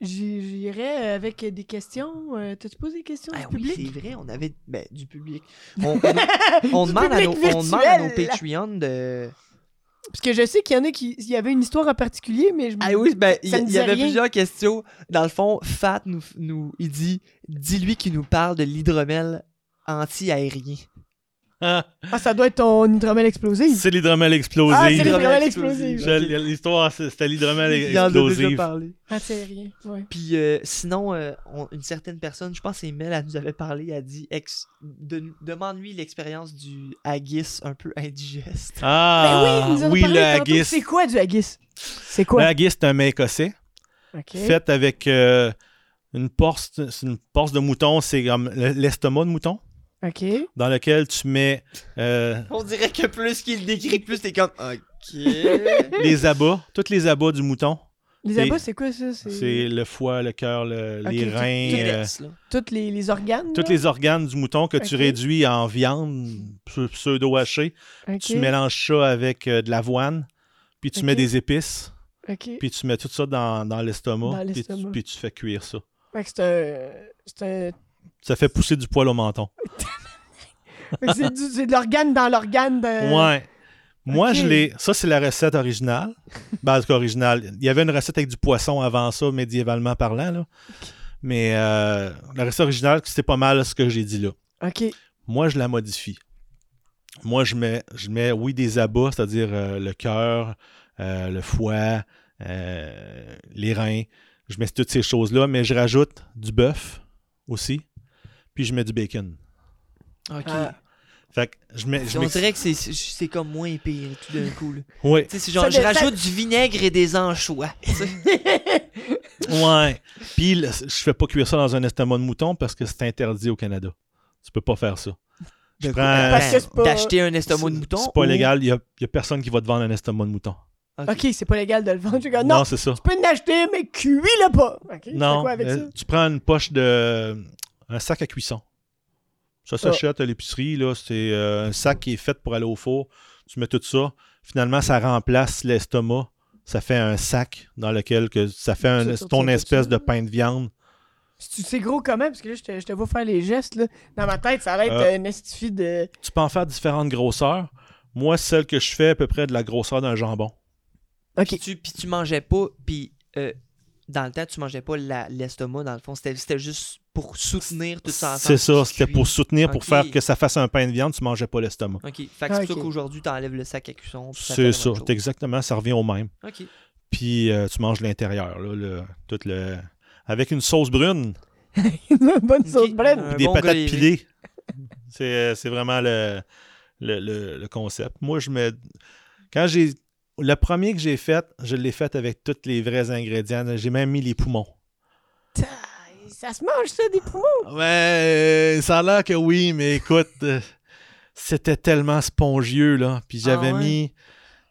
J'y- J'irais euh, avec des questions. Euh, T'as-tu posé des questions Ah du oui, public? c'est vrai, on avait ben, du public. On, on- on Du demande à nos, public on demande à nos virtuel. Patreons de. Parce que je sais qu'il y en a qui. Il y avait une histoire en particulier, mais je. me- Ah oui, ben, il Ça ne il y, disait avait rien. plusieurs questions. Dans le fond, Fat nous, nous il dit dis-lui qu'il nous parle de l'hydromel anti-aérien. Ah, Ah, ça doit être ton hydromel explosé. c'est l'hydromel explosé. Ah, c'est L'hydromel l'hydromel explosif. explosif. Je- L'histoire, c'est- c'était l'hydromel Il en a déjà explosif. parlé. Ah, c'est rien. Ouais. Puis euh, sinon, euh, on- une certaine personne, je pense que c'est Mel, elle nous avait parlé, elle a dit ex- de- demande-lui l'expérience du haggis un peu indigeste. Ah, ben oui, il nous en a oui, parlé le tantôt. haggis. C'est quoi du haggis? C'est quoi? Le haggis, c'est un mets écossais. Ok. Fait avec euh, une porce, c'est une porce de mouton, c'est comme le- l'estomac de mouton, Ok. dans lequel tu mets euh, On dirait que plus qu'il le décrit, plus t'es comme ok. les abats, tous les abats du mouton. Les C'est- abats, c'est quoi ça? C'est le foie, le cœur, le- Ok, les tout- Tout reins, le euh, reste, là. Tous les, les organes? tous là? les organes du mouton que tu Ok. réduis en viande pse- pseudo-hachée. Ok, Tu mélanges ça avec euh, de l'avoine, puis tu Ok. mets des épices, ok. puis tu mets tout ça dans, dans Dans l'estomac, puis, tu- l'estomac. puis tu fais cuire ça. Fait que c'est un. C'est un. Ça fait pousser du poil au menton. fait que c'est du- c'est de l'organe dans l'organe Euh, de. Ouais. Moi, ok. je l'ai. Ça, c'est la recette originale. Ben, en tout cas, originale. Il y avait une recette avec du poisson avant ça, médiévalement parlant. Là. Mais euh, la recette originale, c'était pas mal ce que j'ai dit là. Ok. Moi, je la modifie. Moi, je mets, je mets oui, des abats, c'est-à-dire euh, le cœur, euh, le foie, euh, les reins. Je mets toutes ces choses-là, mais je rajoute du bœuf aussi. Puis je mets du bacon. Ok. Ah. Fait que je mets. Je on mixe- dirait que c'est- c'est comme moins épire tout d'un coup. là. Ouais. Tu sais, c'est genre, Ça je dé- ça- rajoute du vinaigre et des anchois. tu sais. Ouais. Puis le- je fais pas cuire ça dans un estomac de mouton parce que c'est interdit au Canada. Tu peux pas faire ça. Je De- Ben, prends- Ben, Parce que c'est pas- D'acheter un estomac de C'est- mouton. C'est pas ou- légal. Il y a, il y a personne qui va te vendre un estomac de mouton. Ok, c'est pas légal de le vendre. Je dis, Ah, non, Non, c'est ça. tu peux l'acheter, mais cuis-le pas. Ok, tu fais Non. quoi avec euh, ça? tu prends une poche de. Un sac à cuisson. Ah. Ça s'achète à l'épicerie. là. C'est euh, un sac qui est fait pour aller au four. Tu mets tout ça. Finalement, ça remplace l'estomac. Ça fait un sac dans lequel que ça fait un- Ça, ça, ton ça, ça, espèce ça. de pain de viande. C'est c'est gros comment? Parce que là, je te, je te vois faire les gestes. Là. Dans ma tête, ça va être Euh. une estifie de. Tu peux en faire différentes grosseurs. Moi, celle que je fais à peu près de la grosseur d'un jambon. Ok. Puis tu, puis tu mangeais pas, puis euh, dans le temps, tu mangeais pas la- l'estomac, dans le fond. C'était c'était juste pour soutenir tout ça ensemble. C'est ça, qui c'était cuit. pour soutenir, pour Ok. faire que ça fasse un pain de viande, tu mangeais pas l'estomac. Ok, fait que c'est pour Ok. ça qu'aujourd'hui, t'enlèves le sac à cuisson. puis fait C'est la ça, même chose. c'est exactement, ça revient au même. Ok. Puis euh, tu manges l'intérieur, là, le- tout le... avec une sauce brune, une bonne Ok. sauce brune. Un des bon patates gravy. pilées. c'est euh, c'est vraiment le, le, le- le concept. Moi, je me... Quand j'ai... Le premier que j'ai fait, je l'ai fait avec tous les vrais ingrédients. J'ai même mis les poumons. Ça se mange, ça, des poumons. Ouais, euh, ça a l'air que oui, mais écoute, euh, c'était tellement spongieux, là. Puis j'avais Ah ouais? mis.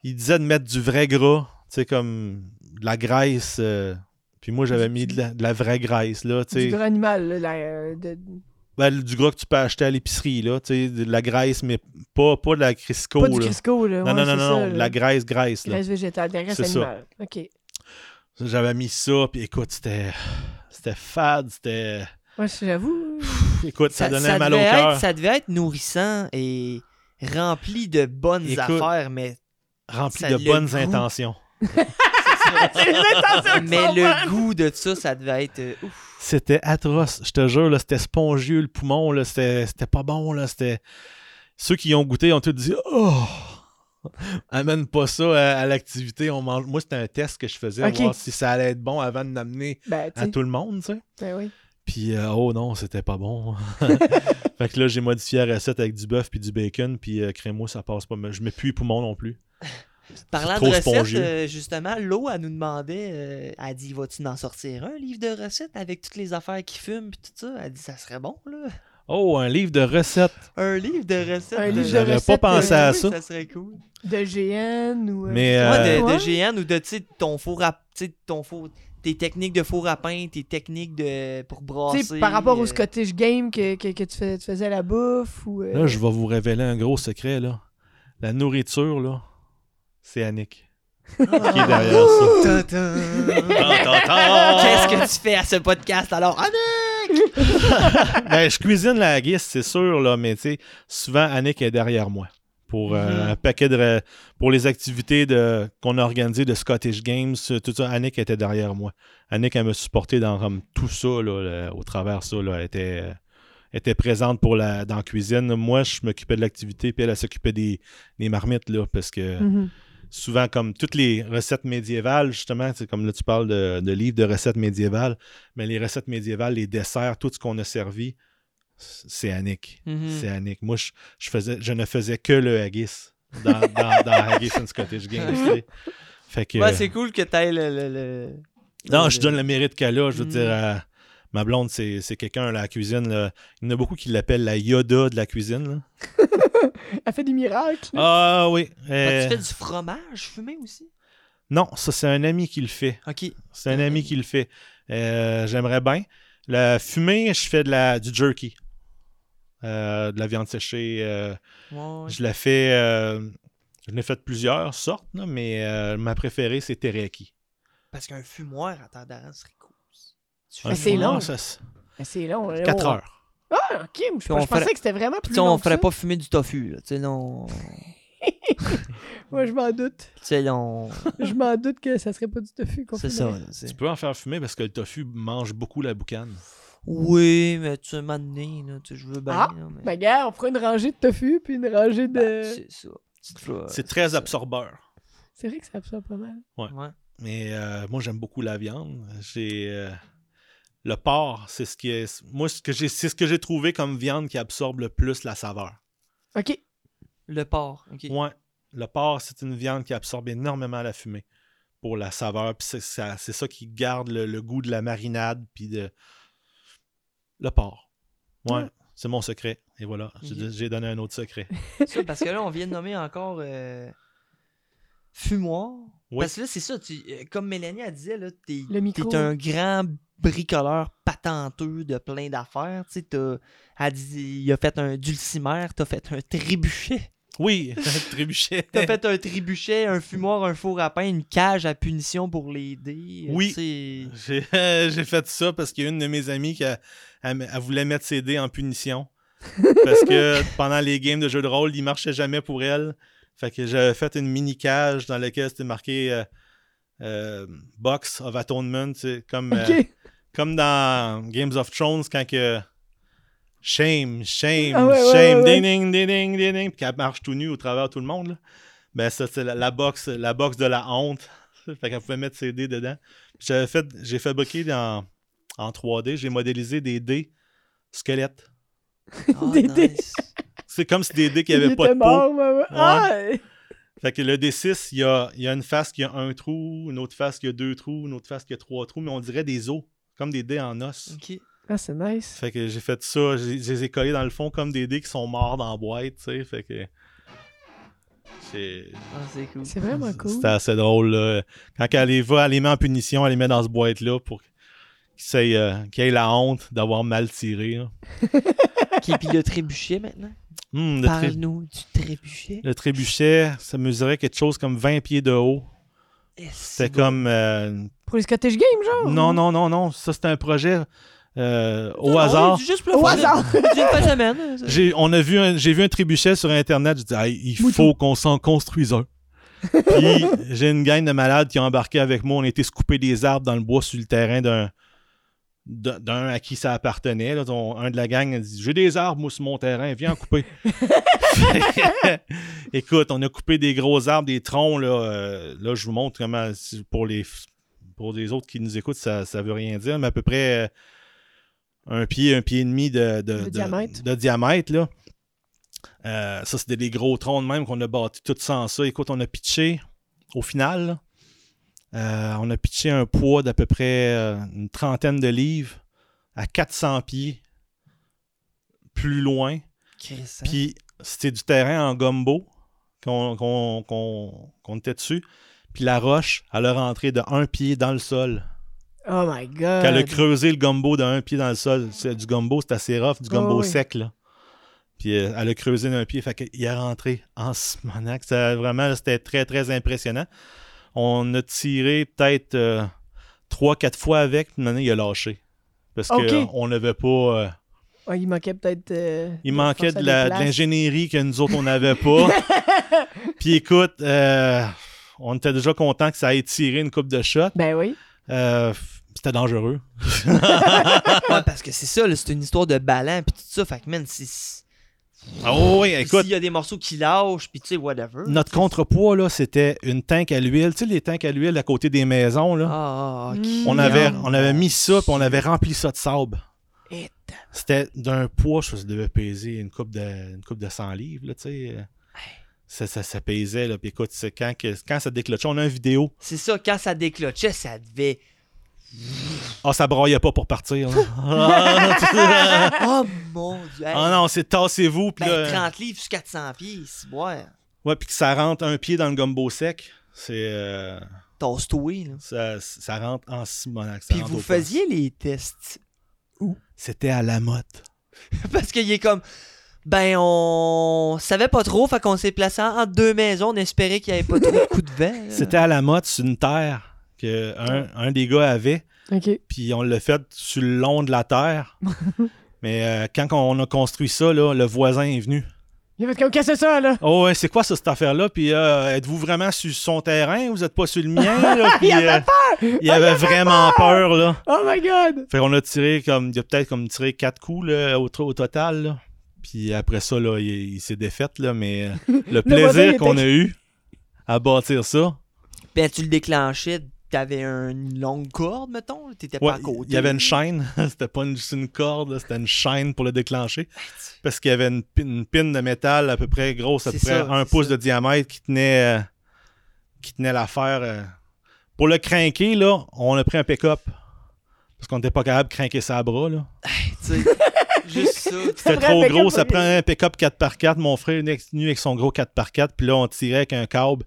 Il disait de mettre du vrai gras, tu sais, comme de la graisse. euh, puis moi, j'avais mis de la, de la vraie graisse, là, tu sais. Du gras animal. là, la- euh, de- Ben, du gras que tu peux acheter à l'épicerie, là, tu sais, de la graisse, mais pas, pas de la Crisco, Pas là. du Crisco. Là. non, ouais, non, non, c'est non, ça, euh, de là. la graisse, graisse, là. Graisse végétale, de la graisse C'est ça. animale. Ok. J'avais mis ça, puis écoute, c'était. C'était fade, c'était. Moi, j'avoue. Écoute, ça, donnait mal au devait cœur. être- Ça devait être nourrissant et rempli de bonnes Écoute, affaires, mais, Rempli ça de le bonnes goût. intentions. C'est les intentions qui mais sont le bonnes. goût de ça, ça devait être euh, ouf. C'était atroce, je te jure, là, c'était spongieux, le poumon, là, c'était, c'était pas bon, là, c'était... Ceux qui y ont goûté ont tous dit « Oh! Amène pas ça à, à l'activité, on mange... » Moi, c'était un test que je faisais, Ok. voir si ça allait être bon avant de l'amener Ben, tu à sais. tout le monde, tu sais. Ben oui. Puis, euh, oh non, c'était pas bon. fait que là, j'ai modifié la recette avec du bœuf puis du bacon, puis euh, crémo, ça passe pas. Mais Je mets plus les poumons non plus. Parlant trop de recettes, spongieux. euh, justement, l'eau, elle nous demandait, euh, elle dit, vas-tu en sortir un livre de recettes avec toutes les affaires qui fument puis tout ça? Elle dit, ça serait bon, là. Oh, un livre de recettes. Un livre de recettes. Un de- livre de J'aurais pas recettes, pensé euh, à Oui, ça. Ça serait cool. De GN ou. euh, Mais, Ouais, euh, de, Ouais. de GN ou de tu sais, ton four à tu sais, ton four tes techniques de four à pain, tes techniques de pour Tu brasser. sais, par rapport euh, au Scottish Game que, que, que tu, fais- tu faisais à la bouffe ou. euh, là, je vais vous révéler un gros secret, là. La nourriture, là, c'est Annick. Qui est derrière ça? Tintin. Tan, tan, tan! Qu'est-ce que tu fais à ce podcast alors Ah, Annick? Ben, je cuisine la guisse, c'est sûr, là, mais tu sais, souvent, Annick est derrière moi pour euh, Mhm. un paquet de. ra- pour les activités de, qu'on a organisées de Scottish Games, euh, tout ça, Annick était derrière moi. Annick, elle m'a supporté dans comme, tout ça, là, là, au travers de ça, là, elle était. euh, était présente pour la dans la cuisine. Moi, je m'occupais de l'activité, puis elle, elle s'occupait des, des marmites, là, parce que mhm. souvent comme toutes les recettes médiévales, justement, c'est comme là tu parles de, de livres de recettes médiévales, mais les recettes médiévales, les desserts, tout ce qu'on a servi, c'est Annick. Mhm. C'est Mm-hmm. Annick. Moi, je, je faisais, je ne faisais que le haggis dans, dans, dans Haggis and Scottish Games. tu sais. Fait que, Ouais, c'est cool que t'ailles le, le, le- non, le- je donne le mérite qu'elle a. Je veux Mhm. dire, à- ma blonde, c'est c'est quelqu'un, là, à la cuisine. là. Il y en a beaucoup qui l'appellent la Yoda de la cuisine. là. Elle fait des miracles. Ah oui. Ah, euh, Tu fais du fromage fumé aussi Non, ça, c'est un ami qui le fait. OK. C'est un ami qui le fait. Euh, J'aimerais bien. La fumée, je fais de la, du jerky. Euh, de la viande séchée. euh, Ouais, ouais. Je la fais. euh, je l'ai fait de plusieurs sortes, là, mais euh, ma préférée, c'est teriyaki. Parce qu'un fumoir à terre d'arène serait cool. Tu fais- Mais Un Ah, c'est fumoir, long. ça, c'est Mais C'est long. là, 4 on- heures. Ah, ok. Je, je on pensais ferait- que c'était vraiment Puis plus. tu sais, on long que ferait ça. pas fumer du tofu, là. Tu sais, non. Tu Ouais, je m'en doute. sais, non. Je m'en doute que ça serait pas du tofu qu'on C'est fumerait. ça, là, c'est- Tu peux en faire fumer parce que le tofu mange beaucoup la boucane. Oui, mais tu sais, m'amener, là. Tu sais, je veux bien. Ah, là, mais- Ben, gars, on fera une rangée de tofu puis une rangée Ben, de. C'est ça. Petite fleur, C'est très ça. absorbeur. C'est vrai que ça absorbe pas mal. Ouais. Mais euh, moi, j'aime beaucoup la viande. J'ai. euh, le porc, c'est ce qui est. Moi, ce que j'ai- c'est ce que j'ai trouvé comme viande qui absorbe le plus la saveur. Ok. Le porc. ok. Ouais. Le porc, c'est une viande qui absorbe énormément la fumée pour la saveur. Puis c'est ça, c'est ça qui garde le, le goût de la marinade. Puis de. Le porc. Ouais. Mm. Ouais. C'est mon secret. Et voilà. J'ai Ok. j'ai donné un autre secret. Ça, parce que là, on vient de nommer encore euh, fumoir. Oui. Parce que là, c'est ça. Tu, euh, comme Mélanie a disait, là, t'es, Le micro. t'es un grand bricoleur patenteux de plein d'affaires. Tu sais, t'as- elle dit, il a fait un dulcimère, t'as fait un trébuchet. Oui, trébuchet. T'as fait un trébuchet, un fumoir, un four à pain, une cage à punition pour les dés. euh, tu Oui. sais. J'ai euh, j'ai fait ça parce qu'il y a une de mes amies qui a- elle, elle voulait mettre ses dés en punition. parce que pendant les games de jeux de rôle, ils marchaient jamais pour elle. Fait que j'avais fait une mini cage dans laquelle c'était marqué euh, euh, Box of Atonement, tu sais, comme, euh, Ok. comme dans Games of Thrones quand que shame, shame, Ah ouais, ouais, shame, ouais, ouais. ding ding ding ding ding ding, puis qu'elle marche tout nue au travers de tout le monde. là. Ben ça c'est la, la box, la box de la honte. fait qu'elle pouvait mettre ses dés dedans. Puis J'avais fait, j'ai fabriqué en, en 3D, j'ai modélisé des dés squelettes. Ah, Des dés. nice. C'est comme si des dés qui Il n'avaient était pas de peau. mort, maman. Ah! Fait que le D6, il y a, il y a une face qui a un trou, une autre face qui a deux trous, une autre face qui a trois trous, mais on dirait des os, comme des dés en os. Ok. Ah, c'est nice. Fait que j'ai fait ça, j'ai- je les ai collés dans le fond comme des dés qui sont morts dans la boîte, tu sais. Fait que. j'ai- Ah, c'est cool. C'est vraiment cool. C'était assez drôle, là. Quand elle les va, elle les met en punition, elle les met dans cette boîte-là pour qu'ils aient, euh, qu'ils aient la honte d'avoir mal tiré. là. Ok, puis le trébuchet maintenant. Hum, le, tré- Parle-nous du trébuchet. le trébuchet, ça mesurait quelque chose comme 20 pieds de haut. Eh, C'était c'est bon. comme. euh, Pour les Scottish Games, genre? non, non, non, non. Ça, c'était un projet euh, au Ah, hasard. oui, juste pour le Au fun. hasard! J'ai une fin de semaine. ça. J'ai, on a vu un, j'ai vu un trébuchet sur Internet. J'ai dit, Ah, il Moutou. faut qu'on s'en construise un. Puis j'ai une gang de malades qui ont embarqué avec moi. On était se couper des arbres dans le bois sur le terrain d'un, d'un, d'un à qui ça appartenait. là. Ton- un de la gang a dit J'ai des arbres, moi, sur mon terrain. Viens en couper. Écoute, on a coupé des gros arbres, des troncs. Là, euh, là, je vous montre comment, si- pour les, pour les autres qui nous écoutent, ça ne veut rien dire, mais à peu près euh, un pied, un pied et demi de, de- De de- diamètre. de diamètre, là. Euh, ça, c'était des gros troncs de même qu'on a bâti tout sans ça. Écoute, on a pitché au final. là, euh, on a pitché un poids d'à peu près euh, une trentaine de livres à 400 pieds plus loin. Chris, hein? Puis c'était du terrain en gombo qu'on qu'on- qu'on- qu'on était dessus. Puis la roche, elle a rentré de un pied dans le sol. Oh my god. Quand elle a creusé le gombo de un pied dans le sol, c'est du gombo, c'est assez rough, du gombo Ouais, ouais. sec, là. Puis euh, elle a creusé d'un pied, fait qu'il est rentré en simonac. Ça, vraiment, c'était très, très impressionnant. On a tiré peut-être euh, trois, quatre fois avec, puis maintenant, il a lâché. Parce Ok. qu'on n'avait pas... euh, Ouais, il manquait peut-être. euh, il manquait force à de la- de déplacer. l'ingénierie que nous autres, on n'avait pas. Puis écoute, euh, on était déjà content que ça ait tiré une coupe de shot. Ben oui. Euh, C'était dangereux. Ouais, parce que c'est ça, là, c'est une histoire de ballon, puis tout ça. Fait que, man, si- Ah oui, puis écoute, s'il y a des morceaux qui lâchent, puis tu sais, whatever. notre contrepoids, là, c'était une tank à l'huile. Tu sais, les tanks à l'huile à côté des maisons, là. Ah, ah, ok. Mm. on, avait, Merde. on avait mis ça, puis on avait rempli ça de sable. Et- C'était d'un poids, je pense que ça devait peser une coupe de, une coupe de 100 livres, là, tu sais. Ça, ça, ça pesait, là. Puis écoute, c'est quand, que- quand ça déclenchait, on a une vidéo C'est ça, quand ça déclochait, ça devait. Ah, ça braillait pas pour partir. là. Ah oh mon dieu! hey, Ah non, c'est tassez-vous. Puis ben, là, 30 livres sur 400 pieds, c'est ouais. ouais, puis que ça rentre un pied dans le gombo sec. C'est, euh, Tosse-toi, là. ça, ça rentre en simonac. ça Puis rentre vous au poste. faisiez les tests. C'était à la motte. Parce qu'il est comme. Ben, on savait pas trop, fait qu'on s'est placé en entre deux maisons, on espérait qu'il y avait pas trop de coups de vent. là. C'était à la motte sur une terre que un, un des gars avait. Ok. Puis on l'a fait sur le long de la terre. Mais euh, quand on a construit ça, là, le voisin est venu. Il va être comme casser ça, là. Oh, ouais, c'est quoi ça, cette affaire-là? Puis euh, êtes-vous vraiment sur son terrain? Vous n'êtes pas sur le mien? là? Puis, Il avait euh, il avait vraiment peur, là. Oh my god. Fait qu'on a tiré comme. Il a peut-être comme tiré quatre coups là, au, tro- au total. là. Puis après ça, là, il, il s'est défait, là, mais euh, voisin, le il plaisir était- qu'on a eu à bâtir ça. Ben, tu le déclenchais, t'avais une longue corde, mettons, t'étais Ouais, pas à côté. il y avait une chaîne. c'était pas une- juste une corde, là, c'était une chaîne pour le déclencher. Parce qu'il y avait une, pi- une pine de métal à peu près grosse, à peu C'est près ça, un c'est pouce ça. de diamètre qui tenait, euh, qui tenait l'affaire. euh. Pour le crinquer, là, on a pris un pick-up. Parce qu'on n'était pas capable de crinquer ça à bras. Là. Tu sais, juste ça. prend C'était un trop pick-up gros, ça pour- prend un pick-up 4x4. Mon frère est venu avec son gros 4x4, puis là, on tirait avec un câble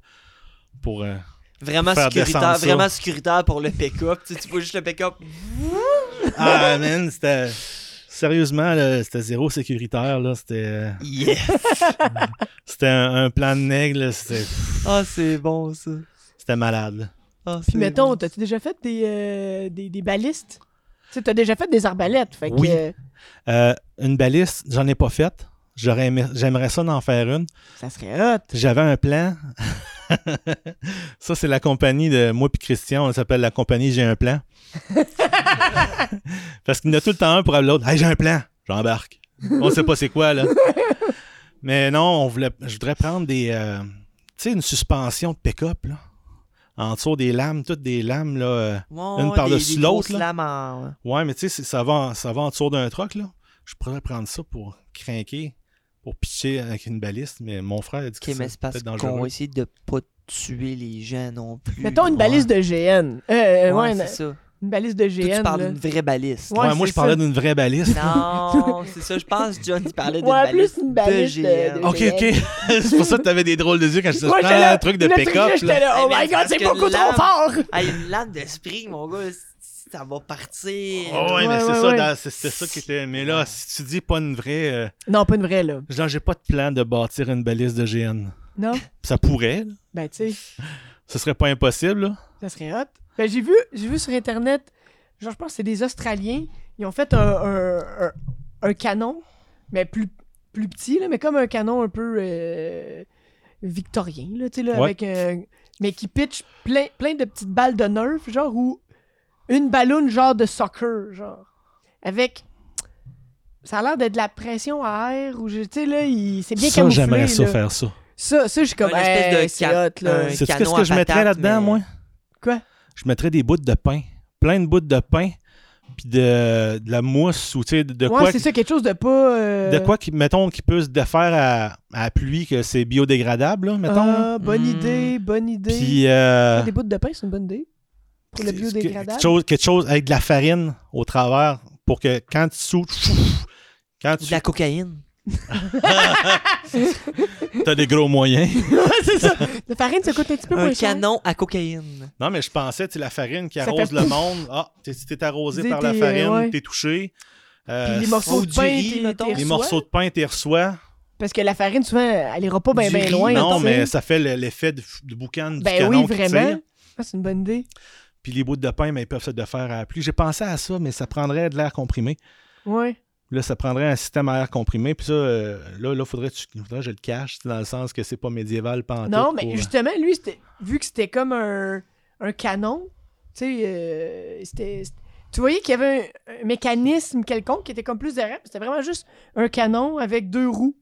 pour. euh, Vraiment Faire sécuritaire, descendre ça. vraiment sécuritaire pour le pick-up. Tu, sais, tu vois juste le pick-up. Ah, man, c'était. Sérieusement, là, c'était zéro sécuritaire. là. C'était euh, Yeah! c'était un, un plan de nègre. là, C'était Ah, c'est bon, ça. c'était malade. Ah, c'est Puis mettons, bon. t'as-tu déjà fait des, euh, des, des balistes? Tu sais, t'as déjà fait des arbalètes. Fait que, Oui. euh, Euh, une baliste, j'en ai pas faite. J'aurais aimé- J'aimerais ça d'en faire une. ça serait hot. J'avais un plan. ça, c'est la compagnie de moi puis Christian. On s'appelle la compagnie J'ai un plan. Parce qu'il y en a tout le temps un pour appeler l'autre. Hey, j'ai un plan. J'embarque. On sait pas c'est quoi, là. Mais non, on voulait, je voudrais prendre des. euh, tu sais, une suspension de pick-up, là. En dessous des lames, toutes des lames, là. euh, Ouais, une ouais, par-dessus des- des l'autre, grosses là. lames en- ouais. Ouais, mais tu sais, c'est- ça va, en- ça va en dessous d'un truck, là. Je pourrais prendre ça pour craquer, pour pitcher avec une baliste, mais mon frère a dit que Ok, mais c'est c'était parce peut-être qu'on dangereux. va essayer de pas tuer les gens non plus. Mettons une Ouais. baliste de GN. Euh, euh, Ouais, ouais, une, c'est ça. une baliste de Toi, GN. tu parles là. d'une vraie baliste. Ouais, Ouais, c'est moi, je parlais ça. d'une vraie baliste. Non, c'est ça, je pense, John, il parlait d'une Ouais, plus baliste. une baliste de- GN. de- Ok, ok. c'est pour ça que t'avais des drôles de yeux quand je te Moi, prends j'étais là, un truc de le là, pick-up. j'étais là. là, oh Eh, mais my god, parce c'est que beaucoup l'âme- trop fort! Hey, une lame de spring, mon gars, c- ça va partir. Oh, ouais, mais Ouais, c'est ouais, ça, ouais. dans- c'est- c'était ça qui était. Mais là, si tu dis pas une vraie. euh, Non, pas une vraie, là. genre, j'ai pas de plan de bâtir une baliste de GN. Non? Ça pourrait, là. Ben, tu sais. Ce serait pas impossible, là. Ça serait hot. Ben, j'ai vu, j'ai vu sur Internet, genre, je pense que c'est des Australiens, ils ont fait un, un- un- un canon, mais plus, plus petit, là, mais comme un canon un peu euh, victorien, là, tu sais, là, Ouais. avec un- mais qui pitch plein, plein de petites balles de nerf, genre, ou une ballonne genre de soccer, genre, avec... Ça a l'air d'être de la pression à air, ou je- tu sais, là, il- c'est bien Ça, camouflé, j'aimerais ça là. faire ça. Ça, ça, je suis comme, Une espèce hey, de c'est ca- hot, là. un- Sais-tu canon qu'est-ce à que je mettrais patates, là-dedans, mais- moi? Quoi? Je mettrais des bouts de pain. Plein de bouts de pain. puis de, de la mousse ou tu sais, de, de ouais, quoi c'est ça, quelque chose de pas. euh, de quoi qui mettons qui peut se défaire à, à la pluie que c'est biodégradable là, mettons là. Ah, bonne Hmm. idée, bonne idée. puis euh, Des bouts de pain, c'est une bonne idée. Pour le c'est- c'est que- biodégradable. quelque chose, quelque chose avec de la farine au travers pour que quand tu souffles pfff, quand De tu la cocaïne. as des gros moyens c'est ça. La farine, ça coûte un petit peu Un moins cher. canon à cocaïne. non mais je pensais tu sais, la farine qui Ça arrose fait le pouf. monde ah t'es- si t'es arrosé Dis, par la t'es, euh, farine ouais. t'es touché Puis Euh, les morceaux ou de du pain, riz, t'es- t'es mettons. reçois. les morceaux de pain t'es reçois Parce que la farine, souvent, elle ira pas bien Du ben riz, loin. non mettons. mais ça fait le- l'effet de, de boucan du Ben canon oui, qui vraiment. tire. Ah, c'est une bonne idée. puis les bouts de pain, mais ils peuvent se défaire à la pluie. J'ai pensé à ça, mais ça prendrait de l'air comprimé. Ouais. Là, ça prendrait un système à air comprimé. Puis ça, euh, là, là faudrait, que tu- faudrait que je le cache, dans le sens que c'est pas médiéval euh, pendant Non, mais justement, lui, c'était- vu que c'était comme un, un canon, tu sais, euh, c'était. c'était- Tu voyais qu'il y avait un, un mécanisme quelconque qui était comme plus derrière. puis C'était vraiment juste un canon avec deux roues.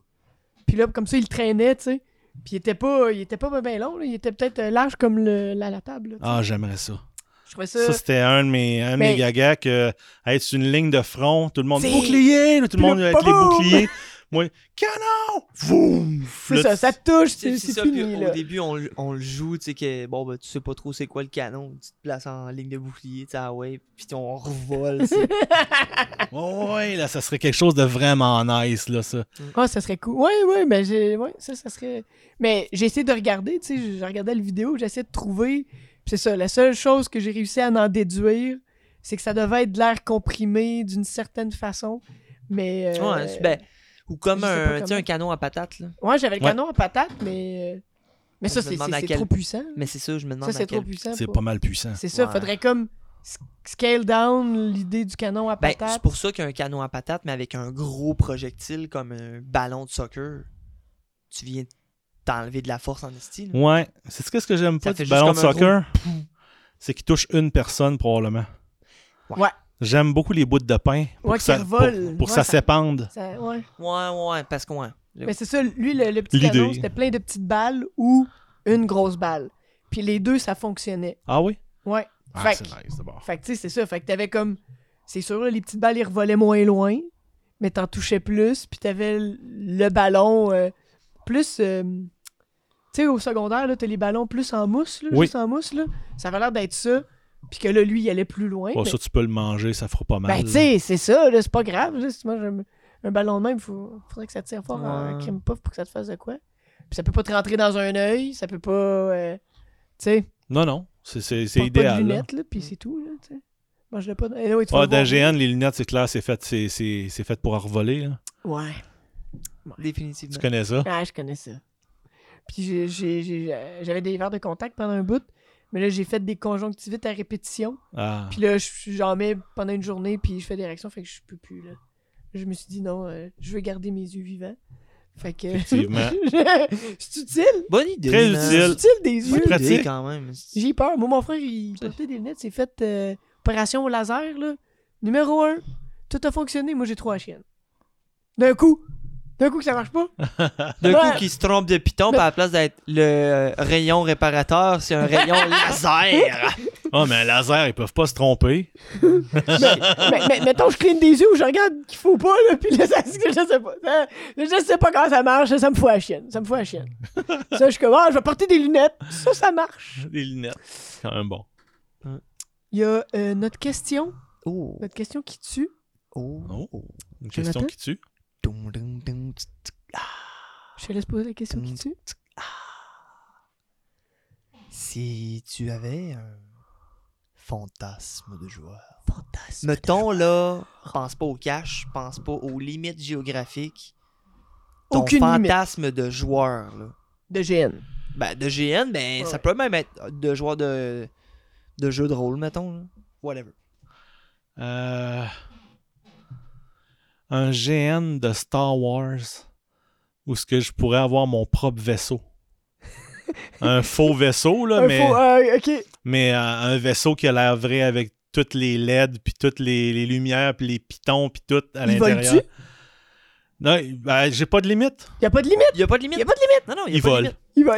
Puis là, comme ça, il traînait, tu sais. Puis il était pas, il était pas bien long, là. il était peut-être euh, large comme le, la, la table. là, tu sais. Ah, j'aimerais ça. Je trouvais ça. Ça, c'était un de mes, un de Mais- mes gagas que être une ligne de front, tout le monde C'est- bouclier, là, tout le Puis monde là, avec les boum! boucliers. Moi, canon! Boum! c'est Là, ça, tu- ça te touche, C'est c'est c'est c'est ça, fini. puis là. au début, on, le- on le joue, tu sais, que bon, ben, tu sais pas trop c'est quoi le canon, tu te places en ligne de bouclier, tu sais, ah ouais, puis on revole. c'est- Ouais, oh, ouais, là, ça serait quelque chose de vraiment nice, là, ça. Ah, ça serait cool. Ouais, ouais, mais j'ai. Ouais, ça, ça serait. Mais j'ai essayé de regarder, tu sais, j'ai regardé la vidéo, j'essayais de trouver. Puis c'est ça, la seule chose que j'ai réussi à en déduire, c'est que ça devait être de l'air comprimé d'une certaine façon. Mais. euh, Ouais, c'est- ben, ou comme je sais pas un, tu sais, comment. un canon à patate, là. ouais, j'avais le Ouais. canon à patate, mais. euh, Mais ça, Je me c'est demande c'est- à c'est quel- trop puissant. Mais c'est ça, je me demande Ça, à c'est quel... trop puissant. C'est pour- pas mal puissant. C'est ça, Ouais. faudrait comme s- scale down l'idée du canon à Ben, patate. c'est pour ça qu'un canon à patate, mais avec un gros projectile comme un ballon de soccer, tu viens t'enlever de la force en style. Ouais. C'est ce que, ce que j'aime Ça pas fait du juste ballon de comme un soccer, c'est qu'il touche une personne probablement. Ouais. Ouais. J'aime beaucoup les bouts de pain pour Ouais, que qui ça, revolent. pour- pour que Ouais, ça ça- s'épande. Ça- ouais. Ouais, ouais, parce que ouais. Mais c'est ça, lui, le, le petit L'idée. canon, c'était plein de petites balles ou une grosse balle. Puis les deux, ça fonctionnait. Ah oui? Ouais. Ah, Fait c'est que- nice d'abord. Fait que, tu sais, c'est ça. Fait que t'avais comme. C'est sûr, là, les petites balles, ils revolaient moins loin, mais t'en touchais plus. Puis t'avais l- le ballon euh, plus. euh, tu sais, au secondaire, là, t'as les ballons plus en mousse, là, Oui. juste en mousse, là. Ça avait l'air d'être ça. Puis que là, lui, il allait plus loin. Oh, mais- Ça, tu peux le manger, ça fera pas mal. ben, tu sais, c'est ça, là, c'est pas grave. Là, si moi, j'aime un ballon de même, faut... faudrait que ça tire fort en Ouais. crème puff pour que ça te fasse de quoi. Puis ça peut pas te rentrer dans un œil, ça peut pas. euh, tu sais, non, non, c'est- c'est c'est porte pas idéal. de là. lunettes, là, puis c'est tout, là, tu sais. Mange-le pas. Eh oui, tu vas Ah, le voir. dans GN, les lunettes, c'est clair, c'est fait, c'est- c'est c'est fait pour revoler. là. Ouais. Définitivement. Tu connais ça? Ah, je connais ça. Puis j'ai- j'ai- j'ai- j'avais des verres de contact pendant un bout, mais là, j'ai fait des conjonctivites à répétition. Ah. Puis là, je- j'en mets pendant une journée, puis je fais des réactions, fait que je peux plus, là. Je me suis dit, non, euh, je veux garder mes yeux vivants. Fait que... Effectivement. c'est utile. Bonne idée. Très man. C'est utile. utile des yeux. Bonne idée Pratique. quand même. J'ai peur. Moi, mon frère, il portait des lunettes. C'est fait euh, opération au laser, là. Numéro un. Tout a fonctionné. Moi, j'ai trois chiennes. D'un coup. D'un coup que ça marche pas. D'un Ouais. coup, qui se trompe de piton, puis à la place d'être le euh, rayon réparateur, c'est un rayon laser. Ah, mais un laser, ils peuvent pas se tromper. mais, mais- mettons, je cligne des yeux ou je regarde qu'il faut pas, là, puis là, ça, je sais pas. Ça, je sais pas comment ça marche, ça, ça me fout la chienne. Ça me fout la chienne. Ça, je suis comme, ah, je vais porter des lunettes. Ça, ça marche. Les lunettes, c'est quand même bon. Il y a euh, notre question, Oh, notre question qui tue. oh, Oh. Une Jonathan? question qui tue. Dum, dum, dum, tsk, tsk. Je te laisse poser la question Mm. qui tue. Si tu avais un fantasme de joueur. Fantastique. Mettons là, pense pas au cash, pense pas aux limites géographiques. Ton Aucune limite fantasme de joueur, là. de GN. Ben, de GN, ben, Ouais, ça ouais. peut même être de joueur de, de jeu de rôle, mettons. là. Whatever. Euh, un GN de Star Wars où ce que je pourrais avoir mon propre vaisseau. un faux vaisseau, là, Un Ah, mais, faux- euh, ok. mais euh, un vaisseau qui a l'air vrai avec toutes les LED, puis toutes les, les lumières, puis les pitons, puis tout à Il vole-tu? l'intérieur. Non, ben, j'ai pas de limite. Il n'y a pas de limite. Il n'y a pas de Il limite. n'y a pas de limite. Non, non, il n'y a Ils pas volent. Il vole.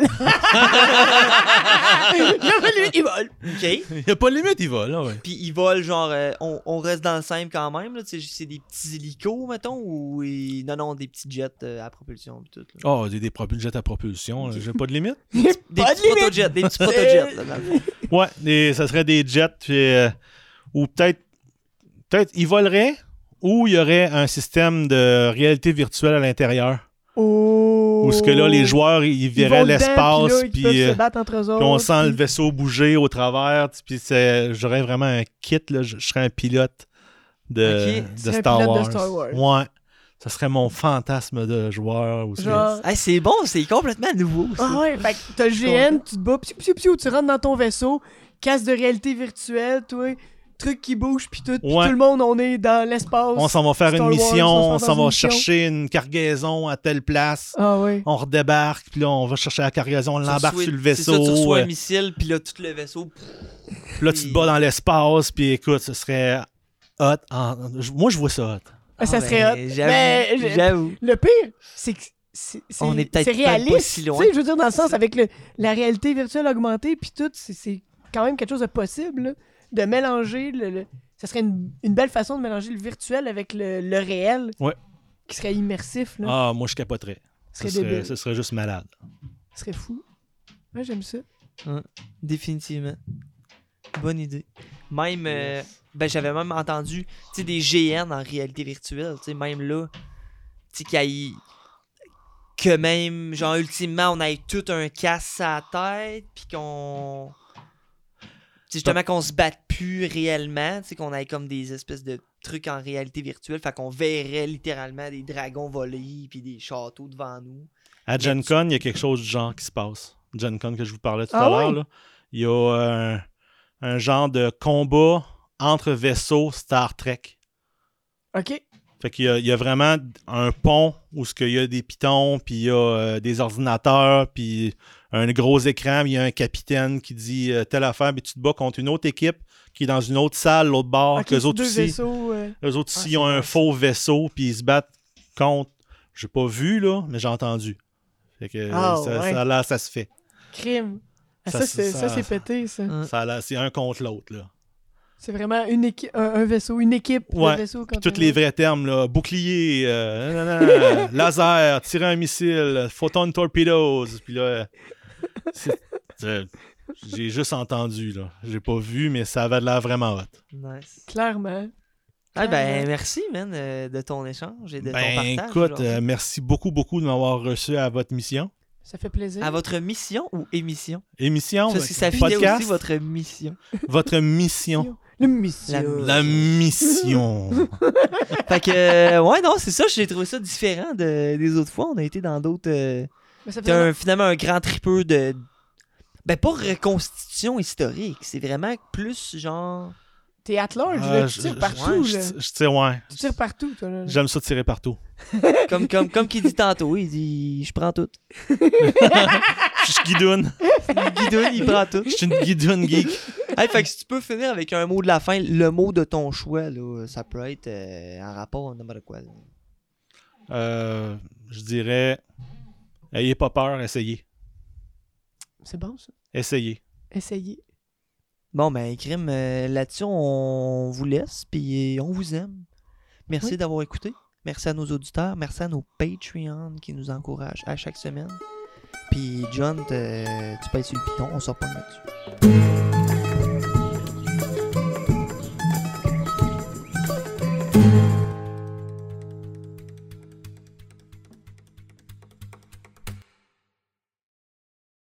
Il n'y a pas de limite. Il vole. de limite. OK. Il a pas de limite, il va, là, ouais. Puis ils volent, genre, euh, on, on reste dans le simple quand même. là, tu sais, C'est des petits hélicos, mettons, ou ils- non, non, des petits jets euh, à propulsion. puis tout, là. Oh, j'ai des propul- jets à propulsion, là. j'ai pas de limite. Il n'y a Des pas de petits limite. photojets, des petits photojets. là, dans le fond. Ouais, des- ça serait des jets, puis, euh, ou peut-être, peut-être, ils voleraient, ou il y aurait un système de réalité virtuelle à l'intérieur. Oh. Où ce que là, les joueurs, ils Ils vont verraient dedans, l'espace, là, ils puis peuvent euh, se battre entre eux puis on autres, sent le puis- vaisseau bouger au travers, tu- puis c'est- j'aurais vraiment un kit, là, je, je serais un pilote de, Ok, de tu serais un Star pilote de Wars. Star Wars. Ouais, ça serait mon fantasme de joueur. Où ce que- Genre. Ah, Hey, c'est bon, c'est complètement nouveau. ça. Ah ouais, fait que t'as le GN, tu te bats, psiou, psiou, psiou, tu rentres dans ton vaisseau, casse de réalité virtuelle, toi, truc qui bouge, puis tout, puis Ouais. tout le monde, on est dans l'espace. On s'en va faire Star une Wars, mission, on on s'en va s'en dans va une chercher une cargaison à telle place. Ah ouais. On redébarque, puis là, on va chercher la cargaison, on Tu l'embarque reçois- sur le C'est ça, tu vaisseau. reçois euh, un missile, puis là, tout le vaisseau. pff, puis là, tu te bats dans l'espace, puis écoute, ce serait hot. en- je- Moi, je vois ça hot. Ah, ça ah, serait ben, hot. Mais J'avoue. je- j'avoue. le pire, c'est que c'est c'est- On est peut-être c'est même pas réaliste. si loin. Tu sais, je veux dire, dans le sens, avec le- la réalité virtuelle augmentée, puis tout, c'est- c'est quand même quelque chose de possible, là, de mélanger le... le- ça serait une, une belle façon de mélanger le virtuel avec le, le réel. Ouais. Qui serait immersif, là. Ah, moi, je capoterais. ce Ce serait serait, débile. ce serait juste malade. Ce serait fou. Moi, j'aime ça. Définitivement. Bonne idée. Même, euh, ben, j'avais même entendu, tu sais, des GN en réalité virtuelle, tu sais, même là, tu sais, qu'il y ait- que même, genre, ultimement, on ait tout un casse à la tête, puis qu'on... tu sais, justement, qu'on se batte plus réellement, tu sais, qu'on ait comme des espèces de trucs en réalité virtuelle, fait qu'on verrait littéralement des dragons voler, puis des châteaux devant nous. À Gen Con, il y a quelque chose du genre qui se passe. Gen Con que je vous parlais tout Ah à l'heure, ouais? là, il y a euh, un, un genre de combat entre vaisseaux Star Trek. OK. Fait qu'il y a, il y a vraiment un pont où ce qu'il y a des pitons, puis il y a euh, des ordinateurs, puis un gros écran, puis il y a un capitaine qui dit euh, telle affaire, puis tu te bats contre une autre équipe qui est dans une autre salle, l'autre bord, Ok, Ah, que les c'est autres deux aussi, vaisseaux, euh, eux autres Ah, aussi c'est ils ont un nice. faux vaisseau, puis ils se battent contre. J'ai pas vu là, mais j'ai entendu. Fait que Ah, euh, ça, ouais. ça a l'air, ça se fait. crime. Ah, Ça, ça, c'est ça, ça- c'est pété, ça. Hein. Ça a l'air- c'est un contre l'autre là. C'est vraiment une équi- un, un vaisseau, une équipe Ouais, de vaisseaux. Puis tous les vrais termes là, bouclier, euh, nanana, laser, tirer un missile, photon torpedoes, puis là c'est- c'est- j'ai juste entendu là, j'ai pas vu mais ça avait l'air vraiment hot. Nice. Clairement. Ah Euh, ben merci man euh, de ton échange et de Ben ton partage. écoute, aujourd'hui. euh, merci beaucoup beaucoup de m'avoir reçu à votre mission. Ça fait plaisir. à votre mission ou émission Émission, euh, Parce que ça fitait podcast, aussi votre mission. votre mission, Le monsieur. La- la mission. fait que euh, ouais non c'est ça j'ai trouvé ça différent de- des autres fois on a été dans d'autres. euh, Mais ça fait t'as un- finalement un grand tripeux de ben pas reconstitution historique c'est vraiment plus genre vraiment- T'es at large, Ah, là, tu je- tires je- partout. je- là. je- je- ouais, Tu tires partout, toi. Là. j'aime ça tirer partout. comme comme comme qu'il dit tantôt il dit je prends tout. Je suis guidoune, Guidoune il prend tout. je suis une guidoune geek. Hey, fait que si tu peux finir avec un mot de la fin le mot de ton choix là ça peut être euh, en rapport à n'importe quoi. là. Euh, je dirais, ayez pas peur, essayez. C'est bon, ça. Essayez. Essayez. Bon, ben, Crime, euh, là-dessus, on vous laisse, puis euh, on vous aime. Merci Oui. d'avoir écouté. Merci à nos auditeurs. Merci à nos Patreons qui nous encouragent à chaque semaine. Puis, John, te- tu payes sur le piton, on sort pas là-dessus.